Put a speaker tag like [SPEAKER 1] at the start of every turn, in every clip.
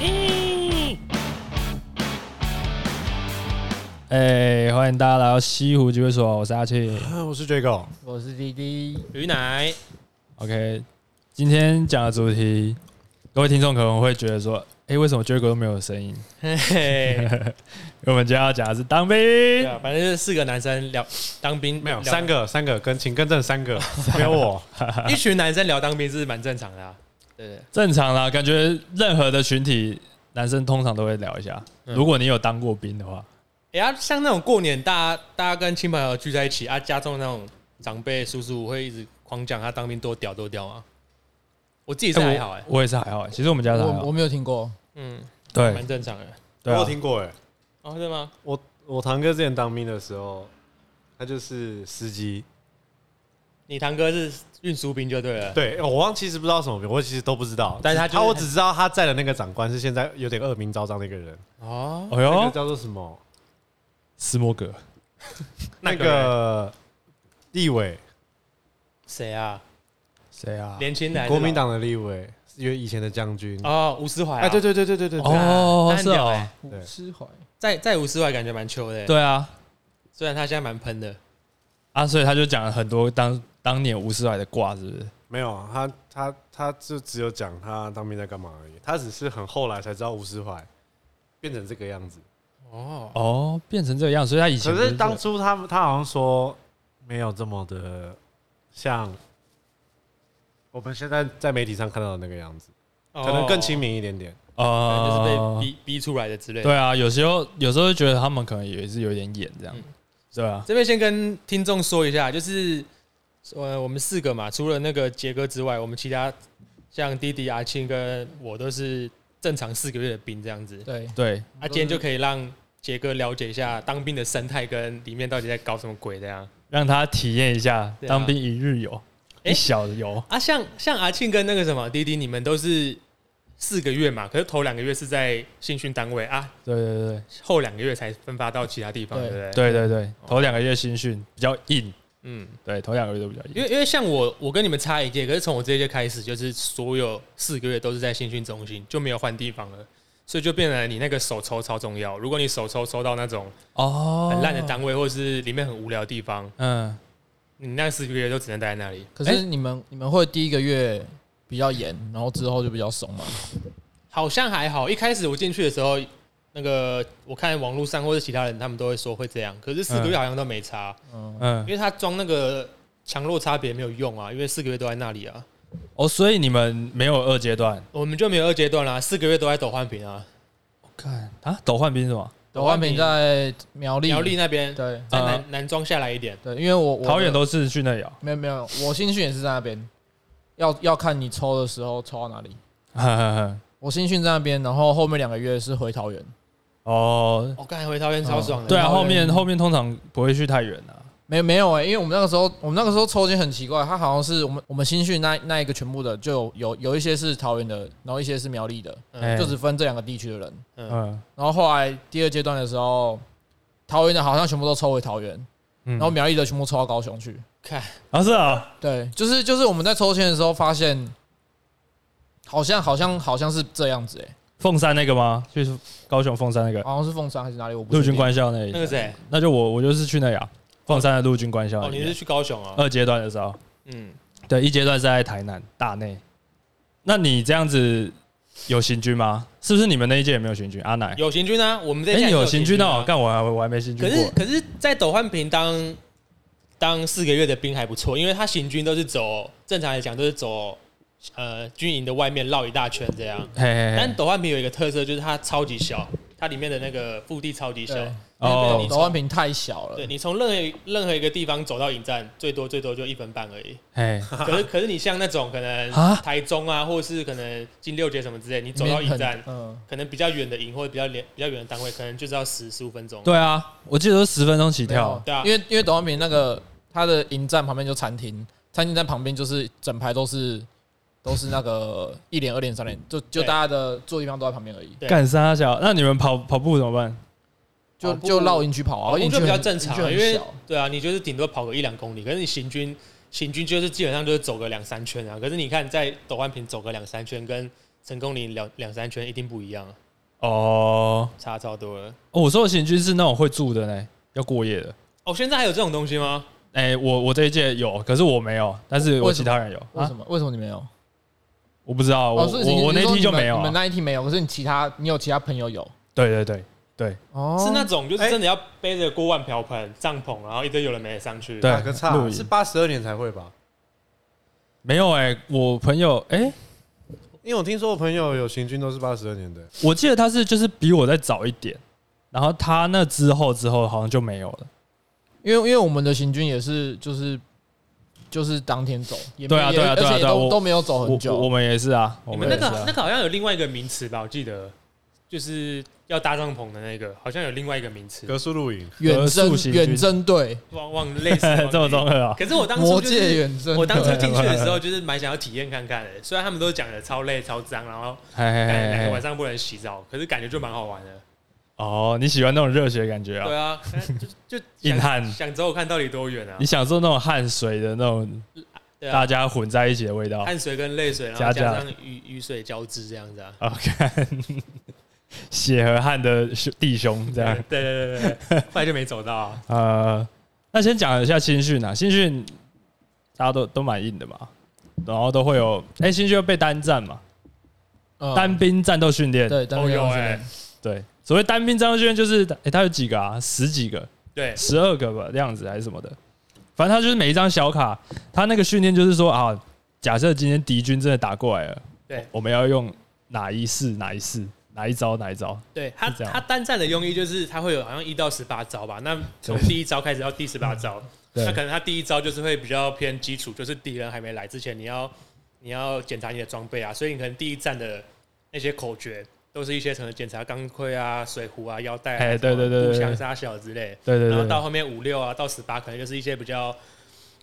[SPEAKER 1] 嗯哎，欢迎大家来到西湖聚会所，我是阿庆。
[SPEAKER 2] 我是 Jago，
[SPEAKER 3] 我是滴滴，
[SPEAKER 4] 驴奶，
[SPEAKER 1] OK，今天讲的主题，各位听众可能会觉得说，哎、为什么 Jago 都没有声音？
[SPEAKER 4] 嘿嘿，
[SPEAKER 1] 因为我们今天要讲的是当兵。
[SPEAKER 4] 对啊，反正就是四个男生聊当兵，
[SPEAKER 2] 没有
[SPEAKER 4] 聊
[SPEAKER 2] 三，个，三个跟请更正三 个，没有我，
[SPEAKER 4] 一群男生聊当兵是蛮正常的啊，对不对？
[SPEAKER 1] 正常啦，感觉任何的群体，男生通常都会聊一下。
[SPEAKER 4] 嗯
[SPEAKER 1] 如果你有当过兵的话，
[SPEAKER 4] 哎呀，像那种过年，大家大家跟亲朋好友聚在一起啊，家中那种长辈叔叔会一直狂讲他当兵多屌多屌啊。我自己是
[SPEAKER 1] 哎
[SPEAKER 4] 还好哎、
[SPEAKER 1] 我我也是还好、欸。其实我们家是还
[SPEAKER 3] 我
[SPEAKER 1] 好
[SPEAKER 3] 我，没有听过，
[SPEAKER 4] 嗯，
[SPEAKER 1] 对
[SPEAKER 4] 蛮正常的。
[SPEAKER 2] 我
[SPEAKER 1] 对、
[SPEAKER 2] 有
[SPEAKER 1] 啊，
[SPEAKER 2] 听过哎，
[SPEAKER 4] 哦，对吗？
[SPEAKER 2] 我我堂哥之前当兵的时候，他就是司机，
[SPEAKER 4] 你堂哥是运输兵就对了。
[SPEAKER 2] 对哦我忘其实不知道什么兵，我其实都不知道，
[SPEAKER 4] 但是他
[SPEAKER 2] 只
[SPEAKER 4] 就是
[SPEAKER 2] 我只知道他在的那个长官是现在有点恶名昭彰的一个人，
[SPEAKER 4] 哦，
[SPEAKER 1] 哎
[SPEAKER 2] 那个
[SPEAKER 1] 呦，
[SPEAKER 2] 叫做什么？
[SPEAKER 1] 斯摩格，
[SPEAKER 2] 那
[SPEAKER 4] 那个人
[SPEAKER 2] 个立委，
[SPEAKER 4] 谁啊？
[SPEAKER 1] 谁啊？
[SPEAKER 4] 年轻人还是老，
[SPEAKER 2] 国民党的立委，有以前的将军，
[SPEAKER 4] 哦，吴思怀啊。
[SPEAKER 2] 哎，对对对对对对，对
[SPEAKER 1] 哦
[SPEAKER 4] 那很
[SPEAKER 1] 是哦
[SPEAKER 4] 屌欸
[SPEAKER 2] 对
[SPEAKER 3] 伍思怀，
[SPEAKER 4] 在在吴思怀感觉蛮秋的欸，
[SPEAKER 1] 对啊，
[SPEAKER 4] 虽然他现在蛮喷的。
[SPEAKER 1] 啊，所以他就讲了很多当当年吴世来的卦，是不是？
[SPEAKER 2] 没有，啊他他他就只有讲他当兵在干嘛而已，他只是很后来才知道吴思怀变成这个样子。
[SPEAKER 4] 哦，
[SPEAKER 1] 哦，变成这个样，所以他以前
[SPEAKER 2] 可
[SPEAKER 1] 不
[SPEAKER 2] 是当
[SPEAKER 1] 这
[SPEAKER 2] 初他们他好像说没有这么的像我们现在在媒体上看到的那个样子，可能更亲哦民一点点。
[SPEAKER 4] 哦就是
[SPEAKER 1] 呃
[SPEAKER 4] 被逼逼出来的之类的。
[SPEAKER 1] 对啊，有时候有时候觉得他们可能也是有点演这样，
[SPEAKER 4] 嗯
[SPEAKER 1] 对啊，
[SPEAKER 4] 这边先跟听众说一下，就是呃，我们四个嘛，除了那个杰哥之外，我们其他像弟弟、阿庆跟我都是正常四个月的兵这样子。
[SPEAKER 3] 对，
[SPEAKER 1] 对，
[SPEAKER 4] 啊，今天就可以让杰哥了解一下当兵的生态跟里面到底在搞什么鬼这样。
[SPEAKER 1] 让他体验一下
[SPEAKER 4] 对啊
[SPEAKER 1] 当兵一日游，
[SPEAKER 4] 诶
[SPEAKER 1] 一小游。
[SPEAKER 4] 啊，像像阿庆跟那个什么弟弟，你们都是四个月嘛，可是头两个月是在新训单位啊，
[SPEAKER 1] 对对对
[SPEAKER 4] 后两个月才分发到其他地方，对
[SPEAKER 3] 对
[SPEAKER 4] 不
[SPEAKER 1] 对
[SPEAKER 4] 对？，
[SPEAKER 1] 对对对，头两个月新训比较硬，
[SPEAKER 4] 嗯。
[SPEAKER 1] 对，头两个月都比较
[SPEAKER 4] 因
[SPEAKER 1] 硬。
[SPEAKER 4] 为因为像我，我跟你们差一届，可是从我这一届开始，就是所有四个月都是在新训中心，就没有换地方了，所以就变成你那个手抽超重要。如果你手抽抽到那种
[SPEAKER 1] 哦
[SPEAKER 4] 很烂的，单位，或是里面很无聊的地方，
[SPEAKER 1] 嗯，
[SPEAKER 4] 你那四个月都只能待在那里，
[SPEAKER 3] 可是你们你们会第一个月比较严，然后之后就比较松嘛？
[SPEAKER 4] 好像还好。一开始我进去的时候，那个我看网络上或者其他人他们都会说会这样，可是四个月好像都没差，
[SPEAKER 3] 嗯，
[SPEAKER 1] 嗯
[SPEAKER 4] 因，为他装那个强弱差别没有用啊，因为四个月都在那里啊，
[SPEAKER 1] 哦，所以你们没有二阶段？
[SPEAKER 4] 我们就没有二阶段啦、四个月都在抖换屏啊，
[SPEAKER 1] 我看啊，抖换兵是吗？
[SPEAKER 3] 抖万平在苗栗，
[SPEAKER 4] 苗栗那边。
[SPEAKER 3] 对
[SPEAKER 4] 在
[SPEAKER 1] 呃
[SPEAKER 4] 南南庄下来一点，
[SPEAKER 3] 对，因为我我
[SPEAKER 1] 桃园都是去那里
[SPEAKER 3] 没有没有，我新训也是在那边，要要看你抽的时候抽到哪里。
[SPEAKER 1] 哦。
[SPEAKER 3] 我新训在那边，然后后面两个月是回桃园，
[SPEAKER 1] 哦，
[SPEAKER 4] 我刚才回桃园超爽的。
[SPEAKER 1] 对啊，
[SPEAKER 3] 桃
[SPEAKER 1] 后面
[SPEAKER 3] 园
[SPEAKER 1] 后面通常不会去太远啊。
[SPEAKER 3] 没没有哎、因为我们那个时候，我们那个时候抽签很奇怪，他好像是我们我们新训那那一个全部的，就有有有一些是桃园的，然后一些是苗栗的，
[SPEAKER 1] 哎
[SPEAKER 3] 嗯就只分这两个地区的人。
[SPEAKER 4] 嗯，
[SPEAKER 1] 嗯
[SPEAKER 3] 然后后来第二阶段的时候，桃园的好像全部都抽回桃园，
[SPEAKER 1] 嗯，
[SPEAKER 3] 然后苗栗的全部抽到高雄去。
[SPEAKER 4] 看
[SPEAKER 1] 啊是啊，
[SPEAKER 3] 对，就是就是我们在抽签的时候发现，好像好像好像是这样子哎、
[SPEAKER 1] 凤山那个吗？就是高雄凤山那个
[SPEAKER 3] 好像是凤山还是哪里，我不
[SPEAKER 1] 陆
[SPEAKER 3] 确
[SPEAKER 1] 军
[SPEAKER 3] 定。
[SPEAKER 1] 官校那
[SPEAKER 4] 哦那
[SPEAKER 1] 里，
[SPEAKER 4] 个谁，
[SPEAKER 1] 那就我我就是去那里啊，凤山的陆军官校
[SPEAKER 4] 哦，
[SPEAKER 1] 里
[SPEAKER 4] 你是
[SPEAKER 1] 面。
[SPEAKER 4] 去高雄啊？
[SPEAKER 1] 二阶段的时候，
[SPEAKER 4] 嗯，
[SPEAKER 1] 对，一阶段是在台南大内。那你这样子有行军吗？是不是你们那一届也没有行军？阿奶，
[SPEAKER 4] 有行军啊，我们这
[SPEAKER 1] 哎、
[SPEAKER 4] 一届
[SPEAKER 1] 你
[SPEAKER 4] 还是
[SPEAKER 1] 有行
[SPEAKER 4] 行
[SPEAKER 1] 军哦、
[SPEAKER 4] 啊。
[SPEAKER 1] 干我还我还没行军
[SPEAKER 4] 可
[SPEAKER 1] 过
[SPEAKER 4] 是。可是，在斗焕平当当四个月的兵还不错，因为他行军都是走，正常来讲都是走呃军营的外面绕一大圈这样。
[SPEAKER 1] 嘿嘿
[SPEAKER 4] 但
[SPEAKER 1] 嘿，
[SPEAKER 4] 斗焕平有一个特色，就是它超级小，它里面的那个腹地超级小。
[SPEAKER 3] 对，
[SPEAKER 1] 哦
[SPEAKER 3] 抖万平太小了
[SPEAKER 4] 对，你从任何任何一个地方走到营站，最多最多就一分半而已。
[SPEAKER 1] 嘿，
[SPEAKER 4] 可是可是你像那种可能
[SPEAKER 1] 啊
[SPEAKER 4] 台中啊，或者是可能金六节什么之类，你走到
[SPEAKER 3] 里面
[SPEAKER 4] 一
[SPEAKER 3] 很
[SPEAKER 4] 站，
[SPEAKER 3] 嗯，
[SPEAKER 4] 可能比较远的营或者比较远比较远的单位，可能就是要十十五分钟。
[SPEAKER 1] 对啊，我记得都十分钟起
[SPEAKER 3] 没
[SPEAKER 1] 跳
[SPEAKER 3] 有，，
[SPEAKER 4] 对啊
[SPEAKER 3] 因为因为董万平那个他的营站旁边就餐厅，餐厅站旁边就是整排都是都是那 个一连、二连、三连，就就
[SPEAKER 4] 对
[SPEAKER 3] 大家的坐的地方都在旁边而已，
[SPEAKER 4] 对
[SPEAKER 1] 干三小。那你们跑跑步怎么办？哦
[SPEAKER 3] 就
[SPEAKER 4] 跑步
[SPEAKER 3] 就绕营区跑
[SPEAKER 4] 跑
[SPEAKER 3] 啊，
[SPEAKER 4] 步
[SPEAKER 3] 营
[SPEAKER 4] 就
[SPEAKER 3] 区
[SPEAKER 4] 比较
[SPEAKER 3] 很
[SPEAKER 4] 正
[SPEAKER 3] 营
[SPEAKER 4] 常
[SPEAKER 3] 区
[SPEAKER 4] 啊，
[SPEAKER 3] 很
[SPEAKER 4] 因为
[SPEAKER 3] 小
[SPEAKER 4] 对啊，你就是顶多跑个一两公里，可是你行军行军就是基本上就是走个两三圈啊。可是你看在斗焕平走个两三圈，跟成功岭两两三圈一定不一样啊。
[SPEAKER 1] 哦，
[SPEAKER 4] 差超多了。
[SPEAKER 1] 哦我说的行军是那种会住的呢，要过夜的。
[SPEAKER 4] 哦，现在还有这种东西吗？
[SPEAKER 1] 哎、我我这一届有，可是我没有，但是我
[SPEAKER 3] 为什么
[SPEAKER 1] 其他人有
[SPEAKER 3] 为什
[SPEAKER 1] 啊，
[SPEAKER 3] 么？为什么你没有？
[SPEAKER 1] 我不知道，我、
[SPEAKER 3] 哦所以你
[SPEAKER 1] 我我那
[SPEAKER 3] 你
[SPEAKER 1] 一
[SPEAKER 3] 说
[SPEAKER 1] 批就
[SPEAKER 3] 你们
[SPEAKER 1] 没有
[SPEAKER 3] 你
[SPEAKER 1] 啊、
[SPEAKER 3] 们那一梯没有，可是你其他你有其他朋友有
[SPEAKER 1] 对对对对
[SPEAKER 3] 哦
[SPEAKER 4] 是那种就是真的要背着锅碗瓢盆、帐篷，然后一堆有人没上去。
[SPEAKER 1] 对
[SPEAKER 2] 打个
[SPEAKER 1] 露
[SPEAKER 2] 岔，
[SPEAKER 1] 营
[SPEAKER 2] 是八十二年才会吧？
[SPEAKER 1] 没有哎、我朋友哎、
[SPEAKER 2] 因为我听说我朋友有行军都是八十二年的，
[SPEAKER 1] 我记得他是就是比我再早一点，然后他那之后之后好像就没有了。
[SPEAKER 3] 因为因为我们的行军也是就是就是当天走，也没
[SPEAKER 1] 对啊
[SPEAKER 3] 也
[SPEAKER 1] 对啊
[SPEAKER 3] 而且
[SPEAKER 1] 对啊
[SPEAKER 3] 也
[SPEAKER 1] 对啊
[SPEAKER 3] 都
[SPEAKER 1] 我
[SPEAKER 3] 都没有走
[SPEAKER 1] 我
[SPEAKER 3] 哦很久。
[SPEAKER 1] 我我们也是啊，我
[SPEAKER 4] 你们
[SPEAKER 1] 也
[SPEAKER 4] 那
[SPEAKER 1] 是啊
[SPEAKER 4] 个那个好像有另外一个名词吧？我记得就是要搭帐篷的那个，好像有另外一个名词，
[SPEAKER 2] 格数露营，
[SPEAKER 3] 远
[SPEAKER 1] 格
[SPEAKER 3] 征
[SPEAKER 1] 数行军
[SPEAKER 3] 远征队，
[SPEAKER 4] 忘忘类似
[SPEAKER 1] 这么中
[SPEAKER 4] 了。
[SPEAKER 1] 二啊，
[SPEAKER 4] 可是我当初
[SPEAKER 3] 魔
[SPEAKER 4] 就
[SPEAKER 3] 界
[SPEAKER 4] 是
[SPEAKER 3] 远征队，
[SPEAKER 4] 我当初进去的时候，就是蛮想要体验看看的。虽然他们都讲的超累、超脏，然后
[SPEAKER 1] 嘿嘿
[SPEAKER 4] 感觉
[SPEAKER 1] 嘿
[SPEAKER 4] 两个 晚
[SPEAKER 1] 嘿
[SPEAKER 4] 上不能洗澡，可是感觉就蛮好玩的。
[SPEAKER 1] 哦，你喜欢那种热血的感觉啊
[SPEAKER 4] 对？啊， 就就
[SPEAKER 1] 硬汉
[SPEAKER 4] 想想走我看到底多远啊
[SPEAKER 1] 你？享受那种汗水的那种
[SPEAKER 4] 对
[SPEAKER 1] 大
[SPEAKER 4] 啊，
[SPEAKER 1] 家混在一起的味道。
[SPEAKER 4] 汗水跟泪水，然
[SPEAKER 1] 加
[SPEAKER 4] 后
[SPEAKER 1] 价
[SPEAKER 4] 加上雨雨水交织这样子啊。
[SPEAKER 1] 哦，看血和汗的兄弟兄这样。
[SPEAKER 4] 对对对 对对，后来就没走到啊。
[SPEAKER 1] 呃，那先讲一下新训啊，新训大家都都蛮硬的嘛，然后都会有，哎、新训会被单战嘛，
[SPEAKER 3] 嗯
[SPEAKER 1] 单兵战斗训练，
[SPEAKER 3] 对单
[SPEAKER 4] 哦
[SPEAKER 3] 兵
[SPEAKER 4] 有
[SPEAKER 3] 战士
[SPEAKER 1] 哎
[SPEAKER 4] 欸
[SPEAKER 1] 对，所谓单兵战斗训练就是，哎、它有几个啊，十几个，
[SPEAKER 4] 对，
[SPEAKER 1] 十二个吧，这样子还是什么的，反正他就是每一张小卡，他那个训练就是说啊，假设今天敌军真的打过来了，
[SPEAKER 4] 对
[SPEAKER 1] 我们要用哪一式哪一式哪一招哪一招，
[SPEAKER 4] 对他，
[SPEAKER 1] 是这样
[SPEAKER 4] 他单战的用意就是他会有好像一到十八招吧，那从第一招开始到第十八招，
[SPEAKER 1] 对
[SPEAKER 4] 那可能他第一招就是会比较偏基础，就是敌人还没来之前，你要你要检查你的装备啊，所以你可能第一站的那些口诀都是一些可能检查钢盔啊、水壶啊、腰带啊、
[SPEAKER 1] 哎对
[SPEAKER 4] 什么
[SPEAKER 1] 对对对
[SPEAKER 4] 步枪
[SPEAKER 1] 对
[SPEAKER 4] 杀小之类，
[SPEAKER 1] 对对
[SPEAKER 4] 然后
[SPEAKER 1] 对
[SPEAKER 4] 到
[SPEAKER 1] 对。
[SPEAKER 4] 后面五六啊到十八，可能就是一些比较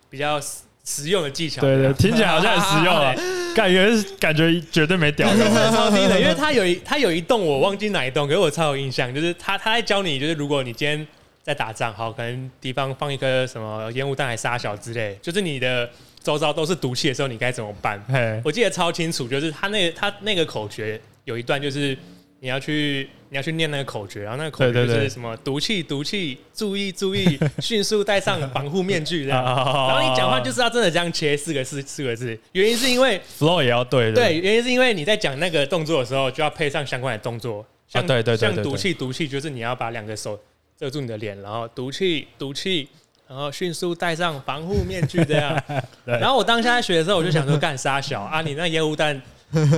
[SPEAKER 4] 比较实实用的技巧，
[SPEAKER 1] 对对，听起来好像很实用啊，感觉感觉绝对没屌用。
[SPEAKER 4] 真的超低的，因为他有一他有一栋我忘记哪一栋，可是我超有印象，就是他他在教你，就是如果你今天在打仗，好，可能敌方放一颗什么烟雾弹还杀小之类，就是你的周遭都是毒气的时候，你该怎么 办？
[SPEAKER 1] 嘿，
[SPEAKER 4] 我记得超清楚，就是他那他那个口诀有一段就是。你要去，你要去念那个口诀，然后那个口
[SPEAKER 1] 对
[SPEAKER 4] 诀
[SPEAKER 1] 对
[SPEAKER 4] 就
[SPEAKER 1] 对
[SPEAKER 4] 是什么毒气，毒气，注意，注意，迅速戴上防护面具这 样。然
[SPEAKER 1] 然
[SPEAKER 4] 后你讲话就是要真的这样切四个字，四个字。原因是因为
[SPEAKER 1] flow 也要对的，
[SPEAKER 4] 对，原因是因为你在讲那个动作的时候，就要配上相关的动作。像、
[SPEAKER 1] 啊对对对对
[SPEAKER 4] 像
[SPEAKER 1] 对
[SPEAKER 4] 毒气，毒气就是你要把两个手遮住你的脸，然后毒气，毒气，然后迅速戴上防护面具这 样。
[SPEAKER 1] 对
[SPEAKER 4] 然后我当下在学的时候，我就想说，干杀 小啊，你那烟雾弹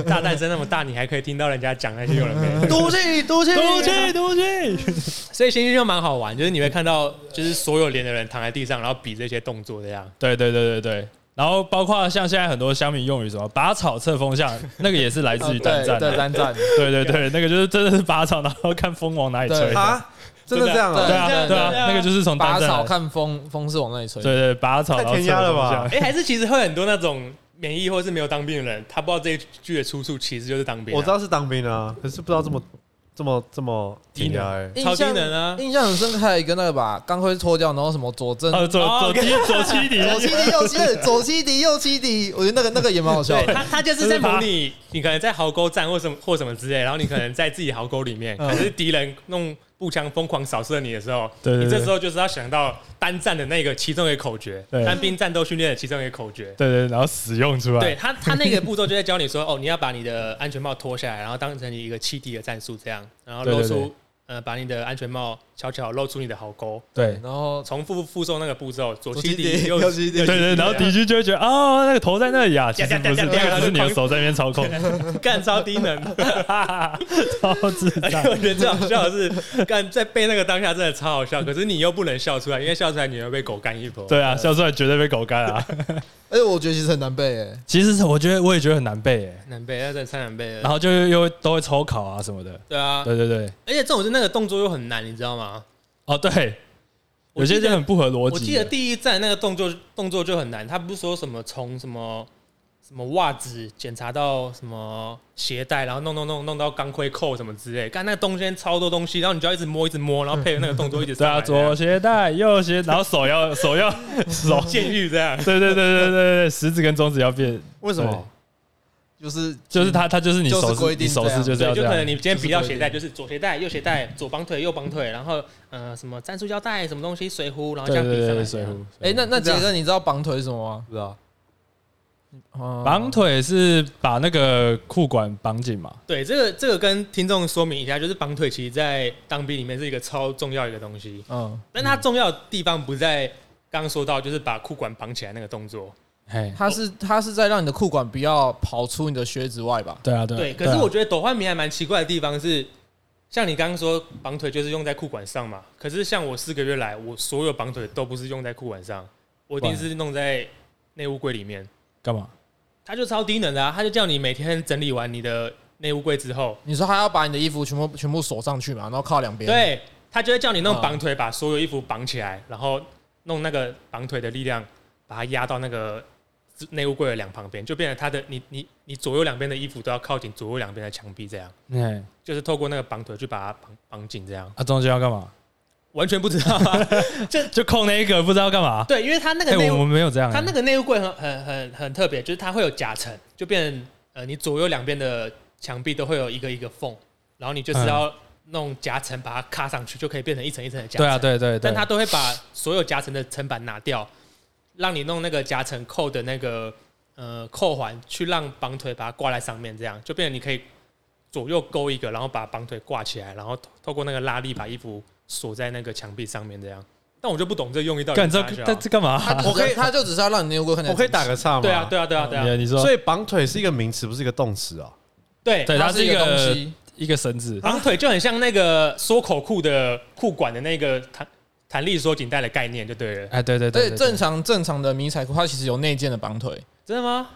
[SPEAKER 4] 炸弹声那么大，你还可以听到人家讲那些有人没 有
[SPEAKER 3] 毒气毒气
[SPEAKER 1] 对不起，对不起。
[SPEAKER 4] 所以其实就蛮好玩，就是你会看到，就是所有连的人躺在地上，然后比这些动作这样。
[SPEAKER 1] 对对对对对。然后包括像现在很多乡民用语什么“拔草测风 向”，那个也是来自于 单啊
[SPEAKER 3] 对
[SPEAKER 1] 战
[SPEAKER 3] 对
[SPEAKER 1] 的。
[SPEAKER 3] 单战，
[SPEAKER 1] 啊对对对，那个就是真的是拔草，然后看风往哪里吹
[SPEAKER 3] 对。
[SPEAKER 2] 啊，真的这样
[SPEAKER 1] 对
[SPEAKER 2] 啊？
[SPEAKER 1] 啊对啊，那个就是从
[SPEAKER 3] 拔
[SPEAKER 1] 单
[SPEAKER 3] 草
[SPEAKER 1] 战。
[SPEAKER 3] 看风，风是往那里吹。
[SPEAKER 1] 对对，拔草然后测风向。
[SPEAKER 4] 哎、还是其实会很多那种免疫或是没有当兵的人，他不知道这一句的出处其实就是当兵啊、
[SPEAKER 2] 我知道是当兵啊，可是不知道这么这么这么
[SPEAKER 1] 低能
[SPEAKER 2] 低调哎。
[SPEAKER 3] 印
[SPEAKER 4] 超
[SPEAKER 3] 象
[SPEAKER 4] 低能啊
[SPEAKER 3] 印象很深刻，还有一个那个吧，钢盔脱掉，然后什么左正
[SPEAKER 1] 呃，左左七左七敌，
[SPEAKER 3] 左七敌右七敌，左七敌右七敌，我觉得那个那个也蛮好笑
[SPEAKER 4] 对
[SPEAKER 3] 的。
[SPEAKER 4] 他，他就是在 模拟你可能在壕沟战或什么或什么之类，然后你可能在自己壕沟里面，
[SPEAKER 1] 嗯
[SPEAKER 4] 可是敌人弄步枪疯狂扫射你的时候，
[SPEAKER 1] 对对对
[SPEAKER 4] 你这时候就是要想到单战的那个其中一个口诀，
[SPEAKER 1] 对
[SPEAKER 4] 单兵战斗训练的其中一个口诀。
[SPEAKER 1] 对对，然后使用出来。
[SPEAKER 4] 对他，他那个步骤就在教你说，哦，你要把你的安全帽脱下来，然后当成你一个气敌的战术这样，然后露
[SPEAKER 1] 对
[SPEAKER 4] 出
[SPEAKER 1] 对对
[SPEAKER 4] 呃，把你的安全帽悄悄露出你的壕沟，
[SPEAKER 1] 对
[SPEAKER 3] 然后
[SPEAKER 4] 重复附送那个步骤，左
[SPEAKER 3] 左
[SPEAKER 4] 七
[SPEAKER 3] 七
[SPEAKER 4] 敌
[SPEAKER 3] 敌
[SPEAKER 4] 右
[SPEAKER 3] 右七敌
[SPEAKER 1] 对，对，然后敌军就会觉得哦，那个头在那里啊，其实不是，那个只是你的手在那边操 控，
[SPEAKER 4] 干超 低能。
[SPEAKER 1] 超智
[SPEAKER 4] 而且
[SPEAKER 1] 障。
[SPEAKER 4] 我觉得最好笑的 是，干在背那个当下真的超好笑，可是你又不能笑出来，因为笑出来你会被狗干一波。
[SPEAKER 1] 对啊，笑出来绝对被狗干啊！
[SPEAKER 3] 而且哎我觉得其实很难背哎诶，
[SPEAKER 1] 其实是我觉得我也觉得很难背诶，
[SPEAKER 4] 难背，那真的太难背
[SPEAKER 1] 然
[SPEAKER 4] 了。
[SPEAKER 1] 后就又又都会抽考啊什么的。
[SPEAKER 4] 啊对啊，
[SPEAKER 1] 对对对，
[SPEAKER 4] 而且这种是那个动作又很难，你知道吗？
[SPEAKER 1] 哦对，
[SPEAKER 4] 我
[SPEAKER 1] 有
[SPEAKER 4] 记得
[SPEAKER 1] 些就很不合逻辑的。
[SPEAKER 4] 我记得第一站那个动作动作就很难，他不是说什么从什么什么袜子检查到什么鞋带，然后弄弄弄弄到钢盔扣什么之类，干那个东西超多东西，然后你就要一直摸一直摸，然后配合那个动作一直
[SPEAKER 1] 对
[SPEAKER 4] 上
[SPEAKER 1] 啊，
[SPEAKER 4] 来这样
[SPEAKER 1] 左鞋带、右鞋，然后手要手 要手，
[SPEAKER 4] 监狱这样。
[SPEAKER 1] 对对对对对对，食指跟中指要变。
[SPEAKER 2] 为什
[SPEAKER 1] 对
[SPEAKER 2] 么？
[SPEAKER 5] 就是
[SPEAKER 1] 就是他他就是你
[SPEAKER 5] 就是
[SPEAKER 1] 手
[SPEAKER 5] 规
[SPEAKER 1] 势，
[SPEAKER 5] 定
[SPEAKER 1] 你手
[SPEAKER 5] 这样
[SPEAKER 1] 势就是要这
[SPEAKER 4] 对，就可
[SPEAKER 1] 样。
[SPEAKER 4] 能你今天比
[SPEAKER 5] 就
[SPEAKER 4] 到
[SPEAKER 5] 是规定
[SPEAKER 4] 鞋带，就是左鞋带、右鞋带、左绑腿、右绑腿，然后呃什么战术腰带什么东西，水壶，然后这
[SPEAKER 1] 对
[SPEAKER 4] 样
[SPEAKER 1] 对
[SPEAKER 4] 比
[SPEAKER 1] 对
[SPEAKER 4] 上来
[SPEAKER 1] 对，
[SPEAKER 4] 这
[SPEAKER 1] 水
[SPEAKER 4] 样。
[SPEAKER 1] 壶。
[SPEAKER 3] 哎，那那
[SPEAKER 5] 这
[SPEAKER 3] 杰
[SPEAKER 5] 样
[SPEAKER 3] 哥，你知道绑腿是什么
[SPEAKER 5] 不知道
[SPEAKER 3] 吗？
[SPEAKER 1] 绑
[SPEAKER 3] 腿。
[SPEAKER 1] 腿是把那个裤管绑紧嘛？
[SPEAKER 4] 对，这个这个跟听众说明一下，就是绑腿其实在当兵里面是一个超重要的一个东西，
[SPEAKER 3] 嗯，
[SPEAKER 4] 但它重要的地方不在刚刚说到，就是把裤管绑起来那个动作。
[SPEAKER 1] 嘿，
[SPEAKER 3] 它是它是在让你的裤管不要跑出你的靴子外吧？
[SPEAKER 1] 对啊对啊。
[SPEAKER 4] 对，可
[SPEAKER 1] 啊
[SPEAKER 4] 是我觉得抖换名还蛮奇怪的地方是，像你刚刚说绑腿就是用在裤管上嘛，可是像我四个月来，我所有绑腿都不是用在裤管上，我一定是弄在内务柜里面。
[SPEAKER 1] 干嘛？
[SPEAKER 4] 它就超低能的啊！它就叫你每天整理完你的内务柜之后，
[SPEAKER 3] 你说他要把你的衣服全部全部锁上去嘛，然后靠两
[SPEAKER 1] 啊
[SPEAKER 3] 边。，
[SPEAKER 4] 对，它就会叫你弄
[SPEAKER 3] 啊
[SPEAKER 4] 绑腿，把所有衣服绑起来，然后弄那个绑腿的力量，把它压到那个内务柜的两旁边，就变成它的你你你左右两边的衣服都要靠近左右两边的墙壁，这样
[SPEAKER 1] 嘿，
[SPEAKER 4] 就是透过那个绑腿去把它绑绑紧，这样
[SPEAKER 1] 啊，中间要干嘛？
[SPEAKER 4] 完全不知 道、啊。
[SPEAKER 1] 就空那一个不知道干嘛。
[SPEAKER 4] 对，因为它那个
[SPEAKER 1] 哎，
[SPEAKER 4] 内
[SPEAKER 1] 我
[SPEAKER 4] 务，
[SPEAKER 1] 们没有这样欸。
[SPEAKER 4] 它那个内务柜很很很很特别，就是它会有夹层，就变成呃你左右两边的墙壁都会有一个一个缝，然后你就是要弄夹层把它卡上去，就可以变成一层一层的夹层。
[SPEAKER 1] 对啊，对对对。
[SPEAKER 4] 但它都会把所有夹层的层板拿掉，让你弄那个夹层扣的那个呃扣环，去让绑腿把它挂在上面，这样就变成你可以左右勾一个，然后把绑腿挂起来，然后透透过那个拉力把衣服锁在那个墙壁上面这样。但我就不懂这用意到底
[SPEAKER 1] 干
[SPEAKER 4] 是啊
[SPEAKER 1] 这
[SPEAKER 4] 啥小
[SPEAKER 1] 这这干嘛？
[SPEAKER 3] 他我可以，他就只是要让你内裤看起来
[SPEAKER 2] 我可以打个岔吗？
[SPEAKER 4] 对啊，对啊，对啊，对啊，
[SPEAKER 1] 你你说
[SPEAKER 2] 所以绑腿是一个名词，不是一个动词啊。
[SPEAKER 4] 对
[SPEAKER 1] 对，它
[SPEAKER 3] 它
[SPEAKER 1] 是
[SPEAKER 3] 是
[SPEAKER 1] 一
[SPEAKER 3] 一个东
[SPEAKER 1] 个
[SPEAKER 3] 西，
[SPEAKER 1] 一个绳子。
[SPEAKER 4] 绑腿就很像那个缩口裤的裤管的那个弹弹力缩紧带的概念，就对了。
[SPEAKER 1] 哎，对对
[SPEAKER 3] 对，
[SPEAKER 1] 对，
[SPEAKER 3] 正常正常的迷彩裤，它其实有内建的绑腿，
[SPEAKER 4] 真的吗？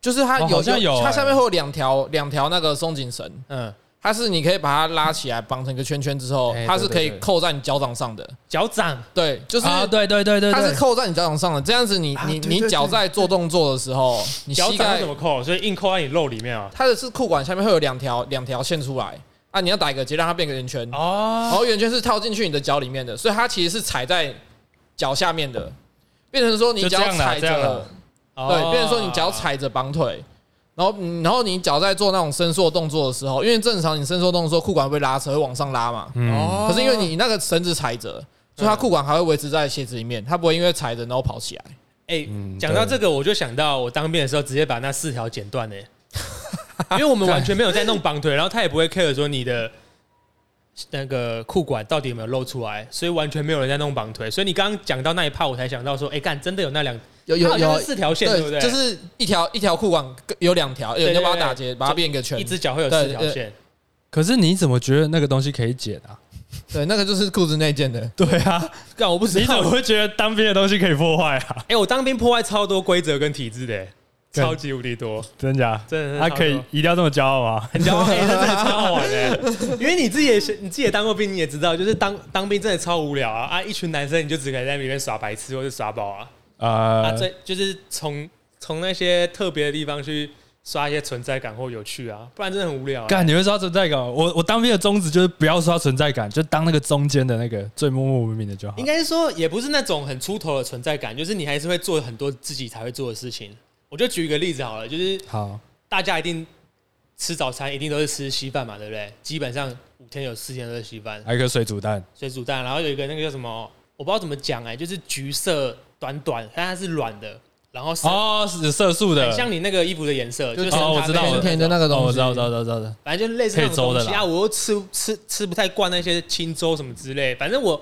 [SPEAKER 3] 就是它
[SPEAKER 1] 哦
[SPEAKER 3] 有
[SPEAKER 1] 好像有
[SPEAKER 3] 它
[SPEAKER 1] 欸
[SPEAKER 3] 下面会有两条两条那个松紧绳，
[SPEAKER 4] 嗯，
[SPEAKER 3] 它是你可以把它拉起来绑成一个圈圈之后
[SPEAKER 1] 哎，
[SPEAKER 3] 它是可以
[SPEAKER 1] 对对对
[SPEAKER 3] 扣在你脚掌上的，
[SPEAKER 4] 脚掌
[SPEAKER 3] 对，就是
[SPEAKER 1] 啊，对对对对
[SPEAKER 3] 它是
[SPEAKER 1] 对。
[SPEAKER 3] 扣在你脚掌上的，这样子你
[SPEAKER 2] 啊
[SPEAKER 3] 你
[SPEAKER 2] 对
[SPEAKER 3] 你
[SPEAKER 2] 对
[SPEAKER 3] 脚
[SPEAKER 2] 对
[SPEAKER 3] 在做动作的时候，你
[SPEAKER 4] 脚
[SPEAKER 3] 膝
[SPEAKER 4] 掌
[SPEAKER 3] 盖
[SPEAKER 4] 是怎么扣？所以硬扣在你肉里面啊。
[SPEAKER 3] 它的是裤管下面会有两条两条线出来啊，你要打一个结，让它变个圆圈，
[SPEAKER 4] 哦，
[SPEAKER 3] 然后圆圈是套进去你的脚里面的，所以它其实是踩在脚下面的，变成说你
[SPEAKER 1] 就这
[SPEAKER 3] 脚
[SPEAKER 1] 样啦
[SPEAKER 3] 踩
[SPEAKER 1] 这样
[SPEAKER 3] 着
[SPEAKER 1] 啦，哦
[SPEAKER 3] 对，变成说你脚踩着绑腿，然后嗯然后你脚在做那种伸缩动作的时候，因为正常你伸缩动作裤管会拉扯，会往上拉嘛，
[SPEAKER 4] 哦
[SPEAKER 1] 嗯，
[SPEAKER 3] 可是因为你那个绳子踩着，所以它裤管还会维持在鞋子里面，它不会因为踩着然后跑起来。
[SPEAKER 4] 哎
[SPEAKER 1] 嗯，
[SPEAKER 4] 讲、到这个，我就想到我当兵的时候，直接把那四条剪断呢、欸 因为我们完全没有在弄绑腿，然后他也不会 care 说你的那个裤管到底有没有露出来，所以完全没有人在弄绑腿。所以你刚刚讲到那一趴，我才想到说，哎、干，真的有那两，
[SPEAKER 3] 有
[SPEAKER 4] 它
[SPEAKER 3] 有
[SPEAKER 4] 好像
[SPEAKER 3] 有
[SPEAKER 4] 是四条线，对不对？
[SPEAKER 3] 就是一条一条裤管有两条，有
[SPEAKER 4] 对
[SPEAKER 3] 你要把
[SPEAKER 4] 对
[SPEAKER 3] 它
[SPEAKER 4] 对
[SPEAKER 3] 打结，把它变一个圈
[SPEAKER 4] 一。只脚会有四条
[SPEAKER 3] 对
[SPEAKER 4] 线，
[SPEAKER 1] 可是你怎么觉得那个东西可以剪 啊？
[SPEAKER 3] 对，那个就是裤子内件的。
[SPEAKER 1] 对啊，
[SPEAKER 4] 干我不
[SPEAKER 1] 你
[SPEAKER 4] 知
[SPEAKER 1] 怎
[SPEAKER 4] 道
[SPEAKER 1] 么。会觉得当兵的东西可以破坏啊？
[SPEAKER 4] 哎、我当兵破坏超多规则跟体制的、欸，
[SPEAKER 1] 干
[SPEAKER 4] 超级无敌多，
[SPEAKER 1] 真假？
[SPEAKER 4] 真的
[SPEAKER 1] 他
[SPEAKER 4] 超
[SPEAKER 1] 可以
[SPEAKER 4] 多
[SPEAKER 1] 一定要这么骄傲啊吗？
[SPEAKER 4] 很骄傲，欸真的超好玩的、欸 因为你自己也是，你自己也当过兵，你也知道，就是当当兵真的超无聊啊！啊，一群男生你就只可以在里面耍白痴或者耍宝啊！ 啊，
[SPEAKER 1] 呃，
[SPEAKER 4] 这就是从从那些特别的地方去刷一些存在感或有趣啊，不然真的很无聊、啊。
[SPEAKER 1] 干，你会刷存在感吗？我我当兵的宗旨就是不要刷存在感，就当那个中间的那个最默默无名的就好
[SPEAKER 4] 应。该是说也不是那种很出头的存在感，就是你还是会做很多自己才会做的事情。我就举一个例子好了，就是
[SPEAKER 1] 好，
[SPEAKER 4] 大家一定吃早餐一定都是吃稀饭嘛，对不对？基本上五天有四天都是稀饭。
[SPEAKER 1] 还有一颗水煮蛋，
[SPEAKER 4] 水煮蛋，然后有一个那个叫什么，我不知道怎么讲哎、就是橘色短短，但它是软的，然后是
[SPEAKER 1] 哦，是色素的
[SPEAKER 4] 很，像你那个衣服的颜色，
[SPEAKER 3] 就是是
[SPEAKER 1] 哦，我
[SPEAKER 4] 咖
[SPEAKER 1] 知
[SPEAKER 4] 啡
[SPEAKER 1] 道，
[SPEAKER 4] 色
[SPEAKER 1] 我
[SPEAKER 3] 甜甜的那个东西
[SPEAKER 1] 哦我知道，我知道，我知道，我知道
[SPEAKER 4] 反正就类似那
[SPEAKER 1] 配
[SPEAKER 4] 种
[SPEAKER 1] 粥的啦
[SPEAKER 4] 东西啊，我又吃吃吃不太惯那些清粥什么之类，反正我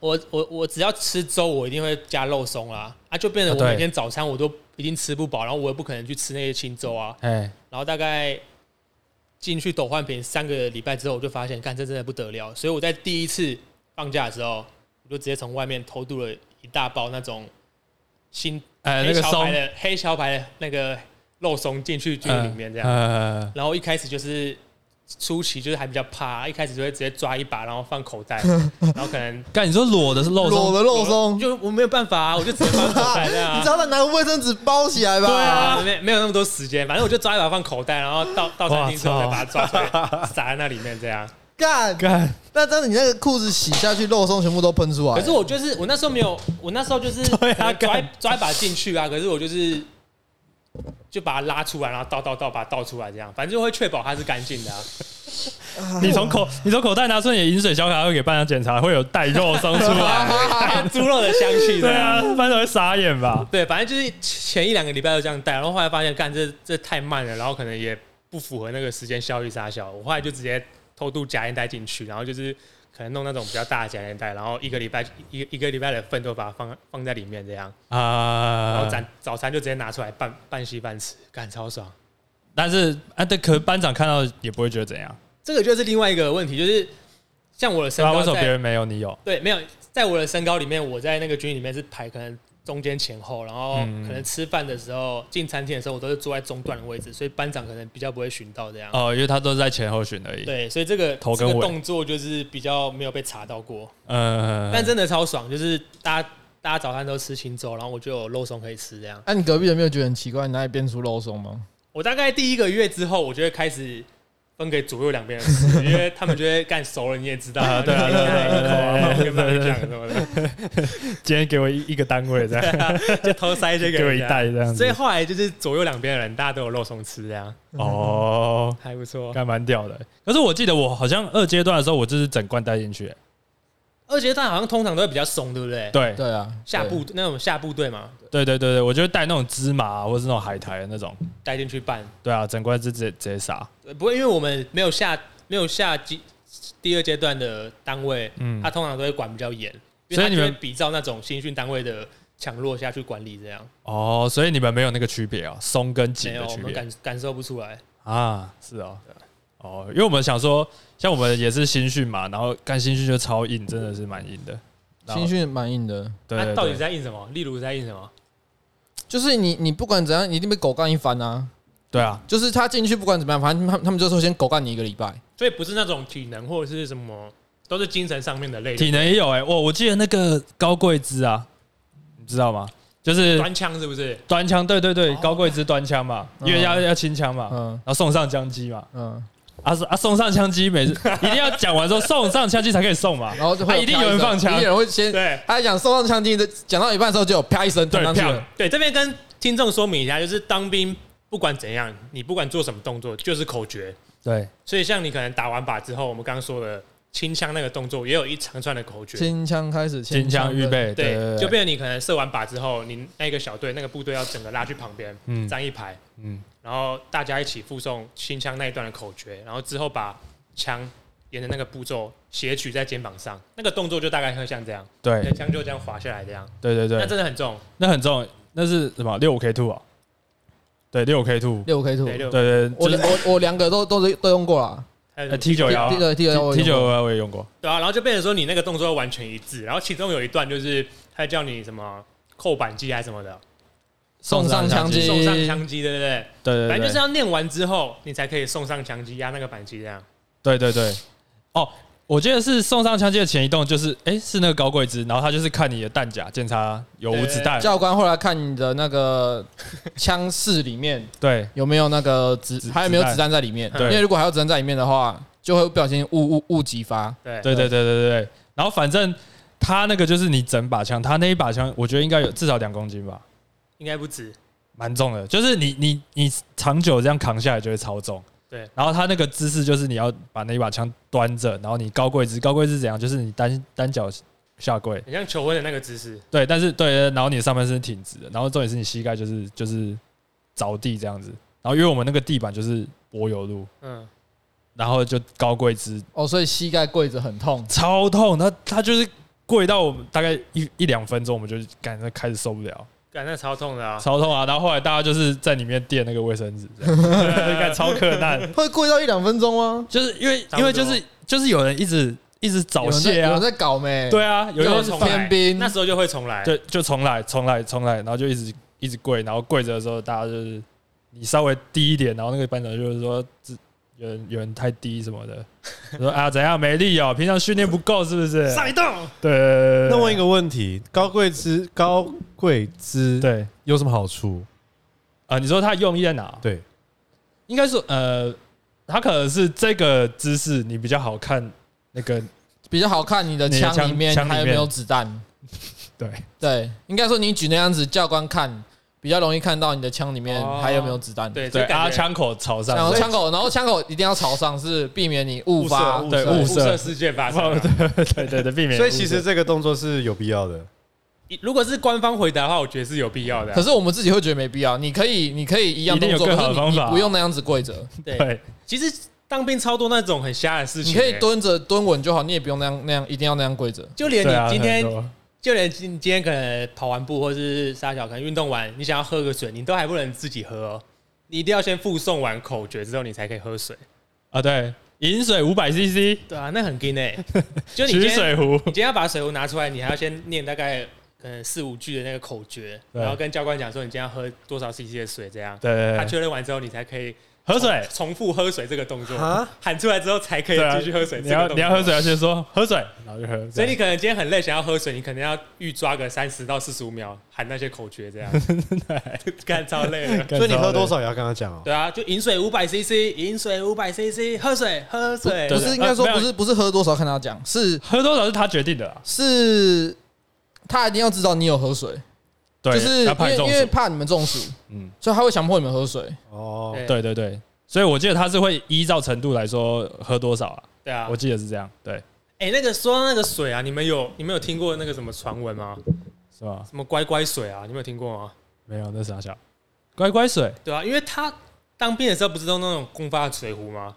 [SPEAKER 4] 我我我只要吃粥，我一定会加肉松啦，啊，就变得
[SPEAKER 1] 啊
[SPEAKER 4] 我
[SPEAKER 1] 对
[SPEAKER 4] 每天早餐我都一定吃不饱，然后我也不可能去吃那些清粥啊，
[SPEAKER 1] 哎，
[SPEAKER 4] 然后大概进去抖换瓶三个礼拜之后，我就发现，干这真的不得了。所以我在第一次放假的时候，我就直接从外面偷渡了一大包那种新
[SPEAKER 1] 哎，
[SPEAKER 4] 黑
[SPEAKER 1] 那个
[SPEAKER 4] 桥
[SPEAKER 1] 松
[SPEAKER 4] 牌，的、黑桥牌的那个肉松进去军营里面这样。
[SPEAKER 1] 呃，
[SPEAKER 4] 然后一开始就是初期就是还比较怕，一开始就会直接抓一把，然后放口袋， 然后可能
[SPEAKER 1] 干，你说裸的是肉
[SPEAKER 5] 裸
[SPEAKER 1] 松，
[SPEAKER 5] 的肉松，
[SPEAKER 4] 就我没有办法、啊，我就直接放口袋这样啊。
[SPEAKER 5] 你知道他拿个卫生纸包起来吧？
[SPEAKER 4] 对啊，，没没有那么多时间，反正我就抓一把放口袋，然后到到餐厅之后再把它抓出来，撒在那里面 这样。
[SPEAKER 5] 干，
[SPEAKER 1] 干，
[SPEAKER 5] 那真的你那个裤子洗下去，肉松全部都喷出来。
[SPEAKER 4] 可是我就是我那时候没有，我那时候就是
[SPEAKER 1] 对啊
[SPEAKER 4] 可能抓一
[SPEAKER 1] 干
[SPEAKER 4] 抓一把进去啊，可是我就是就把它拉出来，然后倒倒倒，把它倒出来，这样反正就会确保它是干净 的、啊。
[SPEAKER 1] 你从口你从口袋拿出你的饮水小卡，会给班长检查，会有带肉松出 来。
[SPEAKER 4] 还有啊猪肉的香气，
[SPEAKER 1] 对啊，班长会傻眼吧？
[SPEAKER 4] 对，反正就是前一两个礼拜都这样带，然后后来发现干这这太慢了，然后可能也不符合那个时间效益啥小，我后来就直接偷渡夹烟袋进去，然后就是可能弄那种比较大的夹烟袋，然后一个礼拜一一个礼拜的份都把它放 放在里面这样，然后
[SPEAKER 1] 啊，
[SPEAKER 4] 早早餐就直接拿出来拌拌稀饭吃，干超爽。
[SPEAKER 1] 但是啊，对，可是班长看到也不会觉得怎样。
[SPEAKER 4] 这个就是另外一个问题，就是像我的身
[SPEAKER 1] 对啊，
[SPEAKER 4] 高
[SPEAKER 1] 为什么
[SPEAKER 4] 在
[SPEAKER 1] 别人没有，你有？
[SPEAKER 4] 对，没有，在我的身高里面，我在那个军里面是排可能中间前后，然后
[SPEAKER 1] 嗯
[SPEAKER 4] 可能吃饭的时候、进餐厅的时候，我都是坐在中段的位置，所以班长可能比较不会巡到这样。
[SPEAKER 1] 哦，因为他都是在前后选而已。
[SPEAKER 4] 对，所以这个
[SPEAKER 1] 头
[SPEAKER 4] 这
[SPEAKER 1] 跟
[SPEAKER 4] 个
[SPEAKER 1] 尾
[SPEAKER 4] 动作就是比较没有被查到过，
[SPEAKER 1] 嗯，
[SPEAKER 4] 但真的超爽，就是大家大家早餐都吃清粥，然后我就有肉松可以吃这样。
[SPEAKER 5] 哎，你隔壁人没有觉得很奇怪？你哪里变出肉松吗？
[SPEAKER 4] 我大概第一个月之后，我就会开始分给左右两边人吃，因为他们就会干熟了，你也知道，
[SPEAKER 1] 啊对啊
[SPEAKER 4] 你一口啊，
[SPEAKER 1] 对对对对对
[SPEAKER 4] 跟他们讲什么的，
[SPEAKER 1] 今天给我一一个单位这样，
[SPEAKER 4] 就偷塞这个
[SPEAKER 1] 给我一袋这样
[SPEAKER 4] 所以
[SPEAKER 1] 子。
[SPEAKER 4] 后来就是左右两边的人，大家都有肉松吃，这样
[SPEAKER 1] 哦，
[SPEAKER 4] 还不错。
[SPEAKER 1] 还蛮屌的。可是我记得我好像二阶段的时候，我就是整罐带进去。
[SPEAKER 4] 二阶段好像通常都会比较松，对不对？
[SPEAKER 1] 对
[SPEAKER 5] 对啊，
[SPEAKER 4] 下部那种下部队嘛，
[SPEAKER 1] 对对对对，我就带那种芝麻啊或是那种海苔的那种。
[SPEAKER 4] 带进去拌。
[SPEAKER 1] 对啊，整罐是直接直接撒。
[SPEAKER 4] 呃不过因为我们没有下没有下第第二阶段的单位，
[SPEAKER 1] 嗯
[SPEAKER 4] 他，通常都会管比较严，因为
[SPEAKER 1] 所以
[SPEAKER 4] 他
[SPEAKER 1] 你
[SPEAKER 4] 就
[SPEAKER 1] 们
[SPEAKER 4] 会比照那种新训单位的强弱下去管理，这样
[SPEAKER 1] 哦，所以你们没有那个区别啊，松跟紧
[SPEAKER 4] 没有
[SPEAKER 1] 的
[SPEAKER 4] 我
[SPEAKER 1] 区
[SPEAKER 4] 们
[SPEAKER 1] 别
[SPEAKER 4] 感感受不出来。
[SPEAKER 1] 啊？是哦，哦，因为我们想说，像我们也是新训嘛，然后干新训就超硬，真的是蛮硬的。然后
[SPEAKER 5] 新训蛮硬的，
[SPEAKER 1] 对对
[SPEAKER 4] 那
[SPEAKER 1] 对
[SPEAKER 4] 啊到底在印什么？例如在印什么？
[SPEAKER 5] 就是你你不管怎样，你一定被狗干一番啊！
[SPEAKER 1] 对啊，
[SPEAKER 5] 就是他进去不管怎么样，反正他们他们就说先狗干你一个礼拜。
[SPEAKER 4] 所以不是那种体能或者是什么，都是精神上面的累。
[SPEAKER 1] 体能也有哎、我我记得那个高贵枝啊，你知道吗？就是
[SPEAKER 4] 端枪是不是？
[SPEAKER 1] 端枪，对对对，
[SPEAKER 4] 哦
[SPEAKER 1] 高贵枝端枪嘛，
[SPEAKER 5] 嗯
[SPEAKER 1] 因为要要清
[SPEAKER 3] 啊
[SPEAKER 1] 枪嘛，
[SPEAKER 5] 嗯
[SPEAKER 1] 然后送上枪击嘛，
[SPEAKER 5] 嗯，
[SPEAKER 1] 啊是啊送上枪击，每次一定要讲完之后送上枪击才可以送嘛，
[SPEAKER 3] 哦
[SPEAKER 5] 然后就会
[SPEAKER 1] 啊一定有人放枪
[SPEAKER 5] 一定有人会先
[SPEAKER 4] 对，
[SPEAKER 5] 他在讲送上枪击的，讲到一半的时候就有啪一声，
[SPEAKER 1] 对
[SPEAKER 5] 弹上去
[SPEAKER 1] 啪
[SPEAKER 5] 了
[SPEAKER 4] 对，这边跟听众说明一下，就是当兵不管怎样，你不管做什么动作，就是口诀。
[SPEAKER 1] 对，
[SPEAKER 4] 所以像你可能打完靶之后，我们刚刚说的清枪那个动作，也有一长串的口诀。
[SPEAKER 5] 清枪开始，
[SPEAKER 1] 清枪预，备，对
[SPEAKER 4] 对，
[SPEAKER 1] 对，对
[SPEAKER 4] 就变成你可能射完靶之后，你那个小队、那个部队要整个拉去旁边
[SPEAKER 1] 嗯
[SPEAKER 4] 站一排，
[SPEAKER 1] 嗯，
[SPEAKER 4] 然后大家一起附送清枪那一段的口诀，然后之后把枪沿着那个步骤斜举在肩膀上，那个动作就大概会像这样，
[SPEAKER 1] 对
[SPEAKER 4] 那枪就这样滑下来这样，
[SPEAKER 1] 对对
[SPEAKER 4] 那
[SPEAKER 1] 对，
[SPEAKER 4] 真的很重，
[SPEAKER 1] 那很重，那是什么六 K two 啊？对，六 K two，
[SPEAKER 5] 六 K 兔，
[SPEAKER 4] 对，六
[SPEAKER 1] 对对，
[SPEAKER 5] 我
[SPEAKER 1] 就是
[SPEAKER 5] 我我两个都都是都用过了
[SPEAKER 4] 还有什么
[SPEAKER 1] 呃 T 九幺
[SPEAKER 5] ，T 对 T 九
[SPEAKER 1] T 九幺我也用过，
[SPEAKER 4] 对啊，然后就变成说你那个动作要完全一致，然后其中有一段就是他叫你什么扣扳机还是什么的，
[SPEAKER 5] 送上枪击，
[SPEAKER 4] 送上枪击，对不对？
[SPEAKER 1] 对对对，
[SPEAKER 4] 反正就是要念完之后，你才可以送上枪击啊压那个扳机这样。
[SPEAKER 1] 对对对，哦，我记得是送上枪击的前一动就是，哎、是那个高贵枝，然后他就是看你的弹夹检查有无子弹，
[SPEAKER 5] 教官后来看你的那个枪室里面
[SPEAKER 1] 对
[SPEAKER 5] 有没有那个子
[SPEAKER 1] 子，
[SPEAKER 5] 还有没有
[SPEAKER 1] 子弹
[SPEAKER 5] 子弹在里面？
[SPEAKER 1] 对
[SPEAKER 5] 因为如果还有子弹在里面的话，就会不小心误误误击发。
[SPEAKER 4] 对，
[SPEAKER 1] 对对对对对对，然后反正他那个就是你整把枪，他那一把枪我觉得应该有至少两公斤吧，
[SPEAKER 4] 应该不止。
[SPEAKER 1] 蛮重的，就是你你你长久这样扛下来就会超重。
[SPEAKER 4] 对，
[SPEAKER 1] 然后他那个姿势就是你要把那一把枪端着，然后你高跪姿，高跪是怎样？就是你单单脚下跪，
[SPEAKER 4] 很像求婚的那个姿势，
[SPEAKER 1] 对，但是对，然后你的上半身是挺直的，然后重点是你膝盖就是就是着地这样子，然后因为我们那个地板就是柏油路，
[SPEAKER 4] 嗯，
[SPEAKER 1] 然后就高跪姿
[SPEAKER 5] 哦，所以膝盖跪着很痛。
[SPEAKER 1] 超痛，他他就是跪到我们大概一一两分钟，我们就感觉开始受不了，
[SPEAKER 4] 感那超痛的啊！
[SPEAKER 1] 超痛啊！然后后来大家就是在里面垫那个卫生纸，这样干超困难，
[SPEAKER 5] 会跪到一两分钟吗？
[SPEAKER 1] 就是因为
[SPEAKER 4] 差不多
[SPEAKER 1] 因为就是就是有人一直一直
[SPEAKER 5] 有
[SPEAKER 1] 早
[SPEAKER 5] 人在
[SPEAKER 1] 泄
[SPEAKER 5] 有
[SPEAKER 1] 啊
[SPEAKER 5] 人，在搞没？
[SPEAKER 1] 对啊，有人
[SPEAKER 5] 有
[SPEAKER 4] 又
[SPEAKER 5] 人
[SPEAKER 4] 重
[SPEAKER 5] 天
[SPEAKER 4] 来，
[SPEAKER 5] 兵
[SPEAKER 4] 那时候就会重来。
[SPEAKER 1] 对，啊就重来，重来，重来，然后就一直一直跪，然后跪着的时候，大家就是你稍微低一点，然后那个班长就是说，这有人有人太低什么 的，说啊怎样没力哦，平常训练不够是不是？
[SPEAKER 4] 上一动，
[SPEAKER 1] 对对对，对
[SPEAKER 2] 那问一，个问题：高贵之高贵之
[SPEAKER 1] 对对
[SPEAKER 2] 有什么好处？
[SPEAKER 1] 啊，你说他用意在哪？
[SPEAKER 2] 对，
[SPEAKER 1] 应该说呃，他可能是这个姿势你比较好看，那个
[SPEAKER 5] 比较好看你的枪里面
[SPEAKER 1] 你的枪枪
[SPEAKER 5] 还
[SPEAKER 1] 里面
[SPEAKER 5] 有没有子弹？
[SPEAKER 1] 对
[SPEAKER 5] 对，应该说你举那样子，教官看
[SPEAKER 3] 比较容易看到你的枪里面
[SPEAKER 4] 哦
[SPEAKER 3] 还有没有子弹。
[SPEAKER 4] 对，
[SPEAKER 1] 对，
[SPEAKER 4] 这
[SPEAKER 1] 啊，
[SPEAKER 4] 感觉
[SPEAKER 1] 枪口朝
[SPEAKER 3] 然
[SPEAKER 1] 上
[SPEAKER 3] 后，枪口，然后枪口一定要朝上，是避免你误发。
[SPEAKER 2] 误射
[SPEAKER 1] 对
[SPEAKER 4] 物
[SPEAKER 1] 物色，
[SPEAKER 4] 色世界发生啊。
[SPEAKER 1] 对对对，避免误射。
[SPEAKER 2] 所以其实这个动作是有必要的。
[SPEAKER 4] 如果是官方回答的话，我觉得是有必要的啊。
[SPEAKER 3] 可是我们自己会觉得没必要。你可以，你可以一样
[SPEAKER 1] 一定
[SPEAKER 3] 动
[SPEAKER 1] 有
[SPEAKER 3] 作，
[SPEAKER 1] 更
[SPEAKER 3] 可
[SPEAKER 1] 好
[SPEAKER 3] 是
[SPEAKER 1] 的
[SPEAKER 3] 你你
[SPEAKER 1] 方法
[SPEAKER 3] 不用那样子跪着，
[SPEAKER 4] 对，
[SPEAKER 1] 对
[SPEAKER 4] 其实当兵超多那种很瞎的事
[SPEAKER 3] 你
[SPEAKER 4] 情、
[SPEAKER 3] 可以
[SPEAKER 4] 欸，
[SPEAKER 3] 蹲着蹲稳就好，你也不用那样那样，一定要那样跪着。
[SPEAKER 4] 就连
[SPEAKER 1] 对啊，
[SPEAKER 4] 你今天
[SPEAKER 1] 很多
[SPEAKER 4] 就连今今天可能跑完步或是沙小，可能运动完，你想要喝个水，你都还不能自己喝哦，你一定要先附送完口诀之后，你才可以喝水。
[SPEAKER 1] 啊，对，饮水五百 CC，
[SPEAKER 4] 对啊，那很劲 哎、就你今
[SPEAKER 1] 取
[SPEAKER 4] 天
[SPEAKER 1] 水壶，
[SPEAKER 4] 你今天要把水壶拿出来，你还要先念大概可能四五句的那个口诀，
[SPEAKER 1] 对
[SPEAKER 4] 然后跟教官讲说你今天要喝多少 CC 的水，这样
[SPEAKER 1] 对对对
[SPEAKER 4] 他
[SPEAKER 1] 对，
[SPEAKER 4] 确认完之后，你才可以
[SPEAKER 1] 喝水，
[SPEAKER 4] 重复喝水这个动作
[SPEAKER 2] 啊，
[SPEAKER 4] 喊出来之后才可以
[SPEAKER 1] 对啊，
[SPEAKER 4] 继续喝水。
[SPEAKER 1] 你
[SPEAKER 4] 这个
[SPEAKER 1] 要
[SPEAKER 4] 动作
[SPEAKER 1] 你要喝水，要先说喝水，然后就喝。
[SPEAKER 4] 所以你
[SPEAKER 1] 这样
[SPEAKER 4] 可能今天很累，想要喝水，你可能要预抓个三十到四十五秒喊那些口诀，这样 干超累的。
[SPEAKER 1] 干
[SPEAKER 2] 所以你
[SPEAKER 1] 超
[SPEAKER 2] 喝
[SPEAKER 1] 累
[SPEAKER 2] 多少也要跟他讲哦。
[SPEAKER 4] 对啊，就饮水五百 CC，饮水五百 CC，喝水喝水。
[SPEAKER 3] 不
[SPEAKER 1] 对
[SPEAKER 3] 是应该说
[SPEAKER 1] 呃没有
[SPEAKER 3] 不是不是喝多少看他讲，是
[SPEAKER 1] 喝多少是他决定的啦，
[SPEAKER 3] 是他一定要知道你有喝水，
[SPEAKER 1] 对，
[SPEAKER 3] 就是
[SPEAKER 1] 他
[SPEAKER 3] 因
[SPEAKER 1] 怕
[SPEAKER 3] 为
[SPEAKER 1] 你
[SPEAKER 3] 因
[SPEAKER 1] 中暑
[SPEAKER 3] 为，怕你们中暑，
[SPEAKER 1] 嗯，
[SPEAKER 3] 所以他会强迫你们喝水。
[SPEAKER 2] 哦，
[SPEAKER 4] 对
[SPEAKER 1] 对对对，所以我记得他是会依照程度来说喝多少啊，
[SPEAKER 4] 对啊
[SPEAKER 1] 我，记得是这样，对，
[SPEAKER 4] 哎，那个说到那个水啊，你们有你们有听过那个什么传闻吗？
[SPEAKER 1] 是吧？
[SPEAKER 4] 什么乖乖水啊？你们有听过吗？
[SPEAKER 1] 没有，那傻笑，乖乖水，
[SPEAKER 4] 对啊，因为他当兵的时候不是都那种公发的水壶吗？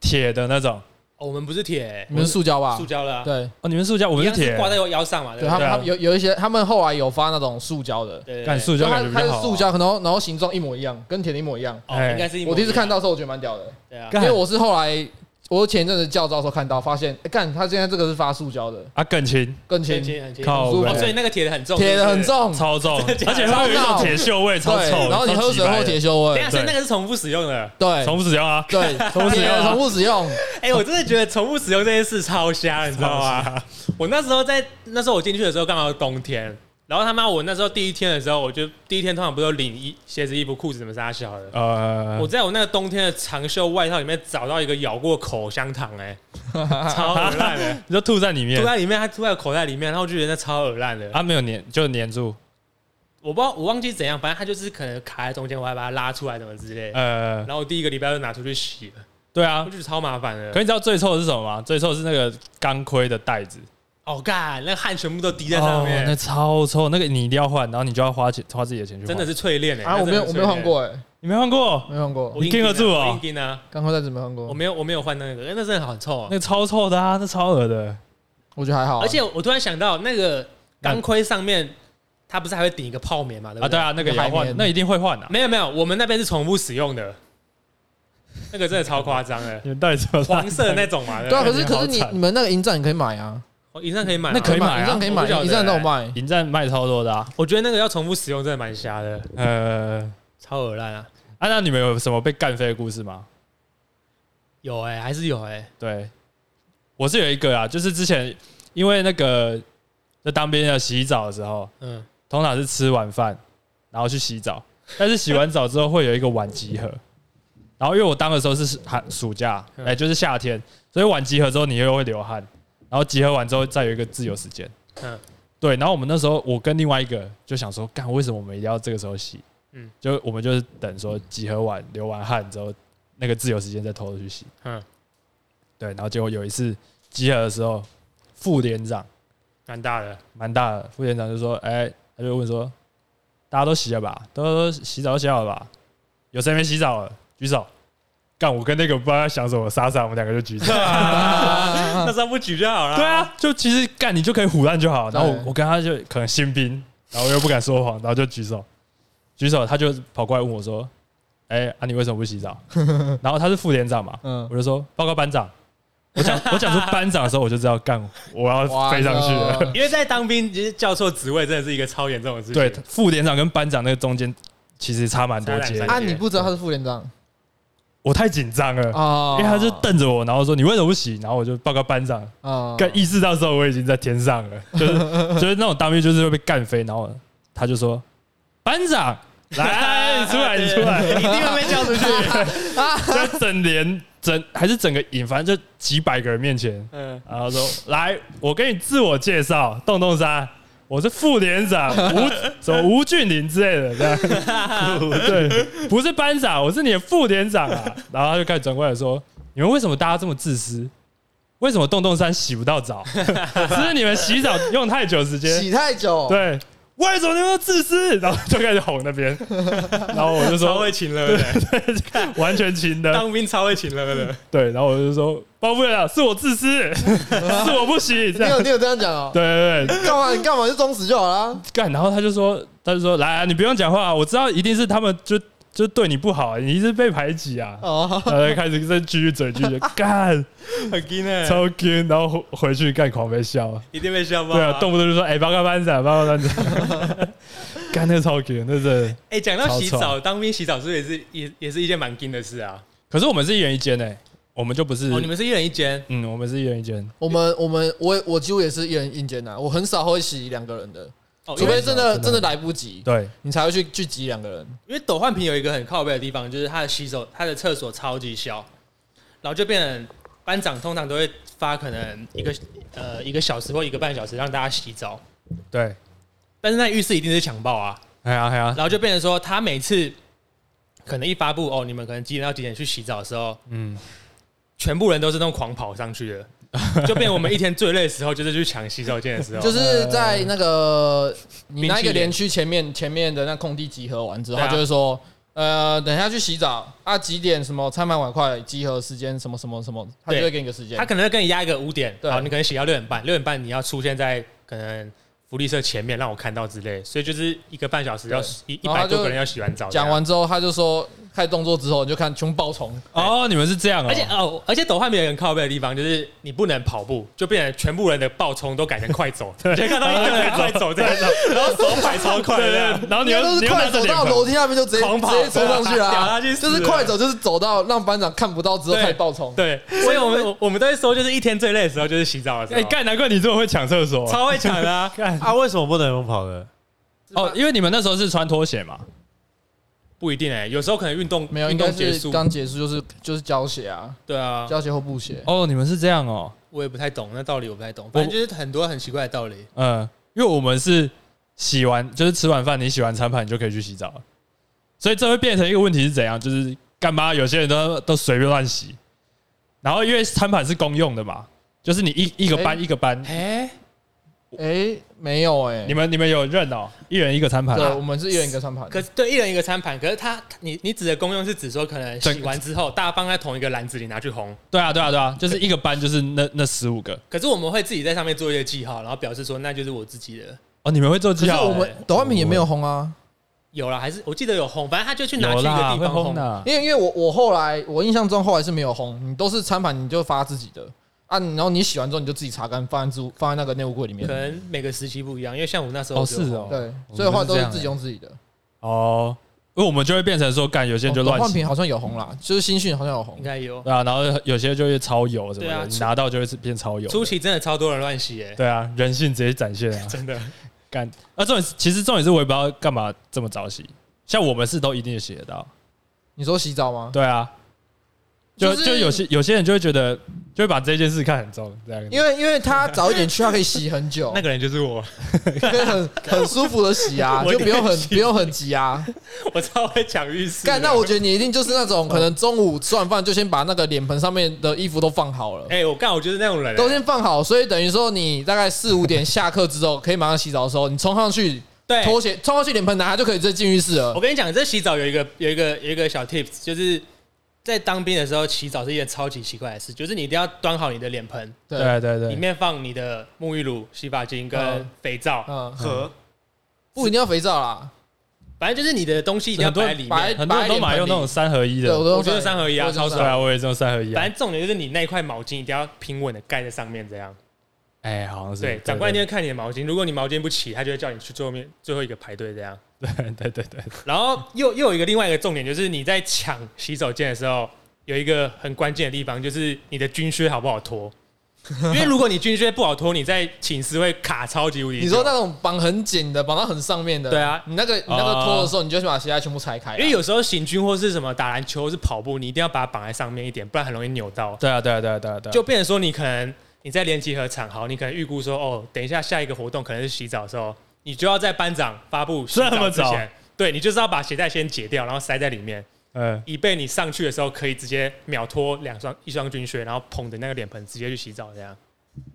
[SPEAKER 1] 铁的那种，
[SPEAKER 4] 哦，我们不是铁、欸，
[SPEAKER 3] 你们是塑胶
[SPEAKER 4] 我
[SPEAKER 3] 吧
[SPEAKER 4] 们是塑？胶的、啊，
[SPEAKER 3] 对
[SPEAKER 1] 哦，你们塑胶，我
[SPEAKER 4] 一
[SPEAKER 1] 们
[SPEAKER 4] 样
[SPEAKER 1] 是
[SPEAKER 4] 是
[SPEAKER 1] 铁，
[SPEAKER 4] 挂在腰上嘛，对
[SPEAKER 3] 对，
[SPEAKER 4] 不
[SPEAKER 3] 他们
[SPEAKER 1] 对
[SPEAKER 4] 对
[SPEAKER 1] 啊
[SPEAKER 3] 他们有有一些，他们后来有发那种塑胶的，
[SPEAKER 4] 对对对
[SPEAKER 1] 干塑胶
[SPEAKER 3] 它
[SPEAKER 1] 感觉比
[SPEAKER 3] 它
[SPEAKER 1] 较
[SPEAKER 3] 是
[SPEAKER 1] 好啊，
[SPEAKER 3] 塑胶，可能然后形状一模一样，跟铁的一模一样。
[SPEAKER 4] 哦，
[SPEAKER 1] 哎
[SPEAKER 4] 应该是一模
[SPEAKER 3] 我第一次
[SPEAKER 4] 样
[SPEAKER 3] 看，到的时候，我觉得蛮屌的，
[SPEAKER 4] 对啊，
[SPEAKER 1] 干
[SPEAKER 3] 因为我是后来我前一阵子教招的时候看到，发现哎干，他现在这个是发塑胶的，
[SPEAKER 1] 啊，更轻，
[SPEAKER 3] 更
[SPEAKER 4] 很
[SPEAKER 3] 轻，
[SPEAKER 4] 轻很轻，
[SPEAKER 1] 靠
[SPEAKER 4] 哦
[SPEAKER 1] 背
[SPEAKER 4] 所以那个铁的很重，
[SPEAKER 3] 铁的
[SPEAKER 4] 是
[SPEAKER 3] 很
[SPEAKER 4] 不是。
[SPEAKER 3] 重，
[SPEAKER 1] 超重，
[SPEAKER 4] 真的假的
[SPEAKER 1] 而且它有一种铁锈味，超臭
[SPEAKER 3] 对，
[SPEAKER 1] 的，
[SPEAKER 3] 然后你
[SPEAKER 1] 超
[SPEAKER 3] 喝
[SPEAKER 1] 级
[SPEAKER 3] 水
[SPEAKER 1] 白
[SPEAKER 3] 后
[SPEAKER 1] 的
[SPEAKER 3] 铁锈
[SPEAKER 4] 等一
[SPEAKER 3] 味
[SPEAKER 1] 对
[SPEAKER 4] 下，，所以那个是重复使用的。
[SPEAKER 3] 对
[SPEAKER 1] 重复使用啊，
[SPEAKER 3] 对，重
[SPEAKER 1] 复使用啊
[SPEAKER 3] 重复使用，
[SPEAKER 4] 哎、我真的觉得重复使用这件事超瞎，你知道吗？我那时候在那时候我进去的时候刚好是冬天，然后他妈我那时候第一天的时候，我就第一天通常不是有领衣、鞋子、衣服、裤子怎么啥小的，
[SPEAKER 1] 呃
[SPEAKER 3] 嗯
[SPEAKER 4] 我，在我那个冬天的长袖外套里面找到一个咬过口香糖、 哎，超恶烂的，
[SPEAKER 1] 你就吐在里面
[SPEAKER 4] 吐，在里面，它吐在口袋里面，然后我就觉得那超恶烂的。
[SPEAKER 1] 啊，没有粘，就粘住，
[SPEAKER 4] 我不知道我忘记怎样，反正它就是可能卡在中间，我还把它拉出来，怎么
[SPEAKER 3] 嗯
[SPEAKER 4] 之类的。
[SPEAKER 1] 呃，
[SPEAKER 4] 然后我第一个礼拜就拿出去洗了，
[SPEAKER 1] 对
[SPEAKER 4] 我
[SPEAKER 1] 啊
[SPEAKER 4] 就。觉得超麻烦
[SPEAKER 1] 可
[SPEAKER 4] 的。
[SPEAKER 1] 你知道最臭的是什么吗？最臭是那个钢盔的袋子，
[SPEAKER 4] 哦，干，那汗全部都滴在上
[SPEAKER 1] 哦那
[SPEAKER 4] 面，
[SPEAKER 1] 超臭，那个你一定要换，然后你就要花钱，花自己的钱去换。
[SPEAKER 4] 真的是淬炼哎。
[SPEAKER 3] 啊，我没有
[SPEAKER 4] 那
[SPEAKER 3] 我
[SPEAKER 4] 真
[SPEAKER 3] 没
[SPEAKER 4] 的是淬炼
[SPEAKER 3] 有换，过哎，
[SPEAKER 1] 你没换过？
[SPEAKER 3] 没换过，
[SPEAKER 4] 我
[SPEAKER 1] 你听得住哦
[SPEAKER 4] 我硬啊，
[SPEAKER 3] 钢盔袋子没换
[SPEAKER 4] 我
[SPEAKER 3] 过，
[SPEAKER 4] 没有我没有换那个，哦那真的很臭啊。
[SPEAKER 1] 那超臭的啊，那超恶的。
[SPEAKER 3] 我觉得还好啊，
[SPEAKER 4] 而且我突然想到，那个钢盔上面它不是还会顶一个泡棉嘛？对不
[SPEAKER 1] 啊，对？啊，那个也要
[SPEAKER 3] 海
[SPEAKER 1] 换，
[SPEAKER 3] 绵
[SPEAKER 1] 那一定会换的、啊
[SPEAKER 4] 没有没有，我们那边是重复使用的，那个真的超夸张的，
[SPEAKER 1] 你们到底怎么烂
[SPEAKER 4] 黄色的那种嘛。
[SPEAKER 3] 对啊，
[SPEAKER 4] 不
[SPEAKER 3] 可是可是
[SPEAKER 1] 你
[SPEAKER 3] 你
[SPEAKER 1] 好惨
[SPEAKER 3] 你们那个营站你可以买啊，
[SPEAKER 4] 对，以上可以买吗，
[SPEAKER 1] 那可以买啊
[SPEAKER 3] 营站可以
[SPEAKER 4] 我
[SPEAKER 3] 买，
[SPEAKER 4] 不晓得欸
[SPEAKER 3] 营站
[SPEAKER 1] 欸
[SPEAKER 3] 都有卖，
[SPEAKER 1] 迎战卖超多的 啊。
[SPEAKER 4] 我觉得那个要重复使用真的蛮瞎的，
[SPEAKER 1] 呃，
[SPEAKER 4] 超恶烂啊！
[SPEAKER 1] 啊，那你们有什么被干飞的故事吗？
[SPEAKER 4] 有哎、还是有哎、
[SPEAKER 1] 对，我是有一个啊，就是之前因为那个在当兵要洗澡的时候，
[SPEAKER 4] 嗯，
[SPEAKER 1] 通常是吃完饭然后去洗澡，但是洗完澡之后会有一个晚集合。然后因为我当的时候是寒暑假，哎、
[SPEAKER 4] 嗯
[SPEAKER 1] 就是夏天，所以晚集合之后你又会流汗，然后集合完之后再有一个自由时间。
[SPEAKER 4] 嗯
[SPEAKER 1] 嗯，对。然后我们那时候我跟另外一个就想说，干为什么我们一定要这个时候洗？
[SPEAKER 4] 嗯
[SPEAKER 1] 嗯，就我们就是等说集合完流完汗之后，那个自由时间再偷偷去洗。
[SPEAKER 4] 嗯
[SPEAKER 1] 嗯，对。然后结果有一次集合的时候，副连长。
[SPEAKER 4] 蛮大的，
[SPEAKER 1] 蛮大的。副连长就说：“哎、他就问说，大家都洗了吧？都洗澡都洗好了吧？有谁没洗澡了？举手。”干，我跟那个不知道在想什么，莎莎，我们两个就举手。
[SPEAKER 4] 那时候不举就好了。
[SPEAKER 1] 对，啊，就其实干你就可以唬烂就好。然后
[SPEAKER 3] 对
[SPEAKER 1] 我我跟他就可能新兵，然后我又不敢说谎，然后就举手，举手，他就跑过来问我说：“哎、啊你为什么不洗澡？” 然后他是副连长嘛，
[SPEAKER 3] 嗯，
[SPEAKER 1] 我就说报告班长。我讲我讲出班长的时候，我就知道干我要 飞上去了。
[SPEAKER 3] 了，
[SPEAKER 4] 因为在当兵，其实叫错职位真的是一个超严重的事情。
[SPEAKER 1] 对，副连长跟班长那个中间其实差蛮多
[SPEAKER 4] 差
[SPEAKER 1] 阶
[SPEAKER 4] 两。
[SPEAKER 3] 啊，你不知道他是副连长
[SPEAKER 1] 我太紧张了，
[SPEAKER 3] 啊
[SPEAKER 1] 因，为他就瞪着我，然后说你为什么不洗？然后我就报告班长，
[SPEAKER 3] 啊，
[SPEAKER 1] 干意识到时候我已经在天上了，就是就是那种当兵就是会被干飞，然后他就说班长
[SPEAKER 4] 哎
[SPEAKER 1] 来，你出来，你出来，
[SPEAKER 4] 一定会被叫出 去。
[SPEAKER 1] 在整连整还是整个营，反正就几百个人面前，
[SPEAKER 4] 嗯，
[SPEAKER 1] 然后说来，我给你自我介绍，洞洞山，我是副连长吴什么吴俊霖之类的，这样
[SPEAKER 4] 啊
[SPEAKER 1] 对，不是班长，我是你的副连长啊。 然后他就开始转过来说：“你们为什么大家这么自私？为什么洞洞山洗不到澡？是不是你们洗澡用太久时间？
[SPEAKER 3] 洗太久，
[SPEAKER 1] 对，为什么你们都自私？”然后就开始哄 那边，然后我就
[SPEAKER 4] 超
[SPEAKER 1] 说
[SPEAKER 4] 会请了的，
[SPEAKER 1] 完全亲的，
[SPEAKER 4] 当兵超会请了的，
[SPEAKER 1] 对，然后我就说报不了，是我自 私，是我不行，这
[SPEAKER 3] 你
[SPEAKER 1] 样
[SPEAKER 3] 有，你有这样讲哦？
[SPEAKER 1] 对对对，
[SPEAKER 3] 干嘛你干嘛就装死就好啦。
[SPEAKER 1] 干，然后他就说，他就说来、啊，你不用讲话，我知道一定是他们就就对你不好，啊你一直被排挤啊，
[SPEAKER 3] 哦，
[SPEAKER 1] 然后就开始在继续嘴继续干，
[SPEAKER 4] 很劲 呢，
[SPEAKER 1] 超干，然后回回去干狂被笑，
[SPEAKER 4] 一定被笑爆。
[SPEAKER 1] 对啊，动不动就说哎，报告班长，报告班长，干那超干，那是，
[SPEAKER 4] 哎，讲到洗
[SPEAKER 1] 超
[SPEAKER 4] 澡，当兵洗澡是不是也是也也是一件蛮劲的事啊？
[SPEAKER 1] 可是我们是一人一间诶，我们就不是
[SPEAKER 4] 哦，，你们是一人一间，
[SPEAKER 1] 嗯，我们是一人一间，
[SPEAKER 3] 我们我们我也我几乎也是一人硬间呐，我很少会洗两个人的，
[SPEAKER 4] 哦，
[SPEAKER 3] 除
[SPEAKER 4] 因为
[SPEAKER 3] 非真的
[SPEAKER 1] 真的
[SPEAKER 3] 真的来不及，
[SPEAKER 1] 对，
[SPEAKER 3] 你才会去去挤两个人。
[SPEAKER 4] 因为斗焕平有一个很靠背的地方，就是他的洗手，他的厕所超级小，然后就变成班长通常都会发可能一个呃一个小时或一个半小时让大家洗澡，
[SPEAKER 1] 对，
[SPEAKER 4] 但是那浴室一定是强暴啊，
[SPEAKER 1] 哎呀哎呀，
[SPEAKER 4] 然后就变成说他每次可能一发布哦，你们可能几点到几点去洗澡的时候，
[SPEAKER 1] 嗯，
[SPEAKER 4] 全部人都是那种狂跑上去的，就变成我们一天最累的时候就是去抢洗手间的时候，
[SPEAKER 3] 就是在那个你那
[SPEAKER 4] 啊冰淇
[SPEAKER 3] 一个
[SPEAKER 4] 淋
[SPEAKER 3] 连区前面前面的那空地集合完之后，
[SPEAKER 4] 对啊
[SPEAKER 3] 他就会说，呃，等一下去洗澡啊，几点什么餐盘碗筷集合时间什么什么什么，他就
[SPEAKER 4] 对
[SPEAKER 3] 会给你个时间
[SPEAKER 4] 他。可能会跟你压一个五点，
[SPEAKER 3] 对
[SPEAKER 4] 好，你可能写到六点半，六点半你要出现在可能福利社前面让我看到之类，所以就是一个半小时要一一
[SPEAKER 3] 然后
[SPEAKER 4] 百
[SPEAKER 3] 他就
[SPEAKER 4] 多个人要洗完澡，
[SPEAKER 3] 讲。完之后，他就说开始动作之后，你就看全部爆冲，
[SPEAKER 1] 哦，你们是这样哦，
[SPEAKER 4] 而且哦，而且抖换别人靠背的地方就是你不能跑步，就变成全部人的爆冲都改成快走，你就看到一个人快走这样，然后手摆超快啊
[SPEAKER 1] 对
[SPEAKER 4] 这
[SPEAKER 1] 对
[SPEAKER 4] 样，
[SPEAKER 1] 对，啊然后你
[SPEAKER 3] 因
[SPEAKER 1] 又
[SPEAKER 3] 为都
[SPEAKER 1] 你
[SPEAKER 3] 是
[SPEAKER 1] 又拿
[SPEAKER 3] 快
[SPEAKER 1] 着
[SPEAKER 3] 走
[SPEAKER 1] 脸
[SPEAKER 3] 到
[SPEAKER 1] 盆
[SPEAKER 3] 楼梯那边就直接直
[SPEAKER 4] 狂跑
[SPEAKER 3] 接冲上去
[SPEAKER 1] 啊
[SPEAKER 4] 屌
[SPEAKER 3] 啦
[SPEAKER 4] 他去，死
[SPEAKER 3] 就是快走，就是走到让班长看不到之后
[SPEAKER 4] 对
[SPEAKER 3] 开始爆冲。
[SPEAKER 4] 对，所以我们我我们都会说，就是一天最累的时候就是洗澡的时候，
[SPEAKER 1] 哎，干，难怪你这么会抢厕所，
[SPEAKER 4] 超会抢的啊，
[SPEAKER 1] 干
[SPEAKER 2] 啊，为什么不能用跑的？
[SPEAKER 1] 哦，因为你们那时候是穿拖鞋嘛，
[SPEAKER 4] 不一定哎，有时候可能运动
[SPEAKER 3] 没有，应
[SPEAKER 4] 运
[SPEAKER 3] 该
[SPEAKER 4] 动结
[SPEAKER 3] 是
[SPEAKER 4] 束，
[SPEAKER 3] 刚结束，就是就是胶鞋啊，
[SPEAKER 4] 对啊，
[SPEAKER 3] 胶鞋或布鞋。
[SPEAKER 1] 哦，你们是这样哦，
[SPEAKER 4] 我也不太懂那道理，我不太懂，反正就是很多很奇怪的道理。
[SPEAKER 1] 嗯，因为我们是洗完就是吃完饭，你洗完餐盘你就可以去洗澡了，所以这会变成一个问题是怎样？就是干嘛有些人都都随便乱洗，然后因为餐盘是公用的嘛，就是你一一个班
[SPEAKER 3] 哎
[SPEAKER 1] 一个班，
[SPEAKER 4] 哎，
[SPEAKER 3] 哎，没有哎，
[SPEAKER 1] 你们你们有认哦，一人一个餐盘
[SPEAKER 3] 对，我们是一人一个餐盘。
[SPEAKER 4] 可是对一人一个餐盘，可是他你你指的功用是指说，可能洗完之后大家放在同一个篮子里拿去烘，
[SPEAKER 1] 对啊对啊对啊，就是一个班就是那那十五个
[SPEAKER 4] 可是我们会自己在上面做一些记号，然后表示说那就是我自己的。
[SPEAKER 1] 哦，你们会做
[SPEAKER 3] 可
[SPEAKER 1] 记
[SPEAKER 3] 是
[SPEAKER 1] 号
[SPEAKER 3] 我
[SPEAKER 1] 哦，
[SPEAKER 3] 们抖画品也没有轰啊，
[SPEAKER 4] 有了，还是我记得有烘，反正他就去拿去
[SPEAKER 1] 有
[SPEAKER 4] 一个
[SPEAKER 1] 啦，
[SPEAKER 4] 地
[SPEAKER 1] 会
[SPEAKER 4] 方
[SPEAKER 1] 烘
[SPEAKER 4] 烘。
[SPEAKER 1] 的，啊
[SPEAKER 3] 因为因为我我后来我印象中后来是没有烘，你都是餐盘你就发自己的啊，然后你洗完之后你就自己擦干放在置物放在那个内务柜里面
[SPEAKER 4] 可，能每个时期不一样，因为像我那时候
[SPEAKER 1] 哦
[SPEAKER 4] 就是烘
[SPEAKER 1] 哦，
[SPEAKER 3] 对，
[SPEAKER 1] 我们
[SPEAKER 3] 所以后来
[SPEAKER 1] 是
[SPEAKER 3] 都
[SPEAKER 1] 这
[SPEAKER 3] 是
[SPEAKER 1] 样
[SPEAKER 3] 自己用自己的。
[SPEAKER 1] 哦，因为我们就会变成说干，有些人就
[SPEAKER 3] 哦
[SPEAKER 1] 乱
[SPEAKER 3] 换
[SPEAKER 1] 洗。
[SPEAKER 3] 品好像有红啦，就是新训好像有红
[SPEAKER 4] 应，该有。
[SPEAKER 1] 对啊，然后有些就会超油什么
[SPEAKER 4] 对啊
[SPEAKER 1] 的，你拿到就会是变超油的。
[SPEAKER 4] 初期真的超多人乱洗哎，
[SPEAKER 1] 对啊，人性直接展现 啊！
[SPEAKER 4] 真的，
[SPEAKER 1] 干啊，重点是其实重点是我也不知道干嘛这么早洗，像我们是都一定写得到。
[SPEAKER 3] 你说洗澡吗？
[SPEAKER 1] 对啊，就
[SPEAKER 3] 就是
[SPEAKER 1] 就有些有些人就会觉得，就会把这件事看很重，这样子。
[SPEAKER 3] 因为因为他早一点去，他可以洗很久
[SPEAKER 4] 个人就是我，
[SPEAKER 3] 可以 很很舒服的洗啊，
[SPEAKER 4] 我一
[SPEAKER 3] 就
[SPEAKER 4] 定
[SPEAKER 3] 不用很
[SPEAKER 4] 洗
[SPEAKER 3] 不用很急啊。
[SPEAKER 4] 我超会抢浴室的。
[SPEAKER 3] 干，那我觉得你一定就是那
[SPEAKER 4] 嗯
[SPEAKER 3] 种可能中午吃完饭就先把那个脸盆上面的衣服都放好了。
[SPEAKER 4] 哎，我干，我就是那种人欸，
[SPEAKER 3] 都先放好，所以等于说你大概四五点下课之后，可以马上洗澡的时候，你冲上去
[SPEAKER 4] 对
[SPEAKER 3] 拖鞋冲上去脸盆拿，它就可以直接进浴室了
[SPEAKER 4] 我。跟你讲，这洗澡有一个有一个有一个小 tips，就是在当兵的时候，洗澡是一件超级奇怪的事，就是你一定要端好你的脸盆，
[SPEAKER 3] 对，
[SPEAKER 1] 对对
[SPEAKER 4] 里
[SPEAKER 1] 对，
[SPEAKER 4] 面放你的沐浴乳、洗发精跟
[SPEAKER 3] 嗯
[SPEAKER 4] 肥皂，
[SPEAKER 3] 嗯，
[SPEAKER 2] 和
[SPEAKER 3] 不一定要肥皂啦，
[SPEAKER 4] 反正就是你的东西一定要
[SPEAKER 1] 很多
[SPEAKER 4] 摆在里
[SPEAKER 3] 摆
[SPEAKER 4] 面。
[SPEAKER 1] 很多人都买用那种三合一
[SPEAKER 3] 对，我都
[SPEAKER 1] 的，
[SPEAKER 4] 我
[SPEAKER 3] 用
[SPEAKER 4] 觉得三合一啊
[SPEAKER 3] 我都用
[SPEAKER 4] 超
[SPEAKER 1] 对
[SPEAKER 3] 三合
[SPEAKER 1] 啊，我也是用三合一啊
[SPEAKER 4] 反。正重点就是你那一块毛巾一定要平稳的盖在上面，这样。
[SPEAKER 1] 哎，好像是
[SPEAKER 4] 对，长官一定
[SPEAKER 1] 对
[SPEAKER 4] 会看你的毛巾，如果你毛巾不齐，他就会叫你去最后面最后一个排队这样。
[SPEAKER 1] 对对对，
[SPEAKER 4] 然后又又有一个另外一个重点，就是你在抢洗手间的时候，有一个很关键的地方，就是你的军靴好不好脱。因为如果你军靴不好脱，你在寝室会卡超级无敌
[SPEAKER 3] 一。
[SPEAKER 4] 久。
[SPEAKER 3] 你说那种绑很紧的，绑到很上面的，
[SPEAKER 4] 对啊
[SPEAKER 3] 你那个你那个拖的时候，你就先把鞋带全部拆开啊，
[SPEAKER 4] 因为有时候行军或是什么打篮球或是跑步，你一定要把它绑在上面一点，不然很容易扭到。
[SPEAKER 1] 对啊对啊对啊对啊对啊，
[SPEAKER 4] 就变成说你可能你在联集合场，好，你可能预估说，哦，等一下下一个活动可能是洗澡的时候，你就要在班长发布洗
[SPEAKER 1] 这么
[SPEAKER 4] 澡之
[SPEAKER 1] 早
[SPEAKER 4] 前，对你就是要把鞋带先解掉，然后塞在里面，
[SPEAKER 1] 嗯，
[SPEAKER 4] 以备你上去的时候可以直接秒脱两双一双军靴，然后捧着那个脸盆直接去洗澡，这样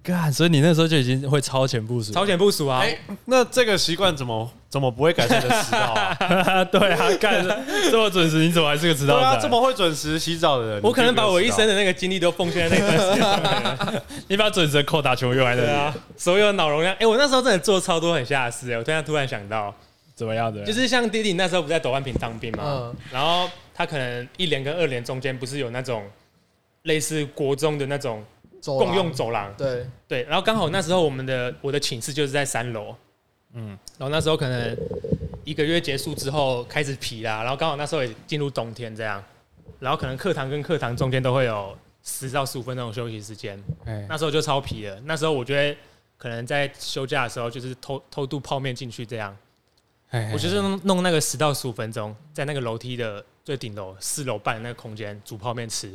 [SPEAKER 1] 干，所以你那时候就已经会超前部署，
[SPEAKER 4] 超前部署啊！
[SPEAKER 2] 哎那这个习惯怎么怎么不会改善你的迟到 啊？
[SPEAKER 1] 对 啊，干这么准时，你怎么还是个迟
[SPEAKER 2] 对
[SPEAKER 1] 到
[SPEAKER 2] 啊，
[SPEAKER 1] 仔？
[SPEAKER 2] 这么会准时洗澡的人，
[SPEAKER 4] 我可能把我一生
[SPEAKER 2] 的
[SPEAKER 4] 的那个精力都奉献在那一段时间，
[SPEAKER 1] 你把准时的扣打球用来
[SPEAKER 4] 对
[SPEAKER 1] 的，
[SPEAKER 4] 啊，所有脑容量。哎、我那时候真的做超多很吓的事、哎我突然突然想到，
[SPEAKER 1] 怎么样的？
[SPEAKER 4] 就是像弟弟那时候不在斗万平当兵嘛，
[SPEAKER 3] 嗯
[SPEAKER 4] 然后他可能一连跟二连中间不是有那种类似国中的那种
[SPEAKER 1] 哦
[SPEAKER 3] 走廊
[SPEAKER 4] 共用走廊，
[SPEAKER 3] 对，
[SPEAKER 4] 对，然后刚好那时候我们的我的寝室就是在三楼，嗯，然后那时候可能一个月结束之后开始疲啦，然后刚好那时候也进入冬天这样，然后可能课堂跟课堂中间都会有十到十五分钟的休息时间，
[SPEAKER 1] 哎，
[SPEAKER 4] 那时候就超皮了。那时候我觉得可能在休假的时候就是偷偷渡泡面进去这样，
[SPEAKER 1] 哎
[SPEAKER 4] 我就是弄弄那个十到十五分钟，在那个楼梯的最顶楼四楼半的那个空间煮泡面吃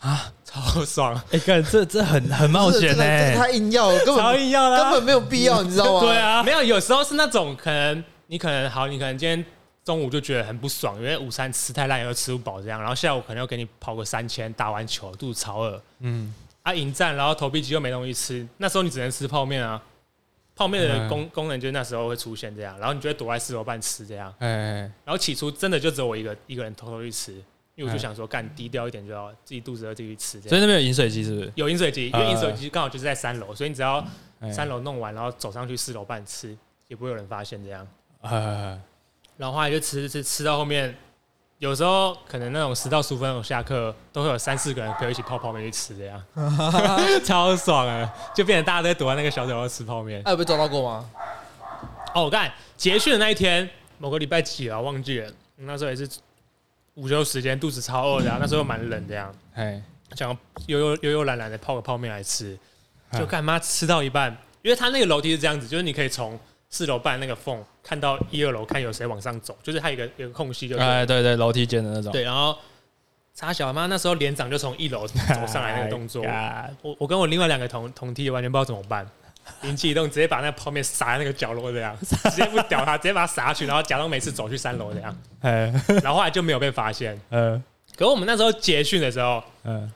[SPEAKER 4] 啊，超爽，
[SPEAKER 1] 哎干，这这很很冒
[SPEAKER 3] 这
[SPEAKER 1] 险欸
[SPEAKER 3] 个这个这个
[SPEAKER 1] 呢，
[SPEAKER 3] 太硬要了，根
[SPEAKER 4] 欸超
[SPEAKER 3] 本
[SPEAKER 4] 硬啊要啦，
[SPEAKER 3] 根本没有必要，你知道吗？
[SPEAKER 1] 对，啊，
[SPEAKER 4] 没有，有时候是那种可能你可能好，你可能今天中午就觉得很不爽，因为午餐吃太烂，又吃不饱这样，然后下午可能又给你跑个三千，打完球肚子超饿，嗯，啊迎战，然后投币机又没东西吃，那时候你只能吃泡面啊，泡面的
[SPEAKER 1] 啊
[SPEAKER 4] 功、功能就是那时候会出现这样，然后你就会躲在四楼半吃这样，
[SPEAKER 1] 哎，
[SPEAKER 4] 然后起初真的就只有我一个一个人偷偷去吃，因为我就想说干低调一点就好，自己肚子饿自己去吃这
[SPEAKER 1] 所以
[SPEAKER 4] 样。
[SPEAKER 1] 那边有饮水机是不是？
[SPEAKER 4] 有饮水机，因为饮水
[SPEAKER 1] 呃
[SPEAKER 4] 机刚好就是在三楼，所以你只要
[SPEAKER 1] 哎
[SPEAKER 4] 三，楼弄完，然后走上去四楼半吃，也不会有人发现这样。
[SPEAKER 1] 哎
[SPEAKER 4] 然后后来就吃吃吃到后面，有时候可能那种十到十五分钟下课，都会有三四个人陪我一起泡泡面去吃这样， 超爽啊！就变成大家都在躲在那个小角落吃泡面。
[SPEAKER 3] 哎，有被抓到过吗？
[SPEAKER 4] 哦，我看结训的那一天，某个礼拜几啊，忘记了。那时候也是午休时间，肚子超饿的、啊，那时候蛮冷这样，
[SPEAKER 1] 哎，
[SPEAKER 4] 想要悠悠悠悠懒懒的泡个泡面来吃，
[SPEAKER 1] 哎
[SPEAKER 4] 就干妈吃到一半，因为它那个楼梯是这样子，就是你可以从四楼半那个缝看到一二楼，看有谁往上走，就是它有一个有个空隙，就是
[SPEAKER 1] 哎，对对，楼梯间的那种，
[SPEAKER 4] 对，然后插小妈那时候连长就从一楼走上来那个动作，
[SPEAKER 1] 哎
[SPEAKER 4] 我我跟我另外两个同同梯完全不知道怎么办，灵机一动，直接把那个泡面撒在那个角落 这样，直接不屌他，直接把它撒下去，然后假装没事走去三楼这样，
[SPEAKER 1] 哎，
[SPEAKER 4] 然后后来就没有被发现。
[SPEAKER 1] 嗯
[SPEAKER 4] 可我们那时候结训的时候
[SPEAKER 1] 嗯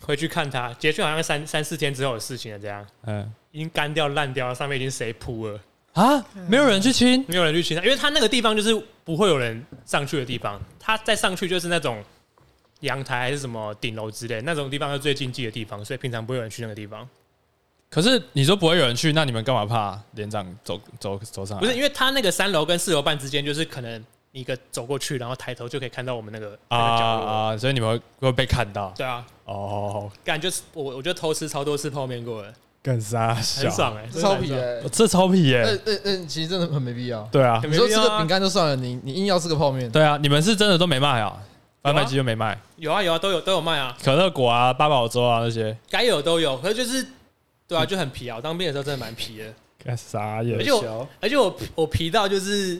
[SPEAKER 4] 回去看他，结训好像三三四天之后的事情了，这样
[SPEAKER 1] 嗯，
[SPEAKER 4] 已经干掉烂掉，啊上面已经谁铺了，
[SPEAKER 1] 啊，
[SPEAKER 4] 嗯
[SPEAKER 1] 没有人去亲，
[SPEAKER 4] 没有人去清它，因为它那个地方就是不会有人上去的地方，它再上去就是那种阳台还是什么顶楼之类，那种地方是最禁忌的地方，所以平常不会有人去那个地方。
[SPEAKER 1] 可是你说不会有人去，那你们干嘛怕连长走走走上来？
[SPEAKER 4] 不是，因为它那个三楼跟四楼半之间，就是可能你一个走过去，然后抬头就可以看到我们那个
[SPEAKER 1] 啊
[SPEAKER 4] 那个角落。
[SPEAKER 1] 啊，所以你们会会被看到
[SPEAKER 4] 对啊，
[SPEAKER 1] 哦，
[SPEAKER 4] 感就是我我就偷吃超多次泡面过了，
[SPEAKER 1] 更傻
[SPEAKER 4] 很
[SPEAKER 1] 小，
[SPEAKER 4] 爽哎、
[SPEAKER 3] 这超皮欸
[SPEAKER 4] 真的
[SPEAKER 3] 的。
[SPEAKER 1] 哦这超皮
[SPEAKER 3] 那
[SPEAKER 1] 耶！
[SPEAKER 3] 那那其实真的很没必要。
[SPEAKER 1] 对啊
[SPEAKER 4] 很，
[SPEAKER 3] 你说
[SPEAKER 4] 爽。
[SPEAKER 3] 吃
[SPEAKER 4] 没必要
[SPEAKER 3] 个
[SPEAKER 4] 呃啊
[SPEAKER 3] 饼干就算了，你你硬要吃个泡面，
[SPEAKER 1] 对啊，你们是真的都没卖啊，
[SPEAKER 4] 有啊
[SPEAKER 1] 贩卖机就没卖，
[SPEAKER 4] 有啊有啊都有都有卖啊，
[SPEAKER 1] 可乐果啊、八宝粥啊那些，
[SPEAKER 4] 该有都有，可是就是对
[SPEAKER 1] 嗯
[SPEAKER 4] 啊就很皮啊，我当兵的时候真的蛮皮的。
[SPEAKER 1] 干傻眼
[SPEAKER 4] 而且我而且我我皮到就是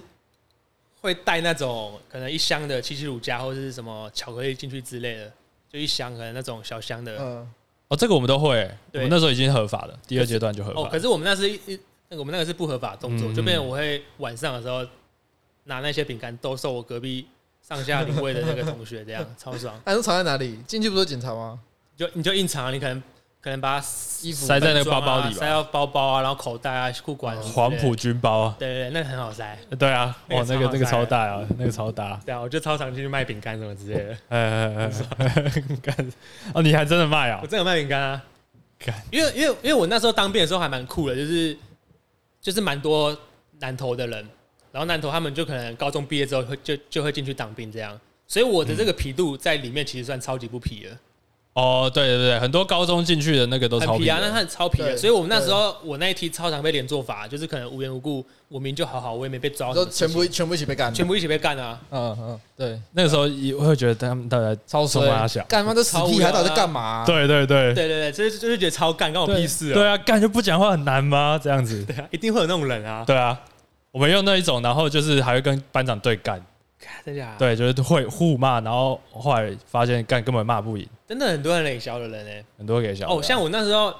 [SPEAKER 4] 会带那种可能一箱的七七乳加或是什么巧克力进去之类的，就一箱可能那种小箱的。
[SPEAKER 3] 嗯，
[SPEAKER 1] 哦，这个我们都会，我
[SPEAKER 4] 对
[SPEAKER 1] 们那时候已经合法了，第二阶段就合
[SPEAKER 4] 哦，
[SPEAKER 1] 法
[SPEAKER 4] 可。是我们那是一一那个我们那个是不合法的动作，
[SPEAKER 1] 嗯
[SPEAKER 4] 就变成我会晚上的时候拿那些饼干兜售我隔壁上下领位的那个同学，这样超爽。
[SPEAKER 3] 哎，都藏在哪里？进去不是检查吗？
[SPEAKER 4] 就你就硬藏，啊你可能可能把它
[SPEAKER 3] 衣服
[SPEAKER 1] 塞在那个
[SPEAKER 4] 分装啊
[SPEAKER 1] 包包里吧嗯
[SPEAKER 4] 塞到包包啊，然后口袋啊、裤管啊之类的
[SPEAKER 1] 黄埔。军包啊，
[SPEAKER 4] 对对对，那个很好塞。
[SPEAKER 1] 对啊，
[SPEAKER 4] 那个
[SPEAKER 1] 哇，那个那个
[SPEAKER 4] 超好塞
[SPEAKER 1] 超
[SPEAKER 4] 的
[SPEAKER 1] 大啊，那个超大，
[SPEAKER 4] 对啊，我就超常进去卖饼干什么之类 的。
[SPEAKER 1] 哎哎哎哎，干哦，你还真的卖啊
[SPEAKER 4] 我？真的有卖饼干啊
[SPEAKER 1] 干，
[SPEAKER 4] 因为因为因为我那时候当兵的时候还蛮酷的，就是就是蛮多南投的人，然后南投他们就可能高中毕业之后会就就会进去当兵这样，所以我的
[SPEAKER 1] 嗯
[SPEAKER 4] 这个皮度在里面其实算超级不皮的，
[SPEAKER 1] 哦，对对对，很多高中进去的那个都超
[SPEAKER 4] 很皮啊，
[SPEAKER 1] 的
[SPEAKER 4] 那他很超皮的，
[SPEAKER 3] 对
[SPEAKER 4] 所以我们那时候我那一批超常被连坐法，就是可能无缘无故我明就好好，我也没被抓，
[SPEAKER 3] 都全
[SPEAKER 4] 什么事情
[SPEAKER 3] 部全部一起被干，
[SPEAKER 4] 全部一起被干啊，
[SPEAKER 3] 嗯嗯，对，
[SPEAKER 1] 那个时候也会觉得他们到底在
[SPEAKER 3] 超
[SPEAKER 1] 冲啊小，
[SPEAKER 3] 干嘛这死屁孩到底在干嘛啊？
[SPEAKER 1] 对对对，
[SPEAKER 4] 对对对，就是就是觉得超干，干我
[SPEAKER 1] 对
[SPEAKER 4] 屁事
[SPEAKER 1] 对
[SPEAKER 4] 啊，
[SPEAKER 1] 啊，干就不讲话很难吗？这样子，
[SPEAKER 4] 对 啊，一定会有那种人啊，
[SPEAKER 1] 对啊，我们用那一种，然后就是还会跟班长对干，
[SPEAKER 4] 干真假的？
[SPEAKER 1] 对，就是会互骂，然后后来发现干根本骂不赢，
[SPEAKER 4] 真的很多人冷笑的人呢、
[SPEAKER 1] 很多给小
[SPEAKER 4] 哦，像
[SPEAKER 1] 我
[SPEAKER 4] 我那时候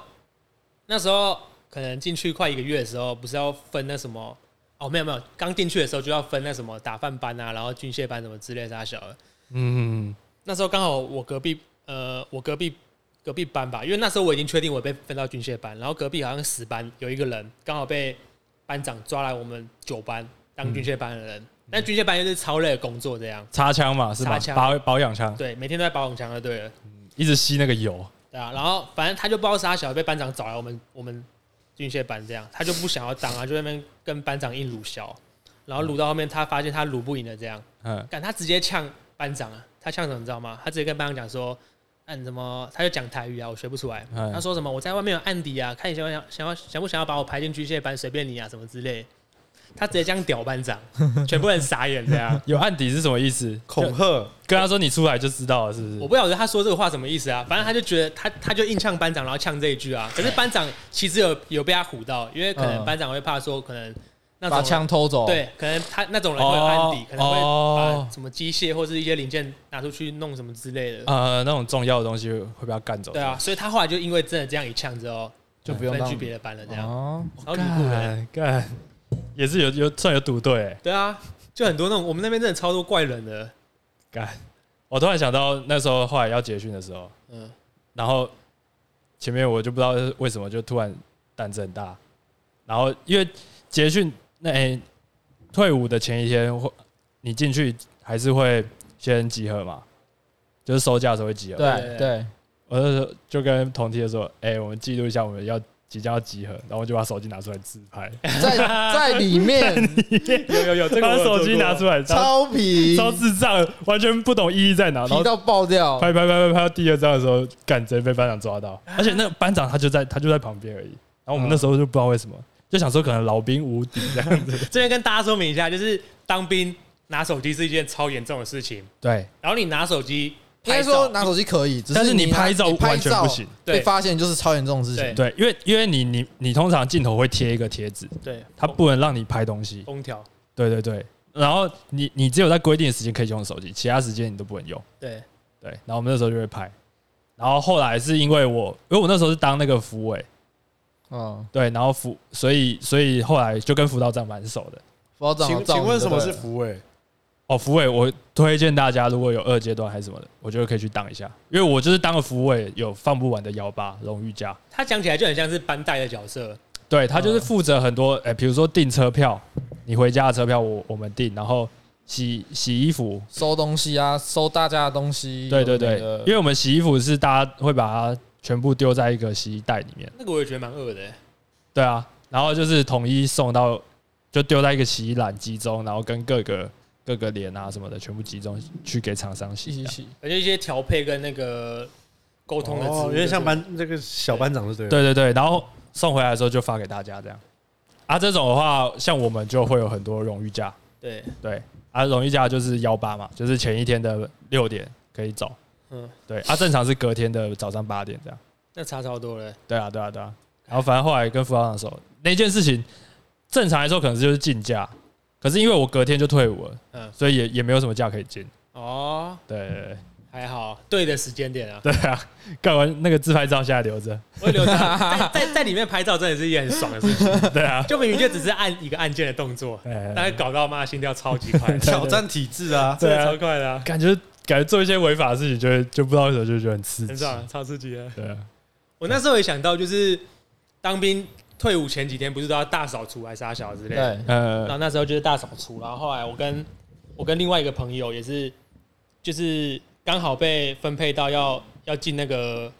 [SPEAKER 4] 那时候可能进去快一个月的时候，不是要分那什么？哦，没有没有，刚进去的时候就要分那什么打饭班啊，然后军械班什么之类啥小的。
[SPEAKER 1] 嗯，
[SPEAKER 4] 那时候刚好我隔壁呃，我隔壁隔壁班吧，因为那时候我已经确定我被分到军械班，然后隔壁好像十班有一个人刚好被班长抓来我们九班当军械班的人，但军械班又是超累的工作这样。
[SPEAKER 1] 擦枪嘛是吧
[SPEAKER 4] 擦？枪
[SPEAKER 1] 保保养枪，
[SPEAKER 4] 对，每天都在保养枪就对了。
[SPEAKER 1] 一直吸那个油，
[SPEAKER 4] 对啊，然后反正他就不知道啥小被班长找来我们我们军械班这样，他就不想要当啊，就在那边跟班长硬鲁削，然后鲁到后面他发现他鲁不赢了这样，
[SPEAKER 1] 嗯，
[SPEAKER 4] 干他直接呛班长啊，他呛什么你知道吗？他直接跟班长讲说，按什么，他就讲台语啊，我学不出来，
[SPEAKER 1] 嗯
[SPEAKER 4] 他说什么我在外面有案底啊，看你想不想想要想不想要把我排进军械班，随便你啊什么之类的，他直接这样屌班长，全部人傻眼这样。
[SPEAKER 1] 有案底是什么意思？
[SPEAKER 2] 恐吓，
[SPEAKER 1] 跟他说你出来就知道了，是不
[SPEAKER 4] 我
[SPEAKER 1] 是？
[SPEAKER 4] 不晓得他说这个话什么意思啊，反正他就觉得他他就硬呛班长，然后呛这一句 啊。可是班长其实有有被他唬到，因为可能
[SPEAKER 1] 嗯
[SPEAKER 4] 班长会怕说可能那种
[SPEAKER 3] 把枪哦偷走，，
[SPEAKER 4] 对，可能他那种人会有案底，
[SPEAKER 1] 哦
[SPEAKER 4] 可能会
[SPEAKER 1] 哦
[SPEAKER 4] 把什么机械或是一些零件拿出去弄什么之类
[SPEAKER 3] 哦
[SPEAKER 4] 的。
[SPEAKER 1] 呃，那种重要的东西会被他干走。
[SPEAKER 4] 对啊，所以他后来就因为真的这样一呛之后，
[SPEAKER 3] 就不用
[SPEAKER 4] 分
[SPEAKER 3] 当
[SPEAKER 4] 去别的班了，这样
[SPEAKER 3] 哦，
[SPEAKER 4] 超
[SPEAKER 1] 干，
[SPEAKER 4] 离谱的。
[SPEAKER 1] 干干也是有有算有赌对、欸，
[SPEAKER 4] 对啊，就很多那种我们那边真的超多怪人的。
[SPEAKER 1] 干。我突然想到那时候后来要结训的时候，
[SPEAKER 4] 嗯，
[SPEAKER 1] 然后前面我就不知道为什么就突然胆子很大，然后因为结训那、欸、退伍的前一天，或你进去还是会先集合嘛，就是收假的时候会集合。
[SPEAKER 3] 对对，
[SPEAKER 1] 我那时候就跟同梯的说：“哎、我们记录一下我们要即将要集合。”然后我就把手机拿出来自拍，
[SPEAKER 3] 在在里 面
[SPEAKER 4] 有有有，这个
[SPEAKER 1] 把
[SPEAKER 4] 我有做
[SPEAKER 1] 手机
[SPEAKER 4] 过
[SPEAKER 1] 拿出来，超
[SPEAKER 3] 超皮
[SPEAKER 1] 超智障，完全不懂意义在哪。然后
[SPEAKER 3] 皮到爆掉，
[SPEAKER 1] 拍拍拍拍拍到第二张的时候，干直接被班长抓到，嗯而且那个班长他就在他就在旁边而已。然后我们那时候就不知道为什么，就想说可能老兵无敌这样子。
[SPEAKER 4] 这边跟大家说明一下，就是当兵拿手机是一件超严重的事情。
[SPEAKER 1] 对，
[SPEAKER 4] 然后你拿手机
[SPEAKER 3] 应
[SPEAKER 4] 拍
[SPEAKER 3] 该说
[SPEAKER 4] 照，
[SPEAKER 3] 拿手机可以，只
[SPEAKER 1] 但是你
[SPEAKER 3] 你拿
[SPEAKER 1] 拍照
[SPEAKER 3] 你拍
[SPEAKER 1] 完全
[SPEAKER 3] 照
[SPEAKER 1] 不行
[SPEAKER 4] 对
[SPEAKER 3] 被发现就是超严重的事情
[SPEAKER 4] 对。
[SPEAKER 1] 对，因为因为你你你通常镜头会贴一个贴纸，
[SPEAKER 4] 对，
[SPEAKER 1] 它不能让你拍东西。
[SPEAKER 4] 封条，
[SPEAKER 1] 对对对，然后你你只有在规定的时间可以用手机，其他时间你都不能用。
[SPEAKER 4] 对，
[SPEAKER 1] 对，然后我们那时候就会拍。然后后来是因为我，因为我那时候是当那个辅委，
[SPEAKER 3] 嗯，
[SPEAKER 1] 对，然后辅，所以所以后来就跟辅导长蛮熟的。
[SPEAKER 3] 不知道
[SPEAKER 2] 请请问什么是扶委？
[SPEAKER 1] 哦，辅委，我推荐大家如果有二阶段还是什么的，我觉得可以去当一下，因为我就是当了辅委，有放不完的幺八荣誉加，
[SPEAKER 4] 他讲起来就很像是班带的角色，
[SPEAKER 1] 对他就是负责很多，哎、比如说订车票，你回家的车票我我们订，然后洗洗衣服，
[SPEAKER 3] 收东西啊，收大家的东西。
[SPEAKER 1] 对对
[SPEAKER 3] 有
[SPEAKER 1] 对
[SPEAKER 3] 的没，
[SPEAKER 1] 因
[SPEAKER 3] 的
[SPEAKER 1] 为我们洗衣服是大家会把它全部丢在一个洗衣袋里面，
[SPEAKER 4] 那个我也觉得蛮恶的、
[SPEAKER 1] 对啊，然后就是统一送到，就丢在一个洗衣篮集中，然后跟各个各个连啊什么的全部集中去给厂商洗啊
[SPEAKER 3] 一
[SPEAKER 1] 这
[SPEAKER 3] 起
[SPEAKER 1] 样。
[SPEAKER 3] 洗，
[SPEAKER 4] 而且一些调配跟那个沟通的职务，
[SPEAKER 2] 哦有点像班这个小班长，对了。
[SPEAKER 1] 对对对，然后送回来的时候就发给大家这样。啊，这种的话，像我们就会有很多荣誉假，
[SPEAKER 4] 对，
[SPEAKER 1] 对啊，荣誉假就是幺八嘛，就是前一天的六点可以走，
[SPEAKER 4] 嗯，
[SPEAKER 1] 对啊，正常是隔天的早上八点这样。
[SPEAKER 4] 那差超多了、
[SPEAKER 1] 对啊，对啊，对啊。然后反正后来跟副校长说那件事情，正常来说可能就是竞价，可是因为我隔天就退伍了，
[SPEAKER 4] 嗯
[SPEAKER 1] 所以也也没有什么假可以进。
[SPEAKER 4] 哦，
[SPEAKER 1] 对对
[SPEAKER 4] 还好，对的时间点啊，
[SPEAKER 1] 对对啊，干完那个自拍照现在留着。
[SPEAKER 4] 我留着 在在在里面拍照真的是一件很爽的事情，
[SPEAKER 1] 对啊，
[SPEAKER 4] 就明明就只是按一个按键的动作，
[SPEAKER 2] 啊
[SPEAKER 4] 但
[SPEAKER 1] 哎，
[SPEAKER 4] 是搞到妈心跳超级 快，
[SPEAKER 2] 挑战体制啊！
[SPEAKER 4] 真
[SPEAKER 1] 对
[SPEAKER 4] 的
[SPEAKER 1] 啊
[SPEAKER 4] 超快的、啊，
[SPEAKER 1] 感觉感觉做一些违法的事情，就会就不知道为什么就觉得很刺
[SPEAKER 4] 很
[SPEAKER 1] 激。
[SPEAKER 4] 爽，超刺激的。
[SPEAKER 1] 对啊，
[SPEAKER 4] 我那时候也想到，就是当兵退伍前几天不是都要大扫除还是啥小之类的，
[SPEAKER 3] 对，
[SPEAKER 4] 然
[SPEAKER 1] 呃，
[SPEAKER 4] 后那时候就是大扫除，然后后来我跟我跟另外一个朋友也是，就是刚好被分配到要要进那个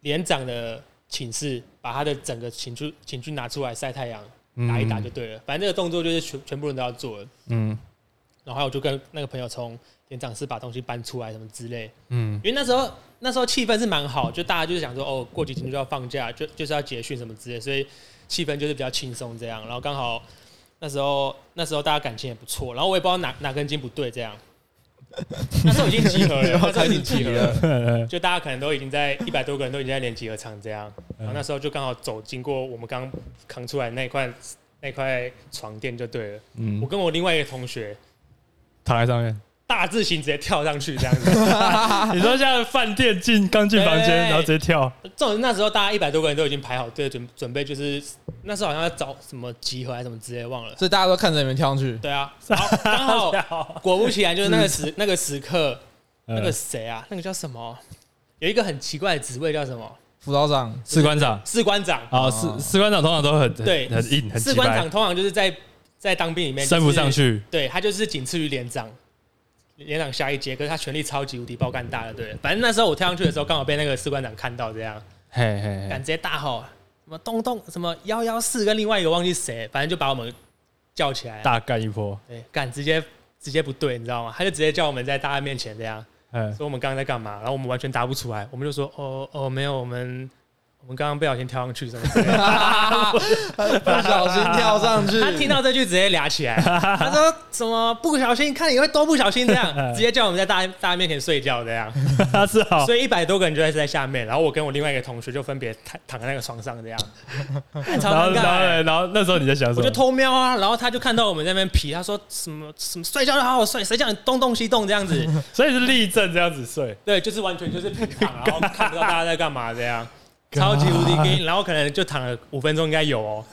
[SPEAKER 4] 连长的寝室，把他的整个寝具寝具拿出来晒太阳，打一打就对了。反正这个动作就是全全部人都要做的。
[SPEAKER 1] 嗯
[SPEAKER 4] 然后我就跟那个朋友从连长室把东西搬出来什么之类，
[SPEAKER 1] 嗯，
[SPEAKER 4] 因为那时候那时候气氛是蛮好，就大家就是想说哦，过几天就要放假，就就是要结训什么之类，所以气氛就是比较轻松这样。然后刚好那时候那时候大家感情也不错，然后我也不知道哪哪根筋不对 这样。那时候已经集合了，那时候已经集合了， 就大家可能都已经在一百多个人都已经在连集合场这样。然后那时候就刚好走经过我们刚扛出来那一块那块床垫就对了。
[SPEAKER 1] 嗯
[SPEAKER 4] 我跟我另外一个同学，
[SPEAKER 1] 躺在上面，
[SPEAKER 4] 大字型直接跳上去这样子。
[SPEAKER 1] 你说像饭店进刚进房间，
[SPEAKER 4] 对
[SPEAKER 1] 然后直接跳，
[SPEAKER 4] 这种那时候大家一百多个人都已经排好队准准备，就是那时候好像要找什么集合还是什么之类，忘了。
[SPEAKER 3] 所以大家都看着你们跳上去，
[SPEAKER 4] 对啊，然后刚好 果不其然，就是那个
[SPEAKER 1] 嗯
[SPEAKER 4] 时那个时刻，那个
[SPEAKER 1] 呃
[SPEAKER 4] 谁啊，那个叫什么，有一个很奇怪的职位叫什么？
[SPEAKER 3] 辅导长
[SPEAKER 1] 士官长
[SPEAKER 4] 士官长。
[SPEAKER 1] 啊，士士官长通常都很
[SPEAKER 4] 哦对，
[SPEAKER 1] 很很硬，很
[SPEAKER 4] 士
[SPEAKER 1] 鸡
[SPEAKER 4] 官
[SPEAKER 1] 掰
[SPEAKER 4] 长，通常就是在在当兵里面
[SPEAKER 1] 升不上，
[SPEAKER 4] 就是
[SPEAKER 1] 去。
[SPEAKER 4] 对他就是仅次于连长。连长下一阶，可是他权力超级无敌爆干大的，对。反正那时候我跳上去的时候，刚好被那个士官长看到，这样。
[SPEAKER 1] 嘿嘿
[SPEAKER 4] 敢
[SPEAKER 1] 嘿，
[SPEAKER 4] 直接大吼什么东东什么幺幺四跟另外一个忘记谁，反正就把我们叫起来了，
[SPEAKER 1] 大干一波。
[SPEAKER 4] 对，敢直接直接不对，你知道吗？他就直接叫我们在大家面前这样
[SPEAKER 1] 嗯，
[SPEAKER 4] 说我们刚刚在干嘛，然后我们完全答不出来，我们就说哦哦没有，我们我们刚刚不小心跳上去什么之 类的。
[SPEAKER 3] 不小心跳上去，
[SPEAKER 4] 他听到这句直接俩起来，他说什么不小心看你会多不小心这 样，直接叫我们在大家大家面前睡觉这样，
[SPEAKER 1] 他是哎好
[SPEAKER 4] 所以一百多个人就在在下面，然后我跟我另外一个同学就分别躺躺在那个床 上这样，超
[SPEAKER 1] 然后
[SPEAKER 4] 尴尬欸
[SPEAKER 1] 然后
[SPEAKER 4] 的。
[SPEAKER 1] 嘞然后那时候你在想什
[SPEAKER 4] 我就
[SPEAKER 1] 么？
[SPEAKER 4] 偷瞄啊，然后他就看到我们在那边皮，他说什么什么睡觉就好好睡，谁叫你东动西动这样子？
[SPEAKER 1] 所以是立正这样子 睡，
[SPEAKER 4] 对，就是完全就是平躺，然后看不到大家在干嘛这样，超级无敌硬。然后可能就躺了五分钟，应该有哦。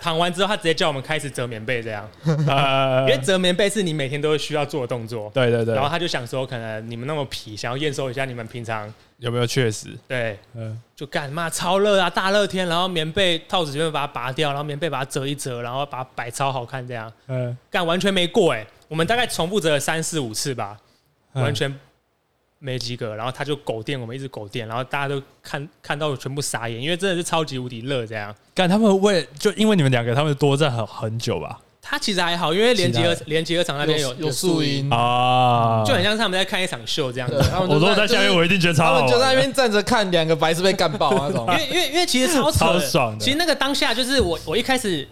[SPEAKER 4] 躺完之后，他直接叫我们开始折棉被这样，
[SPEAKER 1] 呃
[SPEAKER 4] 因，为折棉被是你每天都会需要做的动作。
[SPEAKER 1] 对对对
[SPEAKER 4] 然，后他就想说，可能你们那么皮，想要验收一下你们平常
[SPEAKER 1] 有没有确实？
[SPEAKER 4] 对。
[SPEAKER 1] 嗯，
[SPEAKER 4] 就干嘛超热啊，大热天，然后棉被套子就会把它拔掉，然后棉被把它折一折，然后把它摆超好看这样。
[SPEAKER 1] 嗯，
[SPEAKER 4] 干完全没过哎、我们大概重复折了三四五次吧，
[SPEAKER 1] 嗯
[SPEAKER 4] 完全没及格。然后他就狗电我们，一直狗电，然后大家都看看到全部傻眼，因为真的是超级无敌热这样。
[SPEAKER 1] 干他们为就因为你们两个，他们多站很很久吧？
[SPEAKER 4] 他其实还好，因为连接
[SPEAKER 1] 其
[SPEAKER 4] 连接场那边有
[SPEAKER 3] 有有树
[SPEAKER 4] 荫，
[SPEAKER 3] 荫，
[SPEAKER 1] 啊，
[SPEAKER 4] 就很像是他们在看一场秀这样子
[SPEAKER 3] 对。他们就
[SPEAKER 1] 我都在下面，我一定觉得超
[SPEAKER 3] 他
[SPEAKER 1] 好
[SPEAKER 3] 们就在那
[SPEAKER 1] 玩。
[SPEAKER 3] 边站着看两个白痴被干爆那 种
[SPEAKER 4] 因。为因为因为其实超扯
[SPEAKER 1] 超爽的
[SPEAKER 4] 其实那个当下就是我我一开始。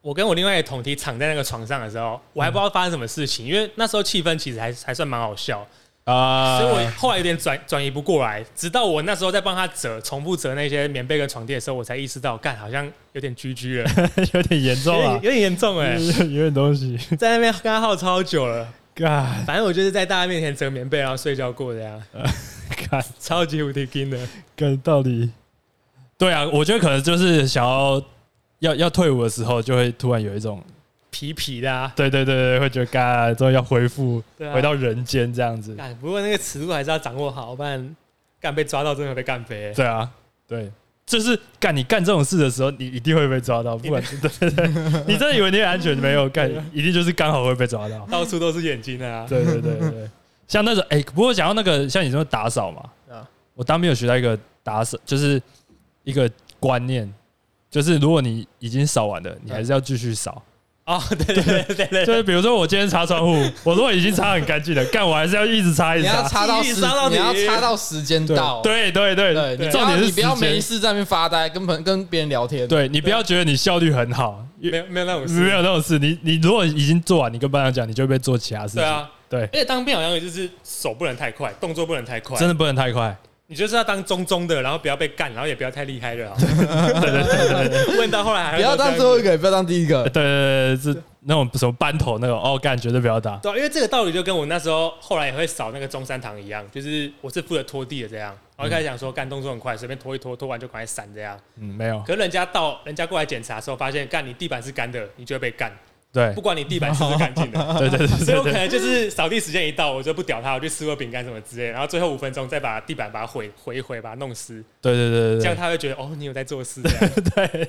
[SPEAKER 4] 我跟我另外一个同梯躺在那个床上的时候，我还不知道发生什么事情，因为那时候气氛其实还还算蛮好笑，
[SPEAKER 1] 啊，
[SPEAKER 4] 所以我后来有点转转移不过来，直到我那时候在帮他折、重复折那些棉被跟床垫的时候，我才意识到，干好像有点居居 了，
[SPEAKER 1] 有点严
[SPEAKER 4] 有
[SPEAKER 1] 重
[SPEAKER 4] 点
[SPEAKER 1] 啊嗯
[SPEAKER 4] 有，点严重哎、
[SPEAKER 1] 有点东西，
[SPEAKER 4] 在那边跟他耗超久了。
[SPEAKER 1] 干
[SPEAKER 4] 反正我就是在大家面前折棉被，然后睡觉过的呀，
[SPEAKER 1] 干
[SPEAKER 4] 超级无敌劲的。
[SPEAKER 1] 干到底？对啊，我觉得可能就是想要要要退伍的时候，就会突然有一种，
[SPEAKER 4] 皮皮的、啊，
[SPEAKER 1] 对对对对，会觉得干终于要恢复
[SPEAKER 4] 对啊
[SPEAKER 1] 回到人间这样子。
[SPEAKER 4] 干不过那个尺度还是要掌握好，不然干被抓到真的被干飞、欸
[SPEAKER 1] 对啊，对，就是干你干这种事的时候，你一定会被抓到，不管 对对对，你真的以为你很安全，没有 干，一定就是刚好会被抓到。
[SPEAKER 4] 到处都是眼睛的啊。
[SPEAKER 1] 对对对对对，像那种哎、不过讲到那个，像你说打扫嘛，
[SPEAKER 4] 啊
[SPEAKER 1] 我当兵有学到一个打扫，就是一个观念，就是如果你已经扫完了，你还是要继续扫。
[SPEAKER 4] 哦，对对对对对，
[SPEAKER 1] 就是比如说我今天擦窗户，我如果已经擦很干净了，干我还是要一直擦一
[SPEAKER 3] 你
[SPEAKER 1] 直
[SPEAKER 3] 要
[SPEAKER 1] 擦。
[SPEAKER 3] 插到
[SPEAKER 4] 一
[SPEAKER 3] 时，
[SPEAKER 4] 直插到
[SPEAKER 3] 你
[SPEAKER 4] 底
[SPEAKER 3] 要插到时间到。
[SPEAKER 1] 对对对
[SPEAKER 3] 对，你不
[SPEAKER 1] 重
[SPEAKER 3] 要
[SPEAKER 1] 点是
[SPEAKER 3] 你不要
[SPEAKER 1] 时间
[SPEAKER 3] 没事在那边发呆，跟朋跟别人聊天。
[SPEAKER 1] 对你不要觉得你效率很好，因为
[SPEAKER 4] 没有没有那种
[SPEAKER 1] 没
[SPEAKER 4] 事。
[SPEAKER 1] 有那种事，你你如果已经做完，你跟班长讲，你就会被做其他事情。
[SPEAKER 4] 对，啊，
[SPEAKER 1] 对，
[SPEAKER 4] 而且当兵好像也就是手不能太快，动作不能太快，
[SPEAKER 1] 真的不能太快。
[SPEAKER 4] 你就是要当中中的，然后不要被干，然后也不要太厉害了。 问到后来还会
[SPEAKER 3] 不要当最后一个，也不要当第一
[SPEAKER 1] 呃
[SPEAKER 3] 个。
[SPEAKER 1] 对对对对，是那种什么班头那种，哦，干绝对不要打。
[SPEAKER 4] 对啊、因为这个道理就跟我那时候后来也会扫那个中山堂一样，就是我是负责拖地的这样，然后一开始想说干动作很快，随便拖一拖，拖完就赶快散这样。
[SPEAKER 1] 嗯，没有。
[SPEAKER 4] 可是人家到人家过来检查的时候，发现干你地板是干的，你就会被干，
[SPEAKER 1] 对
[SPEAKER 4] 不，管你地板是不是干净的。
[SPEAKER 1] 对对对
[SPEAKER 4] 所以
[SPEAKER 1] 对
[SPEAKER 4] 我可
[SPEAKER 1] 对
[SPEAKER 4] 能就是扫地时间一到，我就不屌他，我去撕个饼干什么之类，然后最后五分钟再把地板把它毁毁一毁，把它弄湿，
[SPEAKER 1] 对对对
[SPEAKER 4] 这
[SPEAKER 1] 对
[SPEAKER 4] 样他会觉得哦，你有在做事这样，
[SPEAKER 1] 对，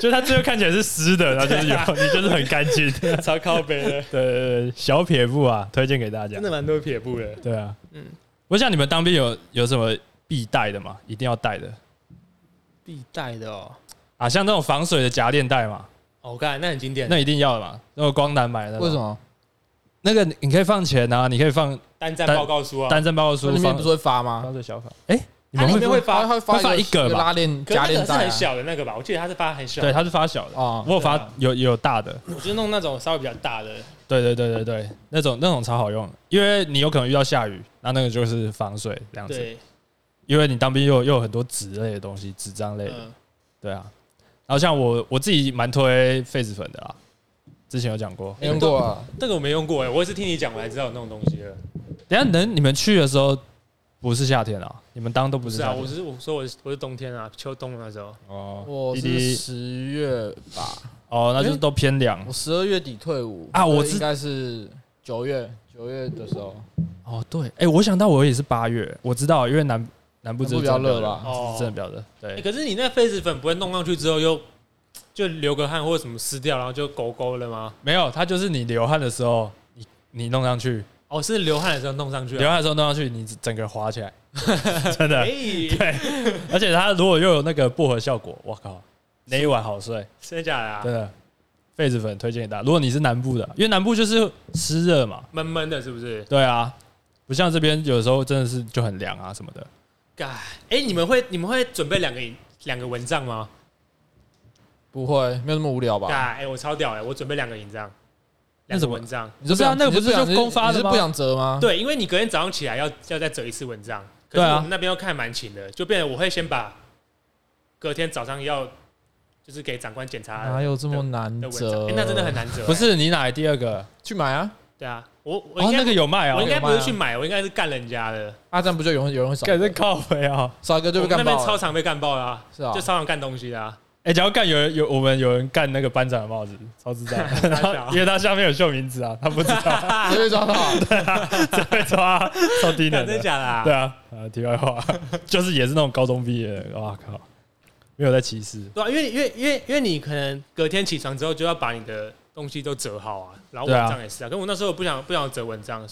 [SPEAKER 1] 就是他最后看起来是湿的，然后就是有，你就是很干净。对
[SPEAKER 4] 超靠北的，
[SPEAKER 1] 对对，小撇步啊，推荐给大家
[SPEAKER 4] 真。的蛮多撇步的。
[SPEAKER 1] 对啊，嗯，我想你们当兵有有什么必带的吗？一定要带的
[SPEAKER 4] 必带的哦。
[SPEAKER 1] 啊，像那种防水的夹链带嘛，
[SPEAKER 4] 哦，我看那很经典，
[SPEAKER 1] 那一定要的嘛。那个光南买的，
[SPEAKER 3] 为什？么？
[SPEAKER 1] 那个你可以放钱啊，你可以放
[SPEAKER 4] 单站
[SPEAKER 1] 单
[SPEAKER 4] 报告书啊，
[SPEAKER 1] 单针报告书
[SPEAKER 3] 那，里面
[SPEAKER 1] 放
[SPEAKER 3] 不是会发吗？
[SPEAKER 1] 防水小法。哎、你
[SPEAKER 4] 它
[SPEAKER 1] 们
[SPEAKER 4] 里
[SPEAKER 1] 会
[SPEAKER 4] 面会发，
[SPEAKER 3] 会发
[SPEAKER 1] 会发一个吧
[SPEAKER 3] 拉链
[SPEAKER 4] 可是
[SPEAKER 3] 夹
[SPEAKER 4] 那
[SPEAKER 3] 链
[SPEAKER 4] 个是
[SPEAKER 3] 带
[SPEAKER 4] 很
[SPEAKER 3] 啊。
[SPEAKER 4] 小的那个吧？我记得它是发很小，
[SPEAKER 1] 对，，它是发小的。
[SPEAKER 3] 哦
[SPEAKER 1] 我有发
[SPEAKER 4] 对啊
[SPEAKER 1] 有有大的，
[SPEAKER 4] 我就弄那种稍微比较大的，
[SPEAKER 1] 对对对对对，那种那种超好用，因为你有可能遇到下雨，那那个就是防水这样子。
[SPEAKER 4] 对，
[SPEAKER 1] 因为你当兵又有又有很多纸类的东西，纸张类的，
[SPEAKER 4] 嗯，
[SPEAKER 1] 对啊。然后像我我自己蛮推痱子粉的啦，之前有讲过。
[SPEAKER 5] 没用过啊，
[SPEAKER 4] 这个我没用过哎、我也是听你讲我才知道有那种东西的。
[SPEAKER 1] 等一下等你们去的时候不是夏天啊，你们当都不
[SPEAKER 4] 不
[SPEAKER 1] 是
[SPEAKER 4] 是
[SPEAKER 1] 夏
[SPEAKER 4] 啊，
[SPEAKER 1] 天。
[SPEAKER 4] 我是我说我是我是冬天啊，秋冬那时候。
[SPEAKER 1] 哦，
[SPEAKER 5] 我
[SPEAKER 1] 弟
[SPEAKER 5] 是
[SPEAKER 1] 弟
[SPEAKER 5] 十月吧，
[SPEAKER 1] 哦，那就是都偏凉
[SPEAKER 5] 我十二月底退伍
[SPEAKER 1] 啊我
[SPEAKER 5] 所以
[SPEAKER 1] 知
[SPEAKER 5] 应该是九月九月的时候，
[SPEAKER 1] 哦。对，哎、我想到我也是八月，我知道，因为南南部
[SPEAKER 5] 南
[SPEAKER 1] 真
[SPEAKER 5] 部比
[SPEAKER 1] 的
[SPEAKER 5] 较
[SPEAKER 1] 真
[SPEAKER 5] 热
[SPEAKER 1] 的
[SPEAKER 5] 吧
[SPEAKER 1] 这是真的比较热。
[SPEAKER 4] 欸
[SPEAKER 1] 对，
[SPEAKER 4] 可是你那痱子粉不会弄上去之后又就流个汗或者什么湿掉，然后就勾勾了吗？
[SPEAKER 1] 没有，它就是你流汗的时候，你你弄上去，
[SPEAKER 4] 哦，是流汗的时候弄上去、
[SPEAKER 1] 流
[SPEAKER 4] 啊。
[SPEAKER 1] 汗的时候弄上去，你整个滑起来， 真的。
[SPEAKER 4] 哎，
[SPEAKER 1] 而且它如果又有那个薄荷效果，我靠，那一晚好睡，
[SPEAKER 4] 真的假的啊
[SPEAKER 1] 真？的。痱子粉推荐给大家，如果你是南部的，因为南部就是湿热嘛，
[SPEAKER 4] 闷闷的，是不是？
[SPEAKER 1] 对啊，不像这边有时候真的是就很凉啊什么的。
[SPEAKER 4] 干，哎，你们会你们会准备两个两个蚊帐吗？
[SPEAKER 5] 不会没有那么无聊
[SPEAKER 1] 啊
[SPEAKER 5] 吧？
[SPEAKER 4] 干，哎，我超屌哎，我准备两个蚊帐，
[SPEAKER 1] 那
[SPEAKER 4] 两
[SPEAKER 1] 什
[SPEAKER 4] 个
[SPEAKER 1] 么
[SPEAKER 4] 蚊帐。
[SPEAKER 5] 你是
[SPEAKER 1] 不是啊
[SPEAKER 5] 想
[SPEAKER 1] 那个
[SPEAKER 5] 你
[SPEAKER 1] 不是
[SPEAKER 5] 想
[SPEAKER 1] 就公发的
[SPEAKER 5] 你是
[SPEAKER 1] 吗
[SPEAKER 5] 不想折吗？
[SPEAKER 4] 对，因为你隔天早上起来要要再折一次蚊帐，可
[SPEAKER 1] 对
[SPEAKER 4] 是
[SPEAKER 1] 啊
[SPEAKER 4] 我们那边又看蛮勤的，就变成我会先把隔天早上要就是给长官检查
[SPEAKER 1] 啊
[SPEAKER 4] 的
[SPEAKER 5] 哪有这么难
[SPEAKER 4] 的蚊
[SPEAKER 5] 折
[SPEAKER 4] 帐，？哎那真的很难折。
[SPEAKER 1] 不，是你哪来第二个？
[SPEAKER 5] 去买啊！
[SPEAKER 4] 对啊，我我
[SPEAKER 1] 哦
[SPEAKER 4] 应，该
[SPEAKER 1] 那个有卖
[SPEAKER 4] 我
[SPEAKER 1] 哦
[SPEAKER 4] 应，该不是去买，我应该是干人家的。
[SPEAKER 5] 啊，这样不就有人有人会少
[SPEAKER 1] 感觉靠肥哦。
[SPEAKER 5] 少一个就
[SPEAKER 4] 我
[SPEAKER 5] 被干
[SPEAKER 4] 们那边
[SPEAKER 5] 爆
[SPEAKER 4] 超
[SPEAKER 5] 了？
[SPEAKER 4] 常被干爆啦、啊，
[SPEAKER 5] 是啊
[SPEAKER 4] 就，超常干东西的、啊。
[SPEAKER 1] 哎，假如干有人有我们有人干那个班长的帽子，超智障， 然后因为他下面有秀名字啊，他不知道
[SPEAKER 5] 直接抓到啊。
[SPEAKER 1] 只会抓超低能
[SPEAKER 4] 真的
[SPEAKER 1] 的。
[SPEAKER 4] 假的、啊？
[SPEAKER 1] 对啊，呃，题外话，就是也是那种高中毕业的，哇靠，没有在歧视。
[SPEAKER 4] 对啊，因为因为因为因为你可能隔天起床之后就要把你的东西都折好啊，然后
[SPEAKER 1] 对
[SPEAKER 4] 文
[SPEAKER 1] 啊
[SPEAKER 4] 章也是啊。可我那时候不想不想折文章，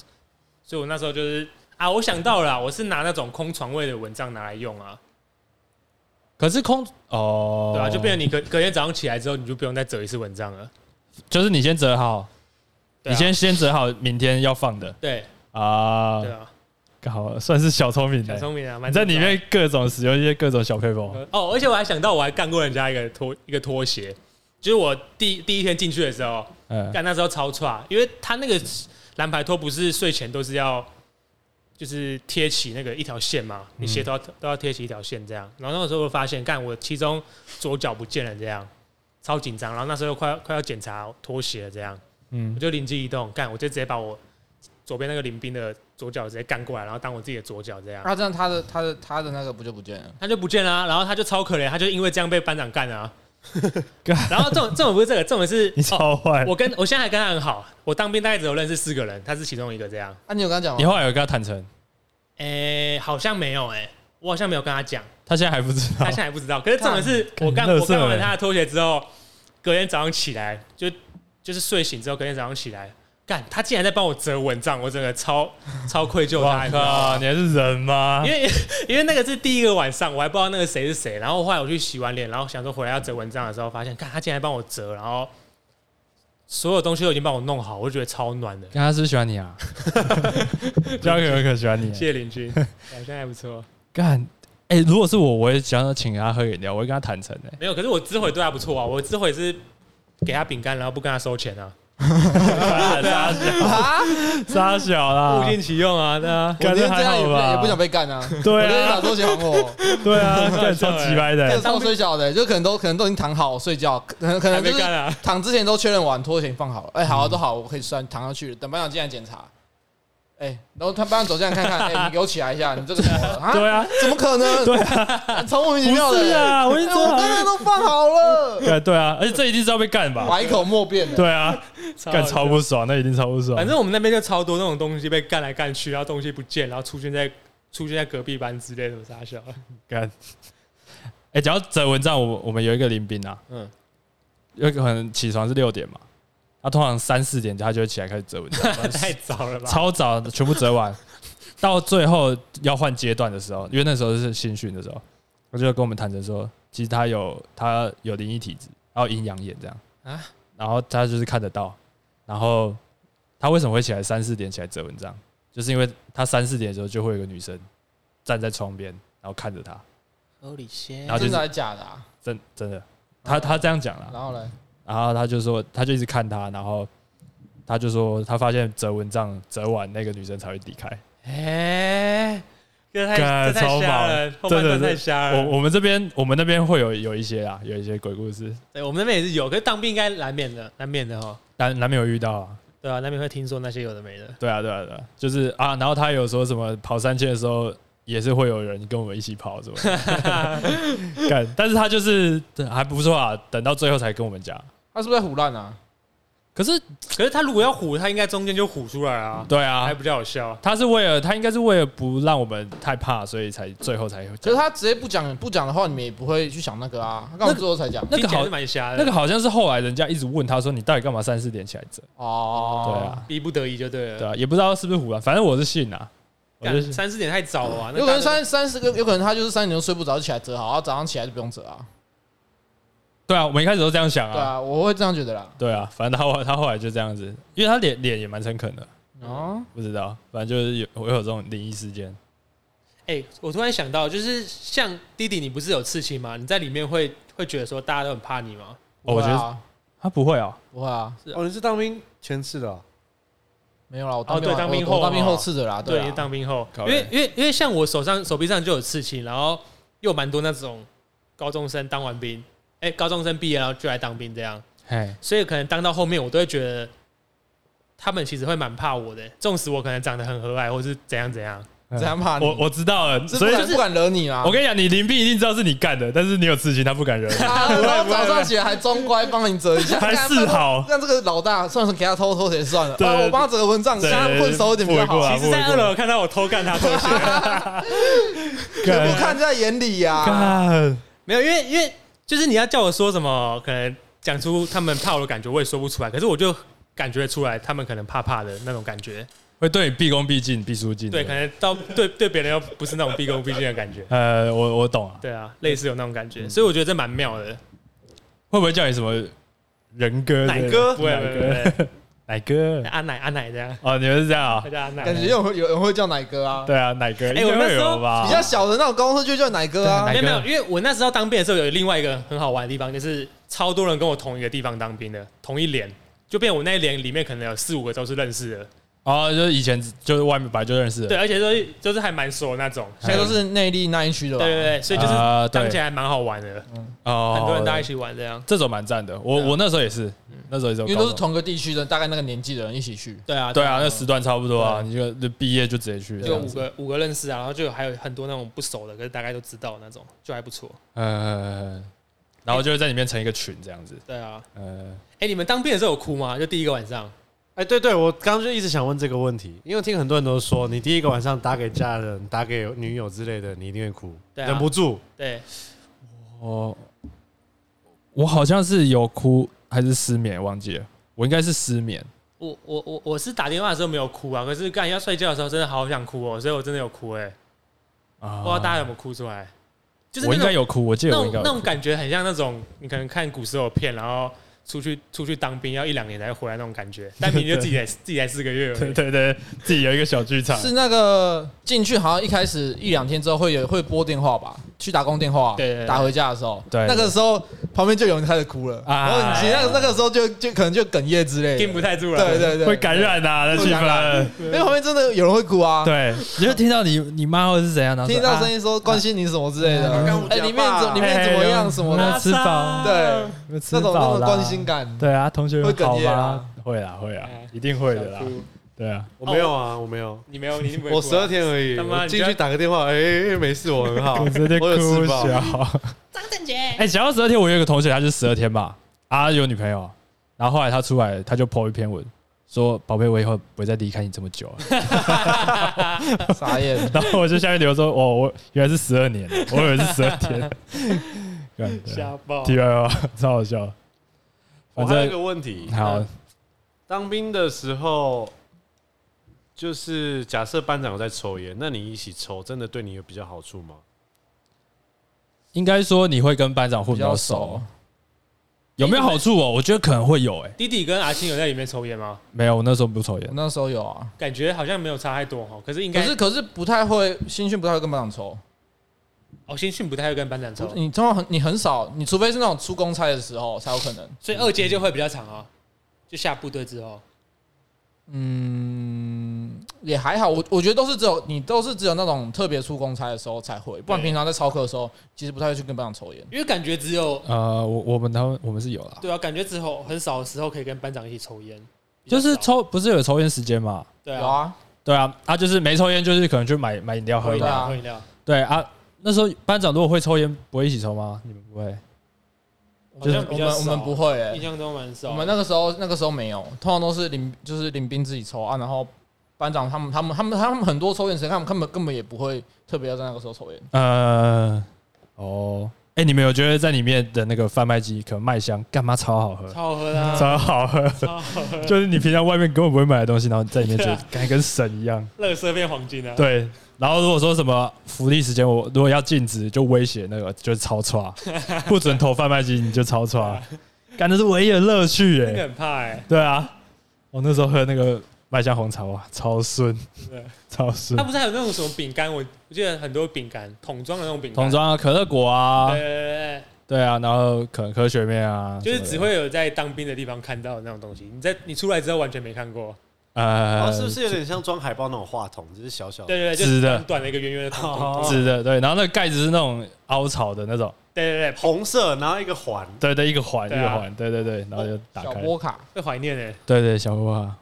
[SPEAKER 4] 所以我那时候就是啊，我想到了啊、我是拿那种空床位的文章拿来用啊，
[SPEAKER 1] 可是空哦，
[SPEAKER 4] 对啊，就变成你隔隔天早上起来之后，你就不用再折一次文章了。
[SPEAKER 1] 就是你先折好，
[SPEAKER 4] 对啊
[SPEAKER 1] 你先先折好明天要放的
[SPEAKER 4] 对
[SPEAKER 1] 啊
[SPEAKER 4] 对，啊，
[SPEAKER 1] 好，算是小聪明
[SPEAKER 4] 小
[SPEAKER 1] 的。
[SPEAKER 4] 聪明啊，蛮
[SPEAKER 1] 你在里面各种使用一些各种小配方，
[SPEAKER 4] 哦，而且我还想到，我还干过人家一个拖一个拖鞋，就是我第第一天进去的时候，
[SPEAKER 1] 嗯，
[SPEAKER 4] 干那时候超差，因为他那个蓝牌拖不是睡前都是要就是贴起那个一条线嘛，你
[SPEAKER 1] 嗯
[SPEAKER 4] 鞋都要都要贴起一条线这样。然后那个时候我发现，干我其中左脚不见了这样，超紧张。然后那时候又快快要检查拖鞋了这样，
[SPEAKER 1] 嗯
[SPEAKER 4] 我就灵机一动，干我就直接把我左边那个林兵的左脚直接干过来，然后当我自己的左脚这样。
[SPEAKER 5] 啊，这样他的他的他的那个不就不见了？
[SPEAKER 4] 他就不见了啊、然后他就超可怜，他就因为这样被班长干了 啊、
[SPEAKER 1] 干
[SPEAKER 4] 然后这种这种不是这个，这种是
[SPEAKER 1] 你超坏。
[SPEAKER 4] 哦我跟我现在还跟他很好，我当兵大概只有认识四个人，他是其中一个这样。
[SPEAKER 5] 啊，你有跟他讲
[SPEAKER 1] 你
[SPEAKER 5] 吗？
[SPEAKER 1] 后来有跟他坦诚，
[SPEAKER 4] 诶、好像没有诶、我好像没有跟 他讲，
[SPEAKER 1] 他现在还不知道
[SPEAKER 4] 他现。在还不知道。可是重点是我干
[SPEAKER 1] 干
[SPEAKER 4] 我干
[SPEAKER 1] 垃圾欸
[SPEAKER 4] 完他的拖鞋之后，隔天早上起来就就是睡醒之后，隔天早上起来，干他竟然在帮我折蚊帐，我真的超超愧疚他，你知道吗
[SPEAKER 1] 啊靠，你还是人吗
[SPEAKER 4] 因？为因为那个是第一个晚上，我还不知道那个谁是谁。然后后来我去洗完脸，然后想说回来要折蚊帐的时候，发现，看他竟然帮我折，然后所有东西都已经帮我弄好，我就觉得超暖的。
[SPEAKER 1] 跟他是不是喜欢你啊？ 这样有可能喜欢你
[SPEAKER 4] 谢。谢 邻居，好像还不错。
[SPEAKER 1] 干，哎，如果是我，我也想要请他喝饮料，我会跟他坦诚欸 的。
[SPEAKER 4] 没有，可是我知回对他不错啊，我知回是给他饼干，然后不跟他收钱啊，
[SPEAKER 1] 傻小，啊傻小啦
[SPEAKER 4] 物，尽其用啊，对 啊。
[SPEAKER 5] 我今
[SPEAKER 1] 感觉
[SPEAKER 5] 天这
[SPEAKER 1] 还
[SPEAKER 5] 样也
[SPEAKER 1] 好
[SPEAKER 5] 不
[SPEAKER 1] 吧？
[SPEAKER 5] 也不想被干啊。
[SPEAKER 1] 对
[SPEAKER 5] 我
[SPEAKER 1] 啊
[SPEAKER 5] 今天打拖鞋还 我，
[SPEAKER 1] 对啊，干超级掰的
[SPEAKER 5] 这
[SPEAKER 1] 欸
[SPEAKER 5] 个。超水小的，就可能都可能都已经躺好睡觉，可能可
[SPEAKER 4] 还
[SPEAKER 5] 能
[SPEAKER 4] 没
[SPEAKER 5] 就是
[SPEAKER 4] 干啊！
[SPEAKER 5] 躺之前都确认完，拖鞋放好了。哎，好
[SPEAKER 1] 嗯
[SPEAKER 5] 啊，都好，我可以算躺上去了。等班长进来检查，哎，然后他班长走进来看看，哎，你给我起来一下，你这个怎么了啊？
[SPEAKER 1] 对啊，
[SPEAKER 5] 怎么可能？
[SPEAKER 1] 对
[SPEAKER 5] 啊，超莫名其妙
[SPEAKER 1] 不
[SPEAKER 5] 的。
[SPEAKER 1] 是啊，我
[SPEAKER 5] 哎
[SPEAKER 1] 跟你
[SPEAKER 5] 我
[SPEAKER 1] 说
[SPEAKER 5] 刚
[SPEAKER 1] 啊，
[SPEAKER 5] 刚都放好 了，
[SPEAKER 1] 对对啊，而且这一定是要被干吧？
[SPEAKER 5] 百口莫辩的。
[SPEAKER 1] 对啊，干超不爽，那一定超不爽。
[SPEAKER 4] 反正我们那边就超多那种东西被干来干去，然后东西不见，然后出现在出现在隔壁班之类的，傻笑。
[SPEAKER 1] 干，哎，讲到整蚊帐，我我们有一个林兵啊，嗯
[SPEAKER 4] 嗯，
[SPEAKER 1] 有可能起床是六点嘛，他通常三四点他就会起来开始折蚊帐，
[SPEAKER 4] 太早了吧？
[SPEAKER 1] 超早全部折完，到最后要换阶段的时候，因为那时候是新训的时候，我就跟我们坦诚说，其实他有他有灵异体质，然后阴阳眼这样啊
[SPEAKER 5] 啊，
[SPEAKER 1] 然后他就是看得到，然后他为什么会起来三四点起来折蚊帐，就是因为他三四点的时候就会有一个女生站在窗边，然后看着他，然后就
[SPEAKER 5] 真
[SPEAKER 1] 是
[SPEAKER 5] 的还是假的啊？
[SPEAKER 1] 真真的，他他这样讲了，
[SPEAKER 5] 然后呢？
[SPEAKER 1] 然后他就说他就一直看他，然后他就说他发现折蚊帐折完那个女生才会离开。
[SPEAKER 4] 哎、这太
[SPEAKER 1] 干
[SPEAKER 4] 这太
[SPEAKER 1] 超
[SPEAKER 4] 瞎
[SPEAKER 1] 毛
[SPEAKER 4] 了，后半段
[SPEAKER 1] 真的
[SPEAKER 4] 太
[SPEAKER 1] 是
[SPEAKER 4] 瞎了。
[SPEAKER 1] 我我们这边我们那边会有有一些啊，有一些鬼故事，
[SPEAKER 4] 对我们那边也是有，可是当兵应该难免的，难免的哈。
[SPEAKER 1] 难难免有遇到啊。
[SPEAKER 4] 对啊，难免会听说那些有的没的。
[SPEAKER 1] 对啊，对啊，对啊，就是啊，然后他有说什么跑三千的时候，也是会有人跟我们一起跑，什么的 干，但是他就是还不错啊，等到最后才跟我们讲。
[SPEAKER 3] 他是不是在胡乱啊？
[SPEAKER 1] 可是，
[SPEAKER 4] 可是他如果要唬，他应该中间就唬出来啊，
[SPEAKER 1] 对
[SPEAKER 4] 还
[SPEAKER 1] 啊，
[SPEAKER 4] 比较好笑。
[SPEAKER 1] 他是为了他应该是为了不让我们太怕，所以才最后才会
[SPEAKER 3] 可
[SPEAKER 1] 讲
[SPEAKER 3] 是。他直接不讲不讲的话，你们也不会去想那个啊。他刚
[SPEAKER 1] 那
[SPEAKER 3] 好
[SPEAKER 1] 个
[SPEAKER 3] 最后才讲
[SPEAKER 1] 那
[SPEAKER 4] 听
[SPEAKER 1] 个
[SPEAKER 4] 起来
[SPEAKER 1] 好
[SPEAKER 4] 是，蛮瞎的，
[SPEAKER 1] 那个好像是后来人家一直问他说：“你到底干嘛三四点起来整
[SPEAKER 3] 哦，
[SPEAKER 1] 对啊
[SPEAKER 4] 逼不得已就对？”
[SPEAKER 1] 对
[SPEAKER 4] 了。
[SPEAKER 1] 啊，也不知道是不是胡乱，反正我是信啊，我就
[SPEAKER 4] 干
[SPEAKER 1] 是
[SPEAKER 4] 三四点太早 了啊，那
[SPEAKER 3] 有可能
[SPEAKER 4] 大家
[SPEAKER 3] 三三十个，有可能他就是三点钟睡不着就起来折好，然后早上起来就不用折啊。
[SPEAKER 1] 对啊，我们一开始都这样想
[SPEAKER 3] 对
[SPEAKER 1] 啊，
[SPEAKER 3] 啊，我会这样觉得啦。
[SPEAKER 1] 对啊，反正他后他后来就这样子，因为他脸脸也蛮诚恳的，
[SPEAKER 3] 哦，
[SPEAKER 1] 不知道，反正就是有我有这种灵异事件。
[SPEAKER 4] 哎，我突然想到，就是像弟弟，你不是有刺青吗？你在里面会会觉得说大家都很怕你吗？
[SPEAKER 1] 哦我
[SPEAKER 3] 不
[SPEAKER 1] 觉
[SPEAKER 3] 会
[SPEAKER 1] 得
[SPEAKER 3] 啊
[SPEAKER 1] 他不会哦，
[SPEAKER 3] 不会啊，
[SPEAKER 2] 哦，你是当兵前次的哦，
[SPEAKER 3] 没有啦，我
[SPEAKER 4] 哦
[SPEAKER 3] 当
[SPEAKER 4] 对
[SPEAKER 3] 兵完
[SPEAKER 4] 当
[SPEAKER 3] 我
[SPEAKER 4] 兵
[SPEAKER 3] 我
[SPEAKER 4] 后
[SPEAKER 3] 当兵后
[SPEAKER 4] 哦
[SPEAKER 3] 刺的啦，啊
[SPEAKER 4] 对，
[SPEAKER 3] 啦
[SPEAKER 4] 因为当兵后，因
[SPEAKER 1] 啊靠
[SPEAKER 4] 为
[SPEAKER 1] 北
[SPEAKER 4] 因为因为像我手上手臂上就有刺青，然后又蛮多那种高中生当完兵，哎，高中生毕业然后就来当兵这样，
[SPEAKER 1] 嘿，
[SPEAKER 4] 所以可能当到后面，我都会觉得他们其实会蛮怕我的，纵使我可能长得很和蔼，或是怎样怎样。
[SPEAKER 3] 怎样啊怕你？
[SPEAKER 1] 我我知道了，
[SPEAKER 3] 是
[SPEAKER 1] 所以
[SPEAKER 3] 不
[SPEAKER 1] 就
[SPEAKER 3] 敢
[SPEAKER 1] 是
[SPEAKER 3] 不敢惹你啦。，
[SPEAKER 1] 我跟你讲，你林斌一定知道是你干的，但是你有刺青， 他不敢惹你
[SPEAKER 3] 啊然后早上起来还装乖，帮你折一下，
[SPEAKER 1] 还
[SPEAKER 3] 干
[SPEAKER 1] 示。好。
[SPEAKER 3] 让这个老大算是给他偷偷钱算了，
[SPEAKER 1] 对
[SPEAKER 3] 啊我帮他折个蚊帐，
[SPEAKER 1] 对
[SPEAKER 3] 让他混熟一点比较
[SPEAKER 1] 不为
[SPEAKER 3] 好
[SPEAKER 1] 过，啊
[SPEAKER 4] 其实，在二楼看到我偷 干他偷学，
[SPEAKER 3] 全部看在眼里啊呀。
[SPEAKER 1] 干，
[SPEAKER 4] 没有，因为因为就是你要叫我说什么，可能讲出他们怕我的感觉，我也说不出来。可是我就感觉出来，他们可能怕怕的那种感觉。
[SPEAKER 1] 会对你毕恭毕敬、毕书尽。
[SPEAKER 4] 对，可能到对对别人又不是那种毕恭毕敬的感觉。
[SPEAKER 1] 呃，我我懂啊。
[SPEAKER 4] 对啊，类似有那种感觉，所以我觉得这蛮妙的。
[SPEAKER 1] 会不会叫你什么人哥之类的、
[SPEAKER 2] 奶哥
[SPEAKER 4] 不会不会不会，
[SPEAKER 1] 奶哥？
[SPEAKER 4] 阿奶阿奶这样，
[SPEAKER 1] 哦，你们是这样啊
[SPEAKER 4] 他？叫阿奶。
[SPEAKER 3] 感觉有人有人会叫奶哥啊，
[SPEAKER 1] 对啊，奶哥应
[SPEAKER 4] 哎我
[SPEAKER 1] 该
[SPEAKER 4] 那
[SPEAKER 1] 会
[SPEAKER 4] 时候
[SPEAKER 1] 有吧
[SPEAKER 3] 比？较小的那种公司就叫奶哥啊
[SPEAKER 1] 对。
[SPEAKER 4] 没有没有，
[SPEAKER 1] 哪个
[SPEAKER 4] 因为我那时候当兵的时候有另外一个很好玩的地方，就是超多人跟我同一个地方当兵的，同一连，就变我那一连里面可能有四五个都是认识的，
[SPEAKER 1] 哦，就是以前就是外面本来就认识的。
[SPEAKER 4] 对，而且都是就是还蛮熟的那种，
[SPEAKER 3] 现在都是内地那一区的吧
[SPEAKER 4] 对？对对，所以就是
[SPEAKER 1] 啊对
[SPEAKER 4] 当起来还蛮好玩的，
[SPEAKER 1] 哦，
[SPEAKER 4] 很多人大家一起玩这样，
[SPEAKER 1] 这种蛮赞的。我我那时候也是，那时候也是有
[SPEAKER 3] 因为都
[SPEAKER 1] 高
[SPEAKER 3] 是
[SPEAKER 1] 中
[SPEAKER 3] 同个地区的，大概那个年纪的人一起去。
[SPEAKER 4] 对啊
[SPEAKER 1] 对啊，那时段差不多啊，你就就毕业就直接去这
[SPEAKER 4] 就
[SPEAKER 1] 样
[SPEAKER 4] 五
[SPEAKER 1] 子。
[SPEAKER 4] 个五个认识啊，然后就有还有很多那种不熟的，可是大概都知道的那种，就还不错，
[SPEAKER 1] 呃，然后就会在里面成一个群这样子。
[SPEAKER 4] 对啊，
[SPEAKER 1] 呃，
[SPEAKER 4] 哎，你们当兵的时候有哭吗？就第一个晚上，
[SPEAKER 2] 哎，对对，我刚刚就一直想问这个问题，因为听很多人都说，你第一个晚上打给家人、打给女友之类的，你一定会哭，
[SPEAKER 4] 对啊
[SPEAKER 2] 忍不住。
[SPEAKER 4] 对，
[SPEAKER 1] 我我好像是有哭还是失眠，忘记了。我应该是失眠，
[SPEAKER 4] 我我我我是打电话的时候没有哭啊，可是干要睡觉的时候真的好想哭哦，所以我真的有哭哎、
[SPEAKER 1] 啊
[SPEAKER 4] 不知道大家有没有哭出来，就是
[SPEAKER 1] 我
[SPEAKER 4] 那
[SPEAKER 1] 应该
[SPEAKER 4] 种
[SPEAKER 1] 有哭，我记
[SPEAKER 4] 那
[SPEAKER 1] 得我
[SPEAKER 4] 种
[SPEAKER 1] 应该有
[SPEAKER 4] 那种
[SPEAKER 1] 哭
[SPEAKER 4] 感觉，很像那种你可能看古时候片，然后出去出去当兵要一两年才回来那种感觉，但你就 自己才自己才四个月而
[SPEAKER 1] 对
[SPEAKER 4] 已，
[SPEAKER 1] 对对，自己有一个小剧场，
[SPEAKER 3] 是那个进去好像一开始一两天之后会有会拨电话吧，去打工电话，
[SPEAKER 4] 对对对
[SPEAKER 3] 打回家的时候，
[SPEAKER 1] 对
[SPEAKER 3] 那
[SPEAKER 1] 对
[SPEAKER 3] 个时候旁边就有人开始哭了，
[SPEAKER 1] 啊
[SPEAKER 3] 然后你那个那个时候就就可能就哽咽之类
[SPEAKER 4] 盯不
[SPEAKER 3] 的，
[SPEAKER 4] 太住了。
[SPEAKER 3] 对对对，
[SPEAKER 1] 会感染啊，那气
[SPEAKER 3] 会感
[SPEAKER 1] 氛
[SPEAKER 3] 染。因为旁边真的有人会哭啊，
[SPEAKER 1] 对，你就听到你你妈或者是怎样，然后
[SPEAKER 3] 听到声
[SPEAKER 1] 音，
[SPEAKER 3] 音说关心你什么之类的
[SPEAKER 2] 啊干我，
[SPEAKER 3] 哎，
[SPEAKER 2] 家
[SPEAKER 3] 里面
[SPEAKER 2] 吧
[SPEAKER 3] 怎里面怎么样
[SPEAKER 1] 哎
[SPEAKER 3] 什么
[SPEAKER 1] 有没
[SPEAKER 3] 的
[SPEAKER 1] 有，吃饱，
[SPEAKER 3] 对，
[SPEAKER 1] 有没有吃
[SPEAKER 3] 那种那
[SPEAKER 1] 饱
[SPEAKER 3] 种
[SPEAKER 1] 啦
[SPEAKER 3] 关心。感，
[SPEAKER 1] 对啊，同学
[SPEAKER 3] 会
[SPEAKER 1] 们
[SPEAKER 3] 哽
[SPEAKER 1] 好
[SPEAKER 3] 咽
[SPEAKER 1] 吗
[SPEAKER 3] 啊？
[SPEAKER 1] 会啦，会啦
[SPEAKER 4] 哎，
[SPEAKER 1] 一定会的啦。对啊，
[SPEAKER 2] 我没有啊，我没有，
[SPEAKER 4] 你没有，你一定不会哦哭
[SPEAKER 2] 我
[SPEAKER 4] 啊
[SPEAKER 2] 十二天而已，
[SPEAKER 4] 他妈
[SPEAKER 2] 我
[SPEAKER 4] 你
[SPEAKER 2] 进
[SPEAKER 4] 这
[SPEAKER 2] 去
[SPEAKER 4] 样
[SPEAKER 2] 打个电话，哎，没事，我很好，
[SPEAKER 1] 我直接
[SPEAKER 2] 我有
[SPEAKER 1] 哭
[SPEAKER 2] 吃饱
[SPEAKER 1] 笑。
[SPEAKER 6] 张振杰，
[SPEAKER 1] 哎，讲到十二天，我有一个同学，他就十二天吧，啊，有女朋友，然后后来他出来，他就 po 一篇文，说宝贝，我以后不会再离开你这么久了。
[SPEAKER 3] 傻眼，
[SPEAKER 1] 然后我就下面留言说，哦，我原来是十二年，我以为是十二天。 干对啊
[SPEAKER 4] 吓爆。
[SPEAKER 1] T Y O，超好笑。
[SPEAKER 2] 我
[SPEAKER 1] 反
[SPEAKER 2] 还有一
[SPEAKER 1] 正
[SPEAKER 2] 个问题，
[SPEAKER 1] 好，
[SPEAKER 2] 当兵的时候，就是假设班长有在抽烟，那你一起抽，真的对你有比较好处吗？
[SPEAKER 1] 应该说你会跟班长混
[SPEAKER 3] 比
[SPEAKER 1] 比
[SPEAKER 3] 较
[SPEAKER 1] 较
[SPEAKER 3] 熟
[SPEAKER 1] 熟，有没有好处哦？我觉得可能会有，哎，
[SPEAKER 4] 弟弟跟阿青有在里面抽烟吗？
[SPEAKER 1] 没有，我那时候不抽烟
[SPEAKER 3] 我。那时候有啊，
[SPEAKER 4] 感觉好像没有差太多哈，可是应
[SPEAKER 3] 可
[SPEAKER 4] 该
[SPEAKER 3] 是可是不太会新训不太会跟班长抽。
[SPEAKER 4] 哦，新训不太会跟班长抽，
[SPEAKER 3] 你通常很你很少，你除非是那种出公差的时候才有可能。
[SPEAKER 4] 所以二阶就会比较长哦，就下部队之后。
[SPEAKER 3] 嗯，也还好，我我觉得都是只有你都是只有那种特别出公差的时候才会，不然
[SPEAKER 4] 对
[SPEAKER 3] 平常在操课的时候，其实不太会去跟班长抽烟。
[SPEAKER 4] 因为感觉只有
[SPEAKER 1] 呃，我我们他们我们是有啦，
[SPEAKER 4] 对啊，感觉只有很少的时候可以跟班长一起抽烟，比较
[SPEAKER 1] 就是
[SPEAKER 4] 少
[SPEAKER 1] 抽不是有抽烟时间嘛？
[SPEAKER 4] 对
[SPEAKER 3] 有
[SPEAKER 4] 啊，
[SPEAKER 3] 啊，
[SPEAKER 1] 对啊，啊就是没抽烟就是可能去买买饮料喝
[SPEAKER 4] 喝
[SPEAKER 1] 一下。
[SPEAKER 4] 饮
[SPEAKER 3] 对啊
[SPEAKER 4] 料喝饮料，
[SPEAKER 1] 对啊，那时候班长如果会抽烟，不会一起抽吗？你们不会？
[SPEAKER 4] 好
[SPEAKER 1] 就是
[SPEAKER 4] 像
[SPEAKER 3] 我
[SPEAKER 4] 比较
[SPEAKER 3] 们我们
[SPEAKER 4] 少啊
[SPEAKER 3] 不，会、
[SPEAKER 4] 印
[SPEAKER 3] 欸，
[SPEAKER 4] 象中蛮少。
[SPEAKER 3] 我们那个时候那个时候没有，通常都是领就是领兵自己抽啊，然后班长他们他们他们他们很多抽烟时间，他们根本根本也不会特别要在那个时候抽烟。
[SPEAKER 1] 呃，哦，哎、你们有觉得在里面的那个贩卖机可能麦香干嘛超好喝，
[SPEAKER 4] 超好喝的
[SPEAKER 3] 嗯
[SPEAKER 4] 啊，
[SPEAKER 1] 超好喝，
[SPEAKER 4] 超好喝，
[SPEAKER 1] 就是你平常外面根本不会买的东西，然后你在里面觉 得
[SPEAKER 4] 对啊
[SPEAKER 1] 感觉跟神一样。
[SPEAKER 4] 乐色变黄金啊！，
[SPEAKER 1] 对，然后如果说什么福利时间，我如果要禁止，就威胁那个就是超 刷，不准投贩卖机，你就超刷，感觉是唯一的乐趣哎、
[SPEAKER 4] 真的很怕哎。
[SPEAKER 1] 对啊，我那时候喝那个麦香红茶哇，超顺
[SPEAKER 4] 对，
[SPEAKER 1] 超顺
[SPEAKER 4] 它。不是还有那种什么饼干？我我记得很多饼干，桶装的那种饼干，
[SPEAKER 1] 桶装啊，可乐果啊
[SPEAKER 4] 对，对对
[SPEAKER 1] 对啊，然后可能科学面啊，
[SPEAKER 4] 对，就是
[SPEAKER 1] 什么的
[SPEAKER 4] 只会有在当兵的地方看到的那种东西。你在你出来之后完全没看过，
[SPEAKER 1] 呃
[SPEAKER 2] 哦，是不是有点像装海报那种话筒，只是小小的？
[SPEAKER 4] 对对对，就
[SPEAKER 1] 直
[SPEAKER 4] 是
[SPEAKER 1] 的
[SPEAKER 4] 短短的一个圆圆的桶
[SPEAKER 2] 哦
[SPEAKER 4] 桶，桶
[SPEAKER 1] 纸的？对，然后那个盖子是那种凹槽的那种，
[SPEAKER 4] 对对对，
[SPEAKER 2] 红色，然后一个环，
[SPEAKER 1] 对对，一个环一
[SPEAKER 4] 对啊
[SPEAKER 1] 个环，对对对，然后就打
[SPEAKER 3] 小
[SPEAKER 1] 开，
[SPEAKER 3] 波卡，
[SPEAKER 4] 会怀念哎。
[SPEAKER 1] 对对，小波啊，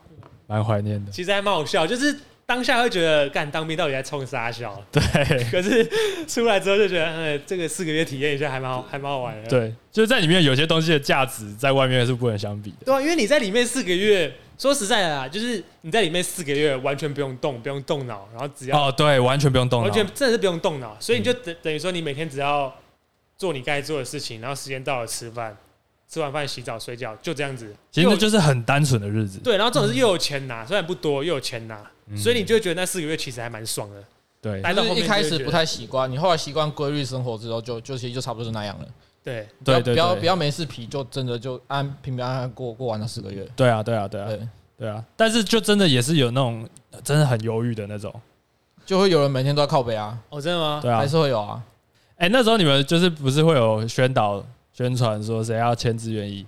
[SPEAKER 1] 蛮怀念 的。
[SPEAKER 4] 其实还蛮好笑，就是当下会觉得干当兵到底在冲啥笑，
[SPEAKER 1] 对
[SPEAKER 4] 可是出来之后就觉得，呃，这个四个月体验一下还蛮好，还蛮好玩的。
[SPEAKER 1] 对，就是在里面有些东西的价值在外面是不能相比的。
[SPEAKER 4] 对啊，因为你在里面四个月，说实在的啦，就是你在里面四个月完全不用动，不用动脑，然后只要、
[SPEAKER 1] 哦，对，完全不用动脑
[SPEAKER 4] 完，全真的是不用动脑，所以你就等、等于说你每天只要做你该做的事情，然后时间到了吃饭，吃完饭洗澡睡觉，就这样子。
[SPEAKER 1] 其实
[SPEAKER 4] 又
[SPEAKER 1] 那
[SPEAKER 4] 有
[SPEAKER 1] 就是很单纯的日子。
[SPEAKER 4] 对，然后这种是又有钱拿，虽然不多，又有钱拿，所以你就会觉得那四个月其实还蛮爽的。
[SPEAKER 1] 对
[SPEAKER 4] 来到
[SPEAKER 3] 就
[SPEAKER 4] 后
[SPEAKER 3] 是
[SPEAKER 4] 面
[SPEAKER 3] 一开始
[SPEAKER 4] 就会觉
[SPEAKER 3] 不
[SPEAKER 4] 得
[SPEAKER 3] 太习惯，你后来习惯规律生活之后，就就其实就差不多就那样了。
[SPEAKER 4] 对，
[SPEAKER 3] 不要
[SPEAKER 1] 对对
[SPEAKER 3] 不要
[SPEAKER 1] 对
[SPEAKER 3] 不要没事皮，就真的就安平平安安过过完了四个月。
[SPEAKER 1] 对啊，对啊，对啊，
[SPEAKER 3] 对，
[SPEAKER 1] 对啊。但是就真的也是有那种呃真的很忧郁的那种。
[SPEAKER 3] 就会有人每天都要靠北啊，
[SPEAKER 4] 哦，真的吗？
[SPEAKER 1] 对啊
[SPEAKER 3] 还，是会有啊。
[SPEAKER 1] 哎、那时候你们就是不是会有宣导宣传说谁要签字愿意？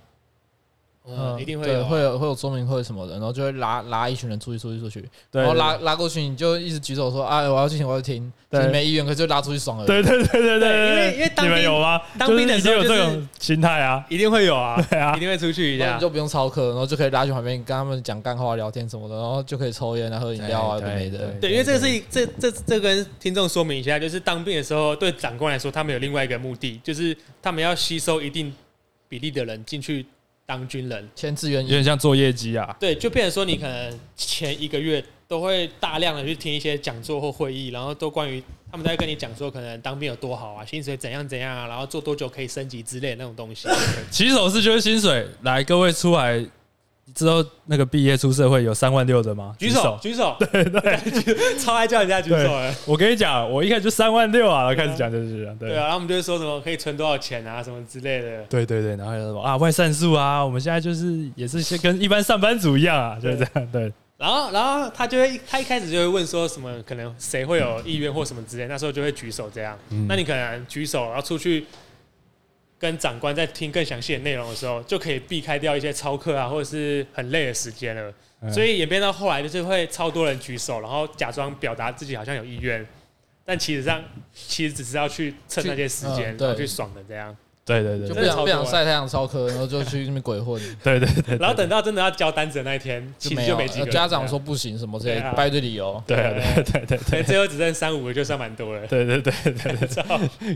[SPEAKER 4] 嗯，一定会
[SPEAKER 3] 对
[SPEAKER 4] 有啊
[SPEAKER 3] 会有会有说明会什么的，然后就会拉拉一群人出去出去出去，
[SPEAKER 1] 对，
[SPEAKER 3] 然后哦拉拉过去，你就一直举手说啊，我要去听，我要去听，其
[SPEAKER 1] 对
[SPEAKER 3] 实没意愿，可是就拉出去爽而已。
[SPEAKER 1] 对啊对对对对
[SPEAKER 4] 对因为
[SPEAKER 1] 对，
[SPEAKER 4] 因为当
[SPEAKER 1] 你
[SPEAKER 4] 兵
[SPEAKER 1] 们有吗？
[SPEAKER 4] 当兵的时候
[SPEAKER 1] 就是一定有
[SPEAKER 4] 就
[SPEAKER 1] 这
[SPEAKER 4] 是
[SPEAKER 1] 种心态啊，
[SPEAKER 4] 一定会有啊，
[SPEAKER 1] 对啊
[SPEAKER 4] 一，定会出去一
[SPEAKER 3] 然后
[SPEAKER 4] 下
[SPEAKER 3] 你。就不用操课，然后就可以拉去旁边跟他们讲干话、聊天什么的，然后就可以抽烟啊、喝饮料啊，有的
[SPEAKER 1] 对
[SPEAKER 3] 没的
[SPEAKER 1] 对。
[SPEAKER 4] 对，因为这个是一这这这跟听众说明一下，就是当兵的时候，对长官来说，他们有另外一个目的，就是他们要吸收一定比例的人进去当军人。
[SPEAKER 3] 签志愿
[SPEAKER 1] 有
[SPEAKER 3] 役，
[SPEAKER 1] 点像做业绩啊。
[SPEAKER 4] 对，就变成说你可能前一个月都会大量的去听一些讲座或会议，然后都关于他们都在跟你讲说，可能当兵有多好啊，薪水怎样怎样啊，然后做多久可以升级之类的那种东西。
[SPEAKER 1] 起手式就是薪水，来各位出来之后，那个毕业出社会有三万六的吗？
[SPEAKER 4] 举手，举手，对对， 超爱叫人家举手的。
[SPEAKER 1] 我跟你讲，我一开始就三万六啊，然后开始讲就是这样，
[SPEAKER 4] 对
[SPEAKER 1] 对
[SPEAKER 4] 啊，然后我们就会说什么可以存多少钱啊，什么之类的。
[SPEAKER 1] 对对对，然后还有什么啊外散数啊，我们现在就是也是先跟一般上班族一样啊，就是这样，对
[SPEAKER 4] 然后，然后他就会，他一开始就会问说什么，可能谁会有意愿或什么之类，那时候就会举手这样。那你可能举手，然后出去跟长官在听更详细的内容的时候，就可以避开掉一些操课啊，或者是很累的时间了。
[SPEAKER 1] 嗯
[SPEAKER 4] 所以演变到后来，就是会超多人举手，然后假装表达自己好像有意愿，但其实上其实只是要去蹭那些时
[SPEAKER 3] 去
[SPEAKER 4] 间，
[SPEAKER 3] 嗯对
[SPEAKER 4] 然后去爽的这样。
[SPEAKER 1] 对对
[SPEAKER 3] 就
[SPEAKER 1] 对
[SPEAKER 3] 不
[SPEAKER 4] 真的
[SPEAKER 3] 想
[SPEAKER 4] 超多
[SPEAKER 3] 不想
[SPEAKER 4] 啊
[SPEAKER 3] 晒太阳超科，然后就去那边鬼混，
[SPEAKER 1] 对对对对，
[SPEAKER 4] 然后等到真的要交单子的那一天，其实
[SPEAKER 3] 没
[SPEAKER 4] 就
[SPEAKER 3] 有
[SPEAKER 4] 没几个人。
[SPEAKER 3] 家长说不行什么之类
[SPEAKER 4] 对
[SPEAKER 3] 的
[SPEAKER 4] 啊，
[SPEAKER 3] 掰一堆理由。
[SPEAKER 1] 对啊对对对
[SPEAKER 4] 这样，
[SPEAKER 1] 对
[SPEAKER 4] 最后只剩三五个，就算蛮多了。
[SPEAKER 1] 对对对对对，
[SPEAKER 4] 操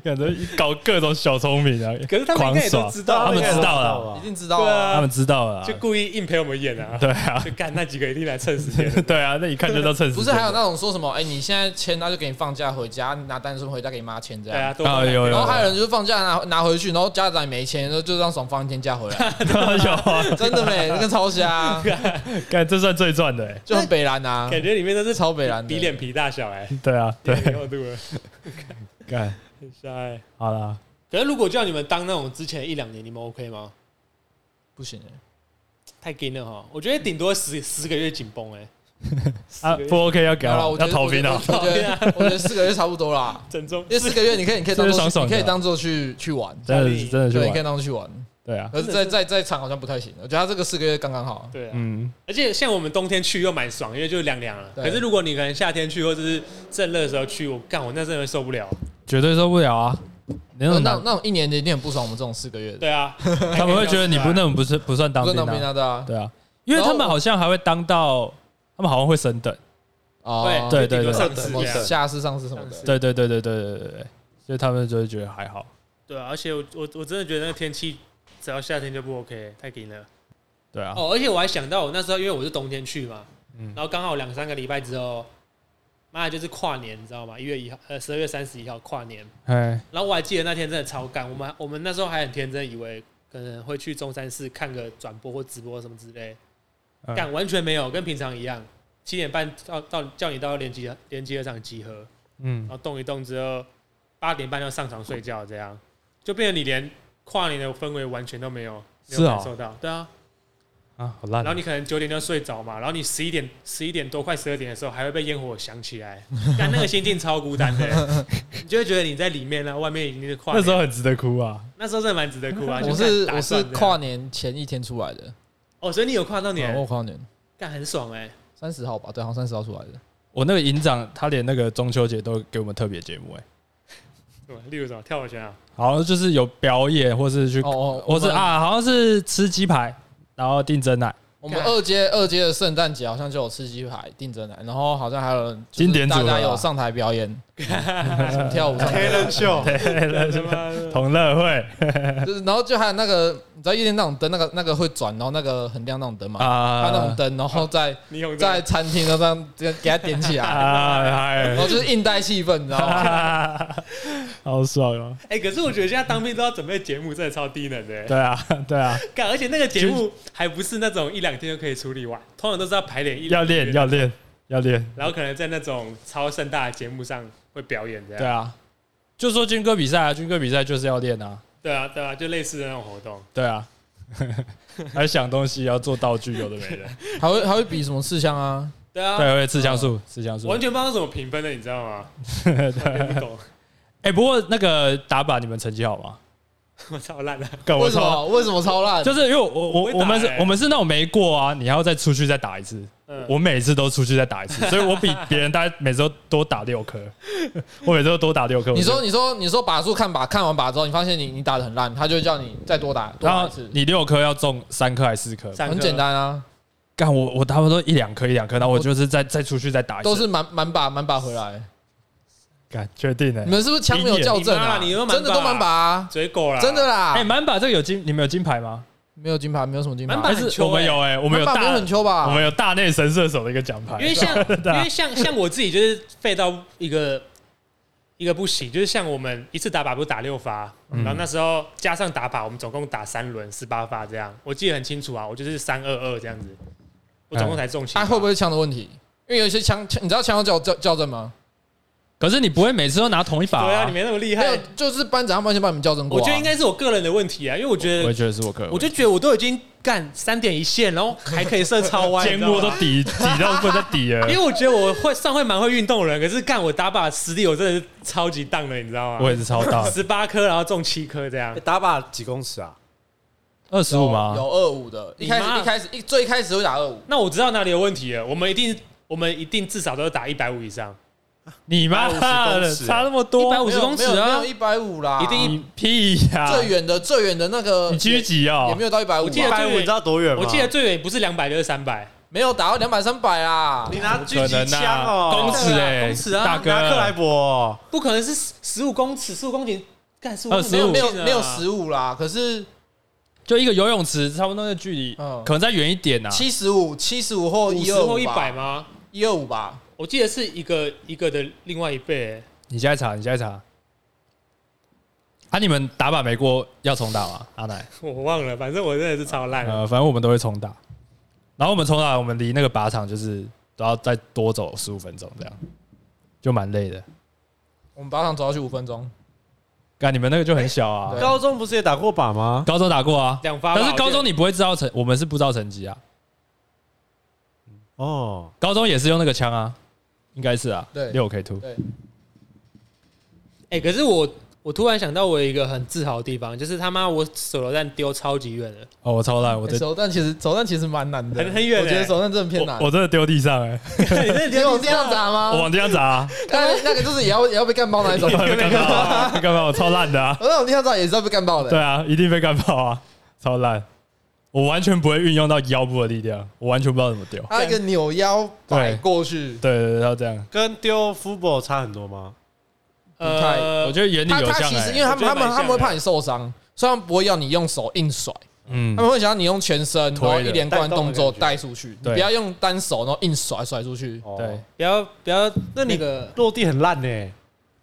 [SPEAKER 1] 感觉搞各种小聪明啊，
[SPEAKER 4] 可是他们应该也
[SPEAKER 1] 狂
[SPEAKER 4] 都
[SPEAKER 1] 耍
[SPEAKER 4] 知道啊，
[SPEAKER 1] 他们
[SPEAKER 4] 应该也
[SPEAKER 1] 知
[SPEAKER 4] 都
[SPEAKER 1] 道了
[SPEAKER 2] 了
[SPEAKER 3] 一定知道
[SPEAKER 4] 对
[SPEAKER 3] 啊，
[SPEAKER 4] 啊
[SPEAKER 1] 他们知道了啊，
[SPEAKER 4] 就故意硬陪我们演啊，
[SPEAKER 1] 对啊，
[SPEAKER 4] 就干那几个一定来蹭时 间的。
[SPEAKER 1] 对啊，那一看就知道趁时
[SPEAKER 3] 不
[SPEAKER 1] 间
[SPEAKER 3] 是还有那种说什么？哎，你现在签，那就给你放假回家，拿单身回家给你妈签这
[SPEAKER 4] 对
[SPEAKER 3] 样。
[SPEAKER 4] 啊，多
[SPEAKER 1] 啊有有
[SPEAKER 3] 然后还有人就是放假拿拿回去，然后家长也没钱，然后就让爽放一天假回来，
[SPEAKER 1] 有啊，
[SPEAKER 3] 真的没，那个超瞎啊，
[SPEAKER 1] 看这算最赚的欸，
[SPEAKER 3] 就很北蓝啊，
[SPEAKER 4] 感觉里面都是
[SPEAKER 3] 超北蓝的
[SPEAKER 4] 比脸皮大小哎，
[SPEAKER 1] 对啊， 对，
[SPEAKER 4] 脸皮厚度了，
[SPEAKER 1] 干
[SPEAKER 4] 很瞎哎。
[SPEAKER 1] 好啦，
[SPEAKER 4] 可是如果叫你们当那种之前一两年，你们 OK 吗？
[SPEAKER 3] 不行欸。
[SPEAKER 4] 太紧了哈，我觉得顶多十十个月紧绷哎，
[SPEAKER 1] 啊
[SPEAKER 4] 十个月
[SPEAKER 1] 不 OK 要给
[SPEAKER 3] 好
[SPEAKER 1] 他
[SPEAKER 3] 了，我觉
[SPEAKER 1] 要
[SPEAKER 3] 得
[SPEAKER 1] 逃兵啊
[SPEAKER 3] 我，觉得我觉
[SPEAKER 4] 逃
[SPEAKER 3] 得我觉得四个月差不多啦，
[SPEAKER 4] 整中
[SPEAKER 3] 因为四个月你可以你可以当
[SPEAKER 1] 这是
[SPEAKER 3] 做
[SPEAKER 1] 爽爽
[SPEAKER 3] 你
[SPEAKER 1] 的啊
[SPEAKER 3] 可以当做去去玩，
[SPEAKER 1] 真的是真的去
[SPEAKER 3] 对，你可以
[SPEAKER 1] 玩，
[SPEAKER 3] 当做去玩。
[SPEAKER 1] 对啊，
[SPEAKER 3] 可是在在在场好像不太行，我觉得他这个四个月刚刚好。
[SPEAKER 4] 对啊，
[SPEAKER 1] 嗯，
[SPEAKER 4] 而且像我们冬天去又蛮爽，因为就凉凉了。
[SPEAKER 3] 对
[SPEAKER 4] 可是如果你可能夏天去或者是正热的时候去，我干我那真的受不了。
[SPEAKER 1] 绝对受不了啊！你
[SPEAKER 3] 那
[SPEAKER 1] 那种
[SPEAKER 3] 呃那
[SPEAKER 1] 当，
[SPEAKER 3] 那种一年的一定很不爽，我们这种四个月的，
[SPEAKER 4] 对 啊，
[SPEAKER 1] 他们会觉得你不那种不是不算当
[SPEAKER 3] 不是
[SPEAKER 1] 兵
[SPEAKER 3] 当兵
[SPEAKER 1] 啊，
[SPEAKER 3] 啊，对啊，
[SPEAKER 1] 对啊，因为他们好像还会当到，他们好像会升等，
[SPEAKER 3] 哦
[SPEAKER 4] 对，
[SPEAKER 1] 对对
[SPEAKER 4] 顶多
[SPEAKER 1] 对
[SPEAKER 4] 上
[SPEAKER 3] 什
[SPEAKER 4] 次
[SPEAKER 3] 么
[SPEAKER 4] 这样。
[SPEAKER 3] 下士上士什么的
[SPEAKER 4] 上，
[SPEAKER 1] 对对对对对对对对，所以他们就会觉得还好，
[SPEAKER 4] 对啊，而且我我我真的觉得那个天气只要夏天就不 OK，太紧了。
[SPEAKER 1] 对啊，
[SPEAKER 4] 哦，而且我还想到我那时候因为我是冬天去嘛，
[SPEAKER 1] 嗯
[SPEAKER 4] 然后刚好两三个礼拜之后，妈的就是跨年，你知道吗？一月一号，呃，十二月三十一号跨年。
[SPEAKER 1] 哎，
[SPEAKER 4] 然后我还记得那天真的超干，我们我们那时候还很天真，以为可能会去中山市看个转播或直播什么之类，
[SPEAKER 1] 嗯
[SPEAKER 4] 干、完全没有，跟平常一样。七点半到到叫你到联机联机车场集合，
[SPEAKER 1] 嗯
[SPEAKER 4] 然，后动一动之后，八点半要上床睡觉，这样就变得你连跨年的氛围完全都没有，没
[SPEAKER 1] 是
[SPEAKER 4] 有
[SPEAKER 1] 哦
[SPEAKER 4] 感受到，对啊。
[SPEAKER 1] 啊，好烂
[SPEAKER 4] 然后，你可能九点就睡着嘛，然后你十一点十一点多快十二点的时候还会被烟火响起来， 但那个心境超孤单的、你就会觉得你在里面啊呢，外面已经是跨
[SPEAKER 1] 那
[SPEAKER 4] 年
[SPEAKER 1] 时候很值得哭啊，
[SPEAKER 4] 那时候真的蛮值得哭啊！
[SPEAKER 3] 我
[SPEAKER 4] 就是打
[SPEAKER 3] 我是
[SPEAKER 4] 算这样
[SPEAKER 3] 跨年前一天出来的，
[SPEAKER 4] 哦，所以你有跨
[SPEAKER 3] 嗯
[SPEAKER 4] 到
[SPEAKER 3] 我
[SPEAKER 4] 年，
[SPEAKER 3] 跨年
[SPEAKER 4] 干很爽哎、
[SPEAKER 3] 三十号吧，对，好像三十号出来的，
[SPEAKER 1] 我那个营长他连那个中秋节都给我们特别节目，哎，
[SPEAKER 4] 是吧例如什么跳火圈啊，
[SPEAKER 1] 好像就是有表演或是去，
[SPEAKER 3] 哦哦，
[SPEAKER 1] 或是
[SPEAKER 3] 我们，
[SPEAKER 1] 啊，好像是吃鸡排，然后 订真奶，
[SPEAKER 3] 我们二阶二阶的圣诞节好像就有吃鸡排、定真奶，然后好像还有就是
[SPEAKER 1] 经典组合
[SPEAKER 3] 大
[SPEAKER 1] 啊
[SPEAKER 3] 家有上台表 演，什么跳舞上
[SPEAKER 2] 黑
[SPEAKER 3] 台，
[SPEAKER 2] 人秀，
[SPEAKER 1] 同乐会
[SPEAKER 3] 就是然后就还有那个你知道夜店那种灯，那个那个会转，然后那个很亮那种灯嘛，它那种
[SPEAKER 1] 啊
[SPEAKER 3] 灯，然后在
[SPEAKER 4] 你有
[SPEAKER 3] 在餐厅 都这样这样给它点起来，
[SPEAKER 1] 啊
[SPEAKER 3] 然后哦就是硬带气氛，你知道 吗？
[SPEAKER 1] 嗨，好爽哦！
[SPEAKER 4] 哎、可是我觉得现在当兵都要准备节目，真的超低能的、欸。
[SPEAKER 1] 对啊，对啊，
[SPEAKER 4] 干，而且那个节目还不是那种一两天就可以处理完，通常都是要排练一
[SPEAKER 1] 要练，要练，要练。
[SPEAKER 4] 然后可能在那种超盛大的节目上会表演这
[SPEAKER 1] 对
[SPEAKER 4] 样。
[SPEAKER 1] 啊，就说军歌比赛啊，军歌比赛就是要练啊，
[SPEAKER 4] 对啊，对啊，就类似的那种活动。
[SPEAKER 1] 对 啊，还想东西，要做道具，有的没的。
[SPEAKER 3] 还会还会比什么刺枪啊？
[SPEAKER 4] 对啊，
[SPEAKER 1] 对，会刺枪术，刺枪术。
[SPEAKER 4] 完全不知道怎么评分的，你知道吗？我也不懂，
[SPEAKER 1] 哎，不过那个打靶你们成绩好吗？
[SPEAKER 4] 我超烂的。
[SPEAKER 1] 搞
[SPEAKER 3] 为什？么为什么超烂？
[SPEAKER 1] 就是因为我我
[SPEAKER 4] 我会
[SPEAKER 1] 我
[SPEAKER 4] 打
[SPEAKER 1] 我们是
[SPEAKER 4] 欸
[SPEAKER 1] 我们是那种没过啊，你还要再出去再打一次。
[SPEAKER 4] 嗯，
[SPEAKER 1] 我每次都出去再打一次，所以我比别人大概每次都多打六颗， 我每次都多打六颗。
[SPEAKER 3] 你
[SPEAKER 1] 我
[SPEAKER 3] 说，
[SPEAKER 1] 就，
[SPEAKER 3] 你说，你说靶数看靶，看完靶之后，你发现你你打的很烂，他就会叫你再多打多
[SPEAKER 1] 然
[SPEAKER 3] 打一
[SPEAKER 1] 后
[SPEAKER 3] 次，
[SPEAKER 1] 你六颗要中三颗还是四颗？
[SPEAKER 4] 三颗
[SPEAKER 3] 很简，单啊，
[SPEAKER 1] 干我我差不多一两颗一两颗，然后我就是再再出去再打一次。
[SPEAKER 3] 都是满满靶满靶回来。
[SPEAKER 1] 干确定欸的
[SPEAKER 3] 你。们是不是枪没有校正啊？
[SPEAKER 4] 你赢了你赢了满靶
[SPEAKER 3] 真的都满靶啊，
[SPEAKER 4] 嘴狗啦，
[SPEAKER 3] 真的啦
[SPEAKER 1] 哎，，满把这个有金，你们有金牌吗？
[SPEAKER 3] 没有金牌，没有什么金牌，
[SPEAKER 4] 满
[SPEAKER 1] 但
[SPEAKER 4] 靶
[SPEAKER 3] 满
[SPEAKER 4] 很
[SPEAKER 1] 是
[SPEAKER 4] 秋
[SPEAKER 1] 我们
[SPEAKER 4] 欸
[SPEAKER 1] 有哎、我们有
[SPEAKER 3] 靶没有
[SPEAKER 1] 大
[SPEAKER 3] 很秋吧？
[SPEAKER 1] 我们有大内神射手的一个奖牌，
[SPEAKER 4] 因为像因为像像我自己就是废到一个一个不行，就是像我们一次打靶不是打六发，
[SPEAKER 1] 嗯
[SPEAKER 4] 然后那时候加上打靶，我们总共打三轮十八发这样，我记得很清楚啊，我就是三二二这样子，我总共才中七发。
[SPEAKER 3] 啊，会不会是枪的问题？因为有一些枪，枪你知道枪要校校校正吗？
[SPEAKER 1] 可是你不会每次都拿同一把、
[SPEAKER 4] 对啊，你没那么厉
[SPEAKER 3] 没有
[SPEAKER 4] 害。，
[SPEAKER 3] 就是班长他们先帮你们校正过
[SPEAKER 4] 我
[SPEAKER 3] 啊。
[SPEAKER 4] 觉得应该是我个人的问题啊，因为我觉
[SPEAKER 1] 我也
[SPEAKER 4] 得
[SPEAKER 1] 觉得是我个人，
[SPEAKER 4] 我就觉得我都已经干三点一线，然后还可以射超歪，
[SPEAKER 1] 肩
[SPEAKER 4] 你知道吗
[SPEAKER 1] 窝都 抵抵到不能再抵了
[SPEAKER 4] 因为。我觉得我会算会蛮会运动的人，可是干我打靶实力我真的是超级荡的，你知道
[SPEAKER 1] 我
[SPEAKER 4] 吗？
[SPEAKER 1] 也是啊超大
[SPEAKER 4] 十八颗，然后中七颗这样
[SPEAKER 2] 欸。打靶几公尺啊？
[SPEAKER 1] 二十
[SPEAKER 3] 有
[SPEAKER 1] 五吗？
[SPEAKER 3] 有二五的，啊一开
[SPEAKER 4] 你妈
[SPEAKER 3] 始一开始一最开始会打二五，
[SPEAKER 4] 那我知道哪里有问题了，我们一定我们一定至少都要打一百五以上，
[SPEAKER 1] 你妈
[SPEAKER 2] 150
[SPEAKER 1] 的
[SPEAKER 2] 公尺
[SPEAKER 1] 差那么多，
[SPEAKER 4] 150
[SPEAKER 3] 没有
[SPEAKER 4] 公尺啊
[SPEAKER 3] 没有没有一百五啦，
[SPEAKER 4] 一定
[SPEAKER 1] 你屁呀、
[SPEAKER 3] 最远的最远的那个
[SPEAKER 1] 你狙击
[SPEAKER 3] 也
[SPEAKER 1] 哦
[SPEAKER 3] 没，有到一百五
[SPEAKER 4] 我，记得
[SPEAKER 2] 一百五你啊知道多远吗？
[SPEAKER 4] 我记得最远不是两百就是三百，
[SPEAKER 3] 没有打到两百三百啦。
[SPEAKER 2] 你拿
[SPEAKER 1] 可
[SPEAKER 2] 狙
[SPEAKER 1] 能
[SPEAKER 2] 击枪
[SPEAKER 1] 啊，
[SPEAKER 2] 哦，
[SPEAKER 1] 公尺哎、
[SPEAKER 4] 公尺啊
[SPEAKER 1] 大
[SPEAKER 2] 拿克莱
[SPEAKER 1] 哥，
[SPEAKER 2] 伯哦，
[SPEAKER 4] 不可能是十五公尺，十五公斤，干十五
[SPEAKER 1] 25
[SPEAKER 3] 没有没有
[SPEAKER 4] 公斤啊
[SPEAKER 3] 没有十五啦，可是
[SPEAKER 1] 就一个游泳池差不多那个距离，
[SPEAKER 3] 嗯
[SPEAKER 1] 可能再远一点呐、啊。
[SPEAKER 3] 七十五七十五或
[SPEAKER 4] 五
[SPEAKER 3] 一
[SPEAKER 4] 十
[SPEAKER 3] 二
[SPEAKER 4] 或
[SPEAKER 3] 五
[SPEAKER 4] 一百吗？
[SPEAKER 3] 一二五吧，
[SPEAKER 4] 我记得是一个一个的另外一倍、欸
[SPEAKER 1] 你现在查，你现在查。啊，你们打靶没过要重打吗？阿奶。
[SPEAKER 4] 我忘了，反正我真的是超烂的。
[SPEAKER 1] 呃，反正我们都会重打，然后我们重打，我们离那个靶场就是都要再多走十五分钟，这样就蛮累的。
[SPEAKER 3] 我们靶场走下去五分钟，
[SPEAKER 1] 干你们那个就很小啊
[SPEAKER 3] 对，
[SPEAKER 2] 高中不是也打过靶吗？
[SPEAKER 1] 高中打过啊，
[SPEAKER 4] 两发吧，
[SPEAKER 1] 但是高
[SPEAKER 4] 我
[SPEAKER 1] 中
[SPEAKER 4] 记
[SPEAKER 1] 你不会知道成，我们是不知道成绩啊，
[SPEAKER 2] 哦，
[SPEAKER 1] 高中也是用那个枪啊，应该是啊，
[SPEAKER 3] 对
[SPEAKER 1] 六 K two，
[SPEAKER 3] 对，
[SPEAKER 4] 得哎、可是我我突然想到我有一个很自豪的地方，就是他妈我手榴弹丢超级远了，
[SPEAKER 1] 哦，我超烂，我
[SPEAKER 3] 欸
[SPEAKER 1] 真
[SPEAKER 3] 手弹其实手弹其实蛮难的，
[SPEAKER 4] 很很远
[SPEAKER 3] 我觉得
[SPEAKER 4] 欸
[SPEAKER 3] 手弹真的偏难
[SPEAKER 1] 我。我真的丢地上哎，
[SPEAKER 4] 你真的
[SPEAKER 3] 你
[SPEAKER 4] 丢
[SPEAKER 3] 有
[SPEAKER 4] 地
[SPEAKER 3] 这样
[SPEAKER 4] 上
[SPEAKER 3] 打
[SPEAKER 1] 我
[SPEAKER 3] 吗？
[SPEAKER 1] 往地上 砸啊，
[SPEAKER 3] 那那个就是也要也要被干爆那一 种。
[SPEAKER 1] 被干爆啊，被干爆，我超烂的啊，
[SPEAKER 3] 我那种地上打也是要被干爆的。
[SPEAKER 1] 对啊，一定被干爆啊，超烂，我完全不会运用到腰部的力量，我完全不知道怎么丢，
[SPEAKER 3] 他一个扭腰摆过去，
[SPEAKER 1] 对对对，要这样，
[SPEAKER 2] 跟丢 football 差很多吗？
[SPEAKER 3] 太
[SPEAKER 4] 呃，
[SPEAKER 1] 我觉得原理
[SPEAKER 3] 他
[SPEAKER 1] 有
[SPEAKER 3] 他
[SPEAKER 1] 像
[SPEAKER 3] 其实因为
[SPEAKER 1] 哎，
[SPEAKER 3] 他们他
[SPEAKER 4] 我觉得蛮
[SPEAKER 3] 们
[SPEAKER 4] 像
[SPEAKER 3] 他们会怕你受伤，所以他们不会要你用手硬甩，
[SPEAKER 1] 嗯
[SPEAKER 3] 他，们会想要你用全身，然
[SPEAKER 1] 推
[SPEAKER 3] 后
[SPEAKER 1] 的
[SPEAKER 3] 一连贯的动作
[SPEAKER 2] 带动的感
[SPEAKER 3] 带出去，你
[SPEAKER 1] 对
[SPEAKER 3] 不要用单手然后硬甩甩出去。
[SPEAKER 2] 哦
[SPEAKER 1] 对，
[SPEAKER 4] 不要不要
[SPEAKER 2] 那
[SPEAKER 4] 那
[SPEAKER 2] 你
[SPEAKER 4] 个
[SPEAKER 2] 落地很烂呢。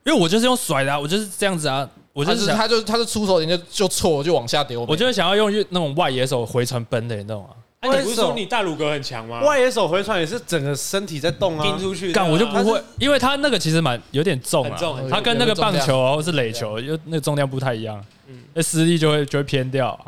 [SPEAKER 1] 因为我就是用甩的啊，我就是这样子啊，我
[SPEAKER 3] 我
[SPEAKER 1] 就
[SPEAKER 3] 就是是
[SPEAKER 1] 想
[SPEAKER 3] 他就他就出手点就就错就往下丢，
[SPEAKER 1] 我就是想要用那种外野手回传奔的那种啊，
[SPEAKER 4] 啊，
[SPEAKER 2] 外
[SPEAKER 4] 你不是
[SPEAKER 2] 手
[SPEAKER 4] 说你大鲁格很强吗？
[SPEAKER 2] 外野手回传也是整个身体在动
[SPEAKER 4] 拼
[SPEAKER 2] 啊，
[SPEAKER 4] 出去的啊，
[SPEAKER 1] 干我就不
[SPEAKER 4] 他是
[SPEAKER 1] 会，因为他那个其实蛮有点重
[SPEAKER 4] 很
[SPEAKER 1] 啊，
[SPEAKER 4] 重很重
[SPEAKER 1] 他跟那个棒球啊或是垒球又那个重量不太一样，
[SPEAKER 4] 嗯
[SPEAKER 1] 那施力就会就会偏掉啊。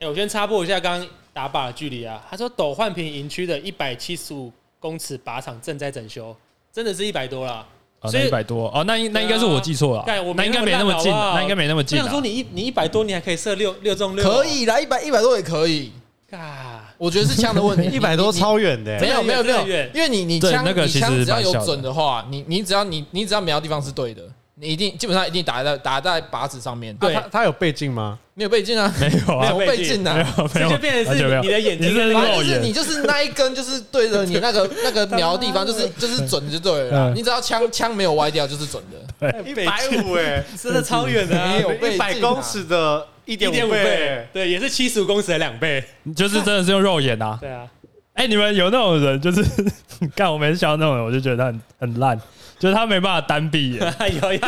[SPEAKER 4] 哎、我先插播一下刚刚打靶的距离啊。他说斗焕平营区的一百七十五公尺靶场正在整修，真的是一百多啦。
[SPEAKER 1] 啊，
[SPEAKER 4] 所
[SPEAKER 1] 那
[SPEAKER 4] 以
[SPEAKER 1] 一百多哦，那应那应该是我记错了啊，
[SPEAKER 4] 干我
[SPEAKER 1] 那
[SPEAKER 4] 没
[SPEAKER 1] 应该
[SPEAKER 4] 那么
[SPEAKER 1] 没那么近
[SPEAKER 4] 烂好不
[SPEAKER 1] 啊，
[SPEAKER 4] 好
[SPEAKER 1] 那应该没那么
[SPEAKER 4] 我
[SPEAKER 1] 近
[SPEAKER 4] 想说
[SPEAKER 1] 啊。
[SPEAKER 4] 你一你一百多，你还可以射六六中六，哦
[SPEAKER 3] 可以啦，一百一百多也可以，
[SPEAKER 4] 啊。
[SPEAKER 3] 我觉得是枪的问 题。
[SPEAKER 2] 一百多
[SPEAKER 3] 你
[SPEAKER 2] 超远的欸。
[SPEAKER 3] 没有没有没
[SPEAKER 4] 真的
[SPEAKER 3] 有
[SPEAKER 4] 很远，
[SPEAKER 3] 因为你你
[SPEAKER 1] 对
[SPEAKER 3] 枪
[SPEAKER 1] 那个
[SPEAKER 3] 你
[SPEAKER 1] 其实
[SPEAKER 3] 枪只要
[SPEAKER 1] 蛮
[SPEAKER 3] 有
[SPEAKER 1] 小的
[SPEAKER 3] 准的话，你你只要你你只要瞄的地方是对的，你一定基本上一定打在打在靶子上面。
[SPEAKER 4] 对
[SPEAKER 2] 啊他他有倍镜吗？
[SPEAKER 3] 没有倍镜啊，
[SPEAKER 1] 没有
[SPEAKER 3] 没
[SPEAKER 1] 啊
[SPEAKER 3] 有，
[SPEAKER 4] 没有
[SPEAKER 3] 倍
[SPEAKER 4] 倍
[SPEAKER 3] 镜
[SPEAKER 4] 镜
[SPEAKER 1] 没
[SPEAKER 3] 啊，
[SPEAKER 1] 有没
[SPEAKER 4] 这
[SPEAKER 1] 有，
[SPEAKER 4] 就变成是
[SPEAKER 1] 完全没有
[SPEAKER 4] 你的眼睛
[SPEAKER 1] 你是
[SPEAKER 3] 反正
[SPEAKER 1] 肉
[SPEAKER 3] 就是你
[SPEAKER 1] 眼，
[SPEAKER 3] 就是那一根就是对着你那个那个瞄的地方， 就是就是准就对了啦。
[SPEAKER 1] 嗯
[SPEAKER 3] 你只要枪枪没有歪掉就是准的。
[SPEAKER 4] 一
[SPEAKER 2] 一百五哎，
[SPEAKER 4] 真的欸超远的、啊，
[SPEAKER 3] 没有倍
[SPEAKER 2] 一
[SPEAKER 3] 镜啊
[SPEAKER 2] 百公尺的一
[SPEAKER 4] 一
[SPEAKER 2] 点
[SPEAKER 4] 点
[SPEAKER 2] 五
[SPEAKER 4] 五
[SPEAKER 2] 倍
[SPEAKER 4] 倍，，对，也是七十五公尺的两倍。
[SPEAKER 1] 就是真的是用肉眼 啊。
[SPEAKER 4] 对啊，
[SPEAKER 1] 哎，你们有那种人就是 干，我每次想到那种人，我就觉得他很很烂，就是他没办法单闭 眼，
[SPEAKER 4] 有呀，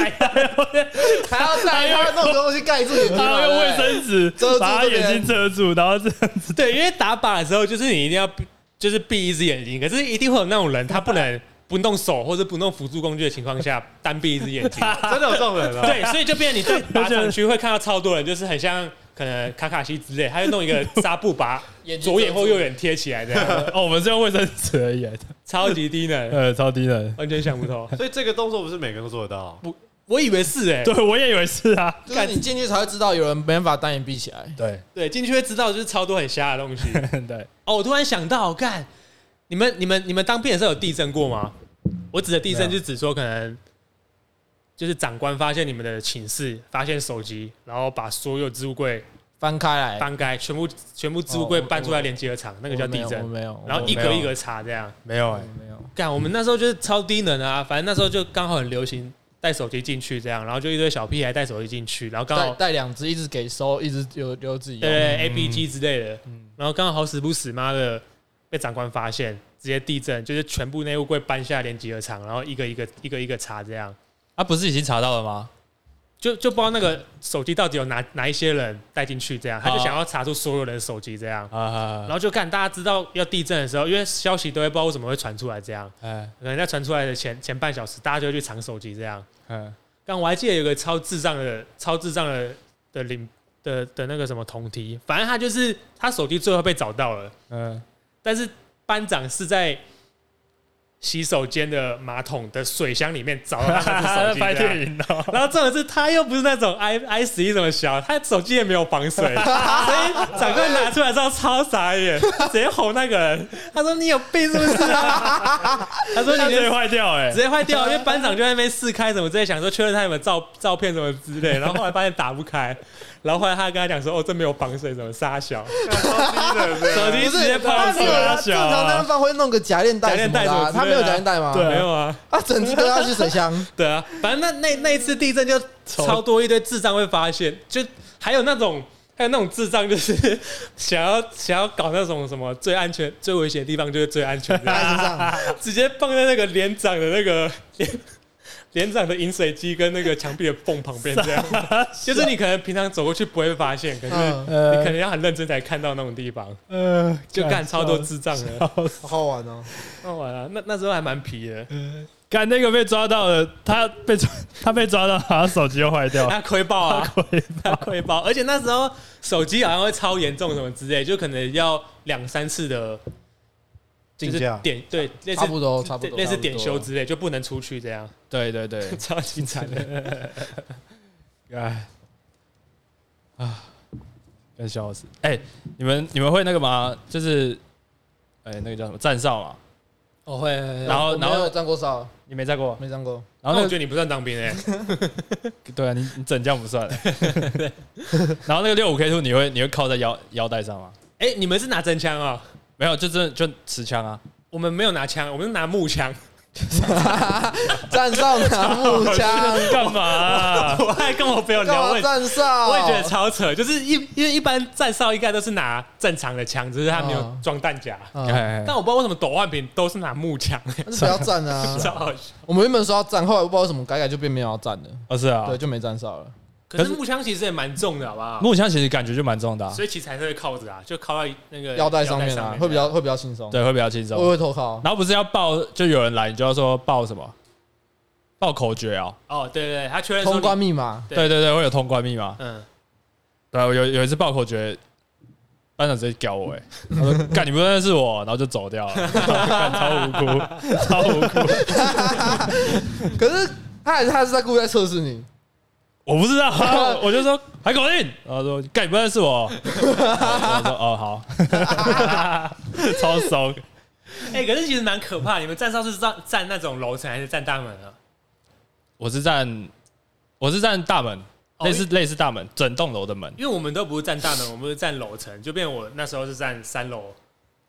[SPEAKER 3] 还要带他弄东西盖住眼睛，
[SPEAKER 1] 他要用卫生纸
[SPEAKER 3] 遮住
[SPEAKER 1] 把他
[SPEAKER 3] 这边
[SPEAKER 1] 眼睛遮住，然后这样子
[SPEAKER 4] 对，因为打靶的时候，就是你一定要闭就是闭一只眼睛，可是一定会有那种人，他不 能不弄手或者不弄辅助工具的情况下，单闭一只眼睛。
[SPEAKER 2] 真的有这种人啊？
[SPEAKER 4] 对，所以就变成你对靶场区会看到超多人，就是很像可能卡卡西之类，他就弄一 个纱布把
[SPEAKER 3] 眼睛
[SPEAKER 4] 左眼或右眼贴起来，这 样
[SPEAKER 1] 哦，我们是用卫生纸而已，
[SPEAKER 4] 超级低能，
[SPEAKER 1] 呃，超低能。
[SPEAKER 4] 完全想不透。
[SPEAKER 2] 所以这个动作不是每个人都做得到。
[SPEAKER 4] 我以为是 哎、
[SPEAKER 1] 对，我也以为是啊。
[SPEAKER 3] 就是你进去才会知道有人没办法单眼闭起来。
[SPEAKER 1] 对
[SPEAKER 4] 对，进去会知道就是超多很瞎的东西。
[SPEAKER 1] 对，
[SPEAKER 4] 哦，我突然想到，干，你们你们你们当兵的时候有地震过吗？我指的地震
[SPEAKER 1] 没
[SPEAKER 4] 就指说可能。就是长官发现你们的寝室发现手机，然后把所有置物柜
[SPEAKER 3] 翻开来，
[SPEAKER 4] 翻开，全部全部置物
[SPEAKER 3] 哎哦
[SPEAKER 4] 柜
[SPEAKER 3] 我
[SPEAKER 4] 搬出来连集合场，那个叫地震
[SPEAKER 3] 我。没有，我没有
[SPEAKER 4] 然后一格一格查这样。
[SPEAKER 1] 没有哎、
[SPEAKER 3] 我没有。
[SPEAKER 4] 干，我们那时候就是超低能啊，反正那时候就刚好很流行带手机进去这样，然后就一堆小屁孩带手机进去，然后刚
[SPEAKER 3] 带
[SPEAKER 4] 好
[SPEAKER 3] 带两只，一直给收，一直留留自己
[SPEAKER 4] 对
[SPEAKER 3] 用。
[SPEAKER 4] 对 A B G 之类的，然后刚好好死不死妈的被长官发现，直接地震，就是全部内务柜搬下来连集合场，然后一个一个一个一个查这样，
[SPEAKER 1] 啊，不是已经查到了吗？
[SPEAKER 4] 就就不知道那个手机到底有哪哪一些人带进去这样，他就
[SPEAKER 1] 哦
[SPEAKER 4] 想要查出所有人的手机这样。
[SPEAKER 1] 啊
[SPEAKER 4] 然，后就看大家知道要地震的时候，因为消息都会不知道为什么会传出来这样，
[SPEAKER 1] 哎
[SPEAKER 4] 可能在传出来的前前半小时，大家就会去藏手机这样。
[SPEAKER 1] 嗯，
[SPEAKER 4] 但我还记得有个超智障的、超智障的的领的的那个什么同梯，反正他就是他手机最后被找到了，
[SPEAKER 1] 嗯，
[SPEAKER 4] 但是班长是在洗手间的马桶的水箱里面找到 他 的啊手机
[SPEAKER 1] 拍
[SPEAKER 4] 这样
[SPEAKER 1] 电影哦，
[SPEAKER 4] 然后重点是他又不是那种 i i 十一什么小，他手机也没有防 水，所以长官拿出来之后超傻眼，直接吼那个人，他说你有病是不是、啊？ 他说
[SPEAKER 1] 那
[SPEAKER 4] 你
[SPEAKER 1] 直接
[SPEAKER 4] 的
[SPEAKER 1] 坏掉哎、
[SPEAKER 4] 直接坏掉，因为班长就在那边试开什么之类，想说确认他有没有照照片什么之类，然后后来发现打不开，然后后来他跟他讲说哦这没有防水什么沙小，手机
[SPEAKER 3] 不
[SPEAKER 4] 直接
[SPEAKER 3] 是，
[SPEAKER 4] 泡
[SPEAKER 3] 他
[SPEAKER 4] 水
[SPEAKER 3] 没有啊
[SPEAKER 1] 啊
[SPEAKER 3] 正常单放会弄个假链带
[SPEAKER 4] 假
[SPEAKER 3] 什
[SPEAKER 4] 链
[SPEAKER 3] 么
[SPEAKER 4] 带
[SPEAKER 3] 的
[SPEAKER 4] 什么
[SPEAKER 3] 啊，
[SPEAKER 4] 之类的
[SPEAKER 3] 他
[SPEAKER 4] 啊
[SPEAKER 3] 没有假链带吗？
[SPEAKER 1] 对
[SPEAKER 4] 没有啊，
[SPEAKER 3] 啊，整只都要去水 箱。
[SPEAKER 4] 对啊，反正那那那一次地震就超多一堆智障会发现，就还有那种还有那种智障就是 想要想要搞那种什么最安全最危险的地方就是最安全
[SPEAKER 3] 放在
[SPEAKER 4] 的，
[SPEAKER 3] 身上，
[SPEAKER 4] 直接放在那个连长的那个 连连长的饮水机跟那个墙壁的缝旁边这样，就是你可能平常走过去不会被发现，可是
[SPEAKER 3] 嗯
[SPEAKER 4] 你可能要很认真才看到那种地方，
[SPEAKER 1] 呃，
[SPEAKER 4] 就干超多智障的。
[SPEAKER 3] 好好玩哦。
[SPEAKER 4] 那完了，那那时候还蛮皮的，
[SPEAKER 1] 干那个被抓到了，他被抓，他被抓到，他手机又坏 掉了，
[SPEAKER 4] 他亏爆啊，他亏包，而且那时候手机好像会超严重什么之类，就可能要两三次的，就
[SPEAKER 2] 竞
[SPEAKER 4] 是
[SPEAKER 2] 价
[SPEAKER 4] 点对类
[SPEAKER 3] 差
[SPEAKER 4] 似
[SPEAKER 3] 不多，差不多，
[SPEAKER 4] 类似
[SPEAKER 3] 差不多
[SPEAKER 4] 点修之类，就不能出去这样，
[SPEAKER 1] 对对对，
[SPEAKER 4] 超级惨的。
[SPEAKER 1] 哎，啊，干笑死！哎、你们你们会那个吗？就是，哎、那个叫什么站哨嘛？
[SPEAKER 4] 哦会，会
[SPEAKER 1] 然
[SPEAKER 4] 会
[SPEAKER 1] 后
[SPEAKER 5] 我没
[SPEAKER 1] 然后
[SPEAKER 5] 有站过哨，
[SPEAKER 1] 你没站过？
[SPEAKER 5] 没站 过。
[SPEAKER 1] 然后
[SPEAKER 4] 啊那
[SPEAKER 1] 那
[SPEAKER 4] 我觉
[SPEAKER 1] 个
[SPEAKER 4] 得你不算当兵哎，
[SPEAKER 1] 对啊，你你整将不算。 然后那个六五 K two 你会你会靠在腰腰带上吗？
[SPEAKER 4] 哎，你们是拿真枪啊？
[SPEAKER 1] 没有，就真的就持枪啊。
[SPEAKER 4] 我们没有拿枪，我们是拿木枪。
[SPEAKER 5] 站哨拿木枪，
[SPEAKER 4] 干 嘛
[SPEAKER 1] 哎
[SPEAKER 4] 啊？我还跟我朋友
[SPEAKER 5] 干
[SPEAKER 4] 聊，我
[SPEAKER 5] 嘛
[SPEAKER 4] 也
[SPEAKER 5] 站哨？
[SPEAKER 4] 我也觉得超扯，就是一因为一般站哨应该都是拿正常的枪，只是他没有
[SPEAKER 3] 哦
[SPEAKER 5] 嗯
[SPEAKER 4] 装弹夹。
[SPEAKER 5] 啊，
[SPEAKER 1] 哎、
[SPEAKER 4] 但我不知道为什么抖换品都是拿木枪，
[SPEAKER 5] 那就不要站啊！
[SPEAKER 4] 超好笑。
[SPEAKER 5] 我们原本说要站，后来不知道为什么改改就变没有要站了，
[SPEAKER 1] 哦是啊
[SPEAKER 5] 对，，就没站哨了。
[SPEAKER 4] 可
[SPEAKER 1] 可
[SPEAKER 4] 是
[SPEAKER 1] 是
[SPEAKER 4] 木枪其实也蛮重的，好不好？
[SPEAKER 1] 木枪其实感觉就蛮重的、啊，
[SPEAKER 4] 所以其实还是会靠着啊，就靠在那个
[SPEAKER 5] 腰带上面啊，会比较会比较轻松。
[SPEAKER 1] 对，会比较轻松
[SPEAKER 5] 我也。会偷靠，
[SPEAKER 1] 然后不是要报，就有人来，你就要说报什么？报口诀哦。
[SPEAKER 4] 哦，对对，对他确认说
[SPEAKER 5] 通
[SPEAKER 4] 你
[SPEAKER 5] 关，密码，
[SPEAKER 1] 对
[SPEAKER 4] 对
[SPEAKER 1] 对对，会有通关密码。
[SPEAKER 4] 嗯，
[SPEAKER 1] 对啊，我有有一次报口诀，班长直接屌我、欸，他说：“ 干，你不认识我。”然后就走掉了， 干超无辜，超无辜。
[SPEAKER 5] 可是他还是他是在故意在测试你，
[SPEAKER 1] 我不知道 啊，我就说海口令，然后说干，你不认识我。 然后我说哦好， 超怂。
[SPEAKER 4] 哎，可是其实蛮可 怕。你们站哨是站站那种楼层还是站大门啊？
[SPEAKER 1] 我是站，我是站大门，
[SPEAKER 4] 哦
[SPEAKER 1] 类似类似大门，整栋楼的门。
[SPEAKER 4] 因为我们都不是站大门，我们是站楼层，就变我那时候是站三楼，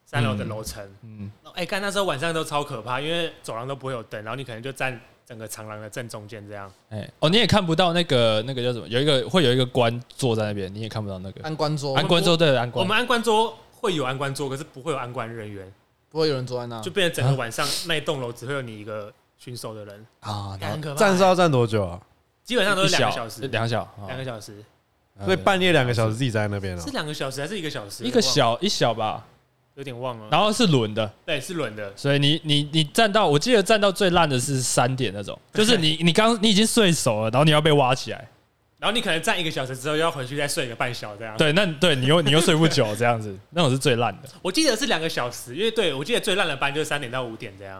[SPEAKER 4] 三楼的楼层。
[SPEAKER 1] 嗯，
[SPEAKER 4] 哎，干那时候晚上都超可怕，因为走廊都不会有灯，然后你可能就站整个长廊的正中间这样。
[SPEAKER 1] 哎，哦，你也看不到那个那个叫什么，有一个会有一个官坐在那边，你也看不到那个
[SPEAKER 5] 按关桌
[SPEAKER 1] 安官桌对安
[SPEAKER 4] 我
[SPEAKER 1] 官。
[SPEAKER 4] 们安官桌会有安官桌，可是不会有安官人员，
[SPEAKER 5] 不会有人坐在那
[SPEAKER 4] 就。变成
[SPEAKER 5] 啊
[SPEAKER 4] 整个晚上那一栋楼只会有你一个巡守的人，
[SPEAKER 1] 啊，
[SPEAKER 4] 干很可怕。
[SPEAKER 2] 站哨站多久啊？
[SPEAKER 4] 基本上都
[SPEAKER 1] 一
[SPEAKER 4] 是两个小时，
[SPEAKER 1] 两小，
[SPEAKER 4] 两个小时
[SPEAKER 1] 啊
[SPEAKER 2] 所以半夜呃两个小时自己在那边哦
[SPEAKER 4] 是。两个小时还啊是一个小时？
[SPEAKER 1] 一个
[SPEAKER 4] 我忘了
[SPEAKER 1] 小一小吧，
[SPEAKER 4] 有点忘了，
[SPEAKER 1] 然后是轮的，
[SPEAKER 4] 对，是轮的，
[SPEAKER 1] 所以你你你站到，我记得站到最烂的是三点那 种，就是你你刚你已经睡熟了，然后你要被挖起来，
[SPEAKER 4] 然后你可能站一个小时之后又要回去再睡一个半小时这样。
[SPEAKER 1] 对，那对你又你又睡不久这样子， 那种是最烂的
[SPEAKER 4] 我记得是两个小时，因为对我记得最烂的班就是三点到五点这样，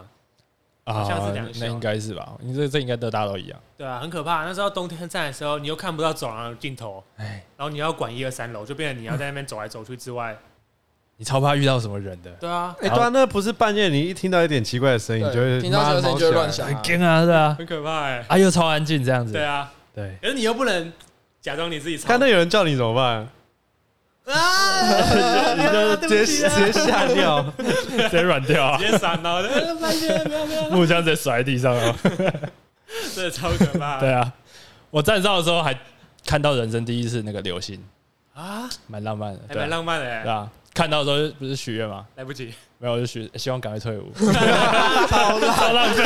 [SPEAKER 1] 啊
[SPEAKER 4] 好像是两个小时
[SPEAKER 1] 那应该是吧？你这这应该都大家都一样，
[SPEAKER 4] 对啊，很可怕。那时候冬天站的时候，你又看不到走廊的尽头，
[SPEAKER 1] 哎，
[SPEAKER 4] 然后你要管一二三楼，就变成你要在那边走来走去之外，
[SPEAKER 1] 你超怕遇到什么人的，
[SPEAKER 4] 对啊，
[SPEAKER 2] 哎，对啊，那不是半夜你一听到一点奇怪的声音，
[SPEAKER 5] 对
[SPEAKER 2] 你就会
[SPEAKER 5] 听到这个声音就会乱
[SPEAKER 2] 妈
[SPEAKER 5] 想
[SPEAKER 1] 很
[SPEAKER 5] 啊。
[SPEAKER 1] 惊啊，对啊，
[SPEAKER 4] 很可怕 哎、
[SPEAKER 1] 啊又超安静这样
[SPEAKER 4] 对
[SPEAKER 1] 子，
[SPEAKER 4] 啊，
[SPEAKER 1] 对，
[SPEAKER 4] 可是你又不能假装你自己吵
[SPEAKER 2] 看到有人叫你怎 么办？
[SPEAKER 5] 啊
[SPEAKER 1] 你就直接
[SPEAKER 2] 直接直接吓尿。
[SPEAKER 1] 直接软掉啊，
[SPEAKER 4] 直接闪到的， 呃半夜不要不要，
[SPEAKER 1] 木枪直接甩在地上啊，
[SPEAKER 4] 真的超可 怕。
[SPEAKER 1] 对啊，我站哨的时候还看到人生第一次那个流星，
[SPEAKER 4] 啊，
[SPEAKER 1] 蛮浪漫的，
[SPEAKER 4] 还
[SPEAKER 1] 对啊
[SPEAKER 4] 蛮浪漫的
[SPEAKER 1] 对
[SPEAKER 4] 欸，
[SPEAKER 1] 啊，看到的时候不是许愿吗？
[SPEAKER 4] 来不及。
[SPEAKER 1] 没有，我就许希望赶快退伍，
[SPEAKER 5] 超 烂，
[SPEAKER 1] 超浪费，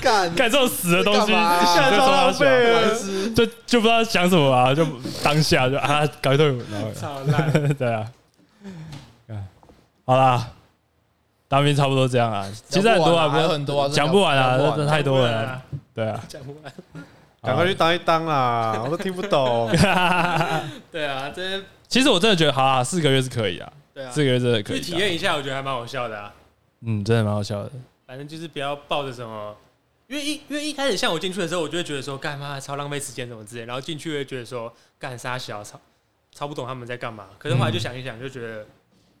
[SPEAKER 5] 干
[SPEAKER 1] 干这种死的东
[SPEAKER 5] 干
[SPEAKER 1] 西，
[SPEAKER 5] 嘛啊
[SPEAKER 1] 现在
[SPEAKER 2] 超浪费
[SPEAKER 5] 白痴
[SPEAKER 1] 啊就就不知道想什么啊，就当下就啊，赶快退伍，然后
[SPEAKER 4] 超烂。
[SPEAKER 1] 对啊，干好啦，当兵差不多这样啊，其实很多啊，
[SPEAKER 5] 还有很多啊
[SPEAKER 1] 讲不完啊，
[SPEAKER 5] 真的讲
[SPEAKER 1] 真
[SPEAKER 5] 不完
[SPEAKER 1] 的太多了啊
[SPEAKER 4] 啊，，
[SPEAKER 1] 对啊，
[SPEAKER 4] 讲不完。
[SPEAKER 2] 赶快去当一当啦！我都听 不懂。
[SPEAKER 4] 对啊，这
[SPEAKER 1] 其实我真的觉得，好啊，四个月是可以啊，
[SPEAKER 4] 对啊，
[SPEAKER 1] 四个月真的可以
[SPEAKER 4] 去
[SPEAKER 1] 啊
[SPEAKER 4] 体验一下，我觉得还蛮好笑的啊。
[SPEAKER 1] 嗯，真的蛮好笑的，
[SPEAKER 4] 反正就是不要抱着什么，因为一因为一开始像我进去的时候，我就会觉得说干嘛超浪费时间什么之类，然后进去会觉得说干啥小超超不懂他们在干嘛。可是后来就想一想，就觉得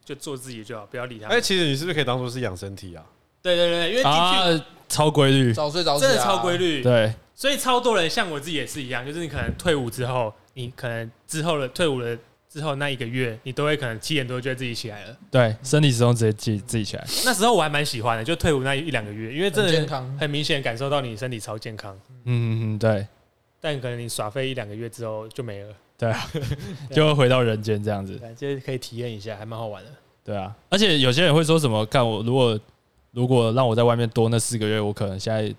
[SPEAKER 4] 就做自己就好，不要理他
[SPEAKER 2] 哎，
[SPEAKER 4] 们。
[SPEAKER 2] 其实你是不是可以当做是养生体啊？
[SPEAKER 4] 对对对，因为进
[SPEAKER 1] 啊
[SPEAKER 4] 去，
[SPEAKER 1] 超规律，
[SPEAKER 5] 早睡早起啊
[SPEAKER 4] 真的超规。律，
[SPEAKER 1] 对，
[SPEAKER 4] 所以超多人像我自己也是一样，就是你可能退伍之后，你可能之后的退伍了之后那一个月，你都会可能七点多就会自己起来了。
[SPEAKER 1] 对，身体始终直接记自己起来。
[SPEAKER 4] 那时候我还蛮喜欢的，就退伍那一两个月，因为真
[SPEAKER 5] 很健
[SPEAKER 4] 的
[SPEAKER 5] 康，
[SPEAKER 4] 很明显感受到你身体超健康。
[SPEAKER 1] 嗯嗯嗯，对
[SPEAKER 4] 但可能你耍废一两个月之后就没了，
[SPEAKER 1] 对啊，就会回到人间这样子。
[SPEAKER 4] 对，就是可以体验一下，还蛮好玩的。
[SPEAKER 1] 对啊，而且有些人会说什么？看我如果如果让我在外面多那四个月，我可能现在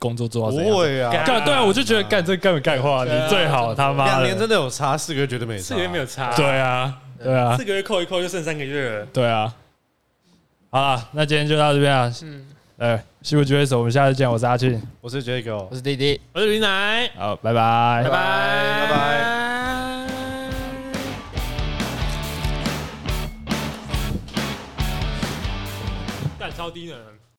[SPEAKER 1] 工作做到
[SPEAKER 2] 不
[SPEAKER 1] 怎样？
[SPEAKER 2] 会啊
[SPEAKER 4] 干，
[SPEAKER 1] 干对啊，我就觉得干这根本干话，你
[SPEAKER 4] 对啊
[SPEAKER 1] 最好他妈
[SPEAKER 2] 两年
[SPEAKER 1] 的。
[SPEAKER 2] 真的有差，四个月绝对没差。
[SPEAKER 4] 四个月没有差，
[SPEAKER 1] 对啊，对啊
[SPEAKER 4] 四，个月扣一扣就剩三个月了。
[SPEAKER 1] 对啊。好啦，那今天就到这边啊。
[SPEAKER 4] 嗯，
[SPEAKER 1] 呃，西部决手，我们下次见。我是阿庆，
[SPEAKER 2] 我是觉得给我
[SPEAKER 5] 我是弟弟。
[SPEAKER 4] 我是驴奶，
[SPEAKER 1] 好，拜拜
[SPEAKER 4] 拜拜，
[SPEAKER 5] 拜
[SPEAKER 4] 拜拜。干超低能。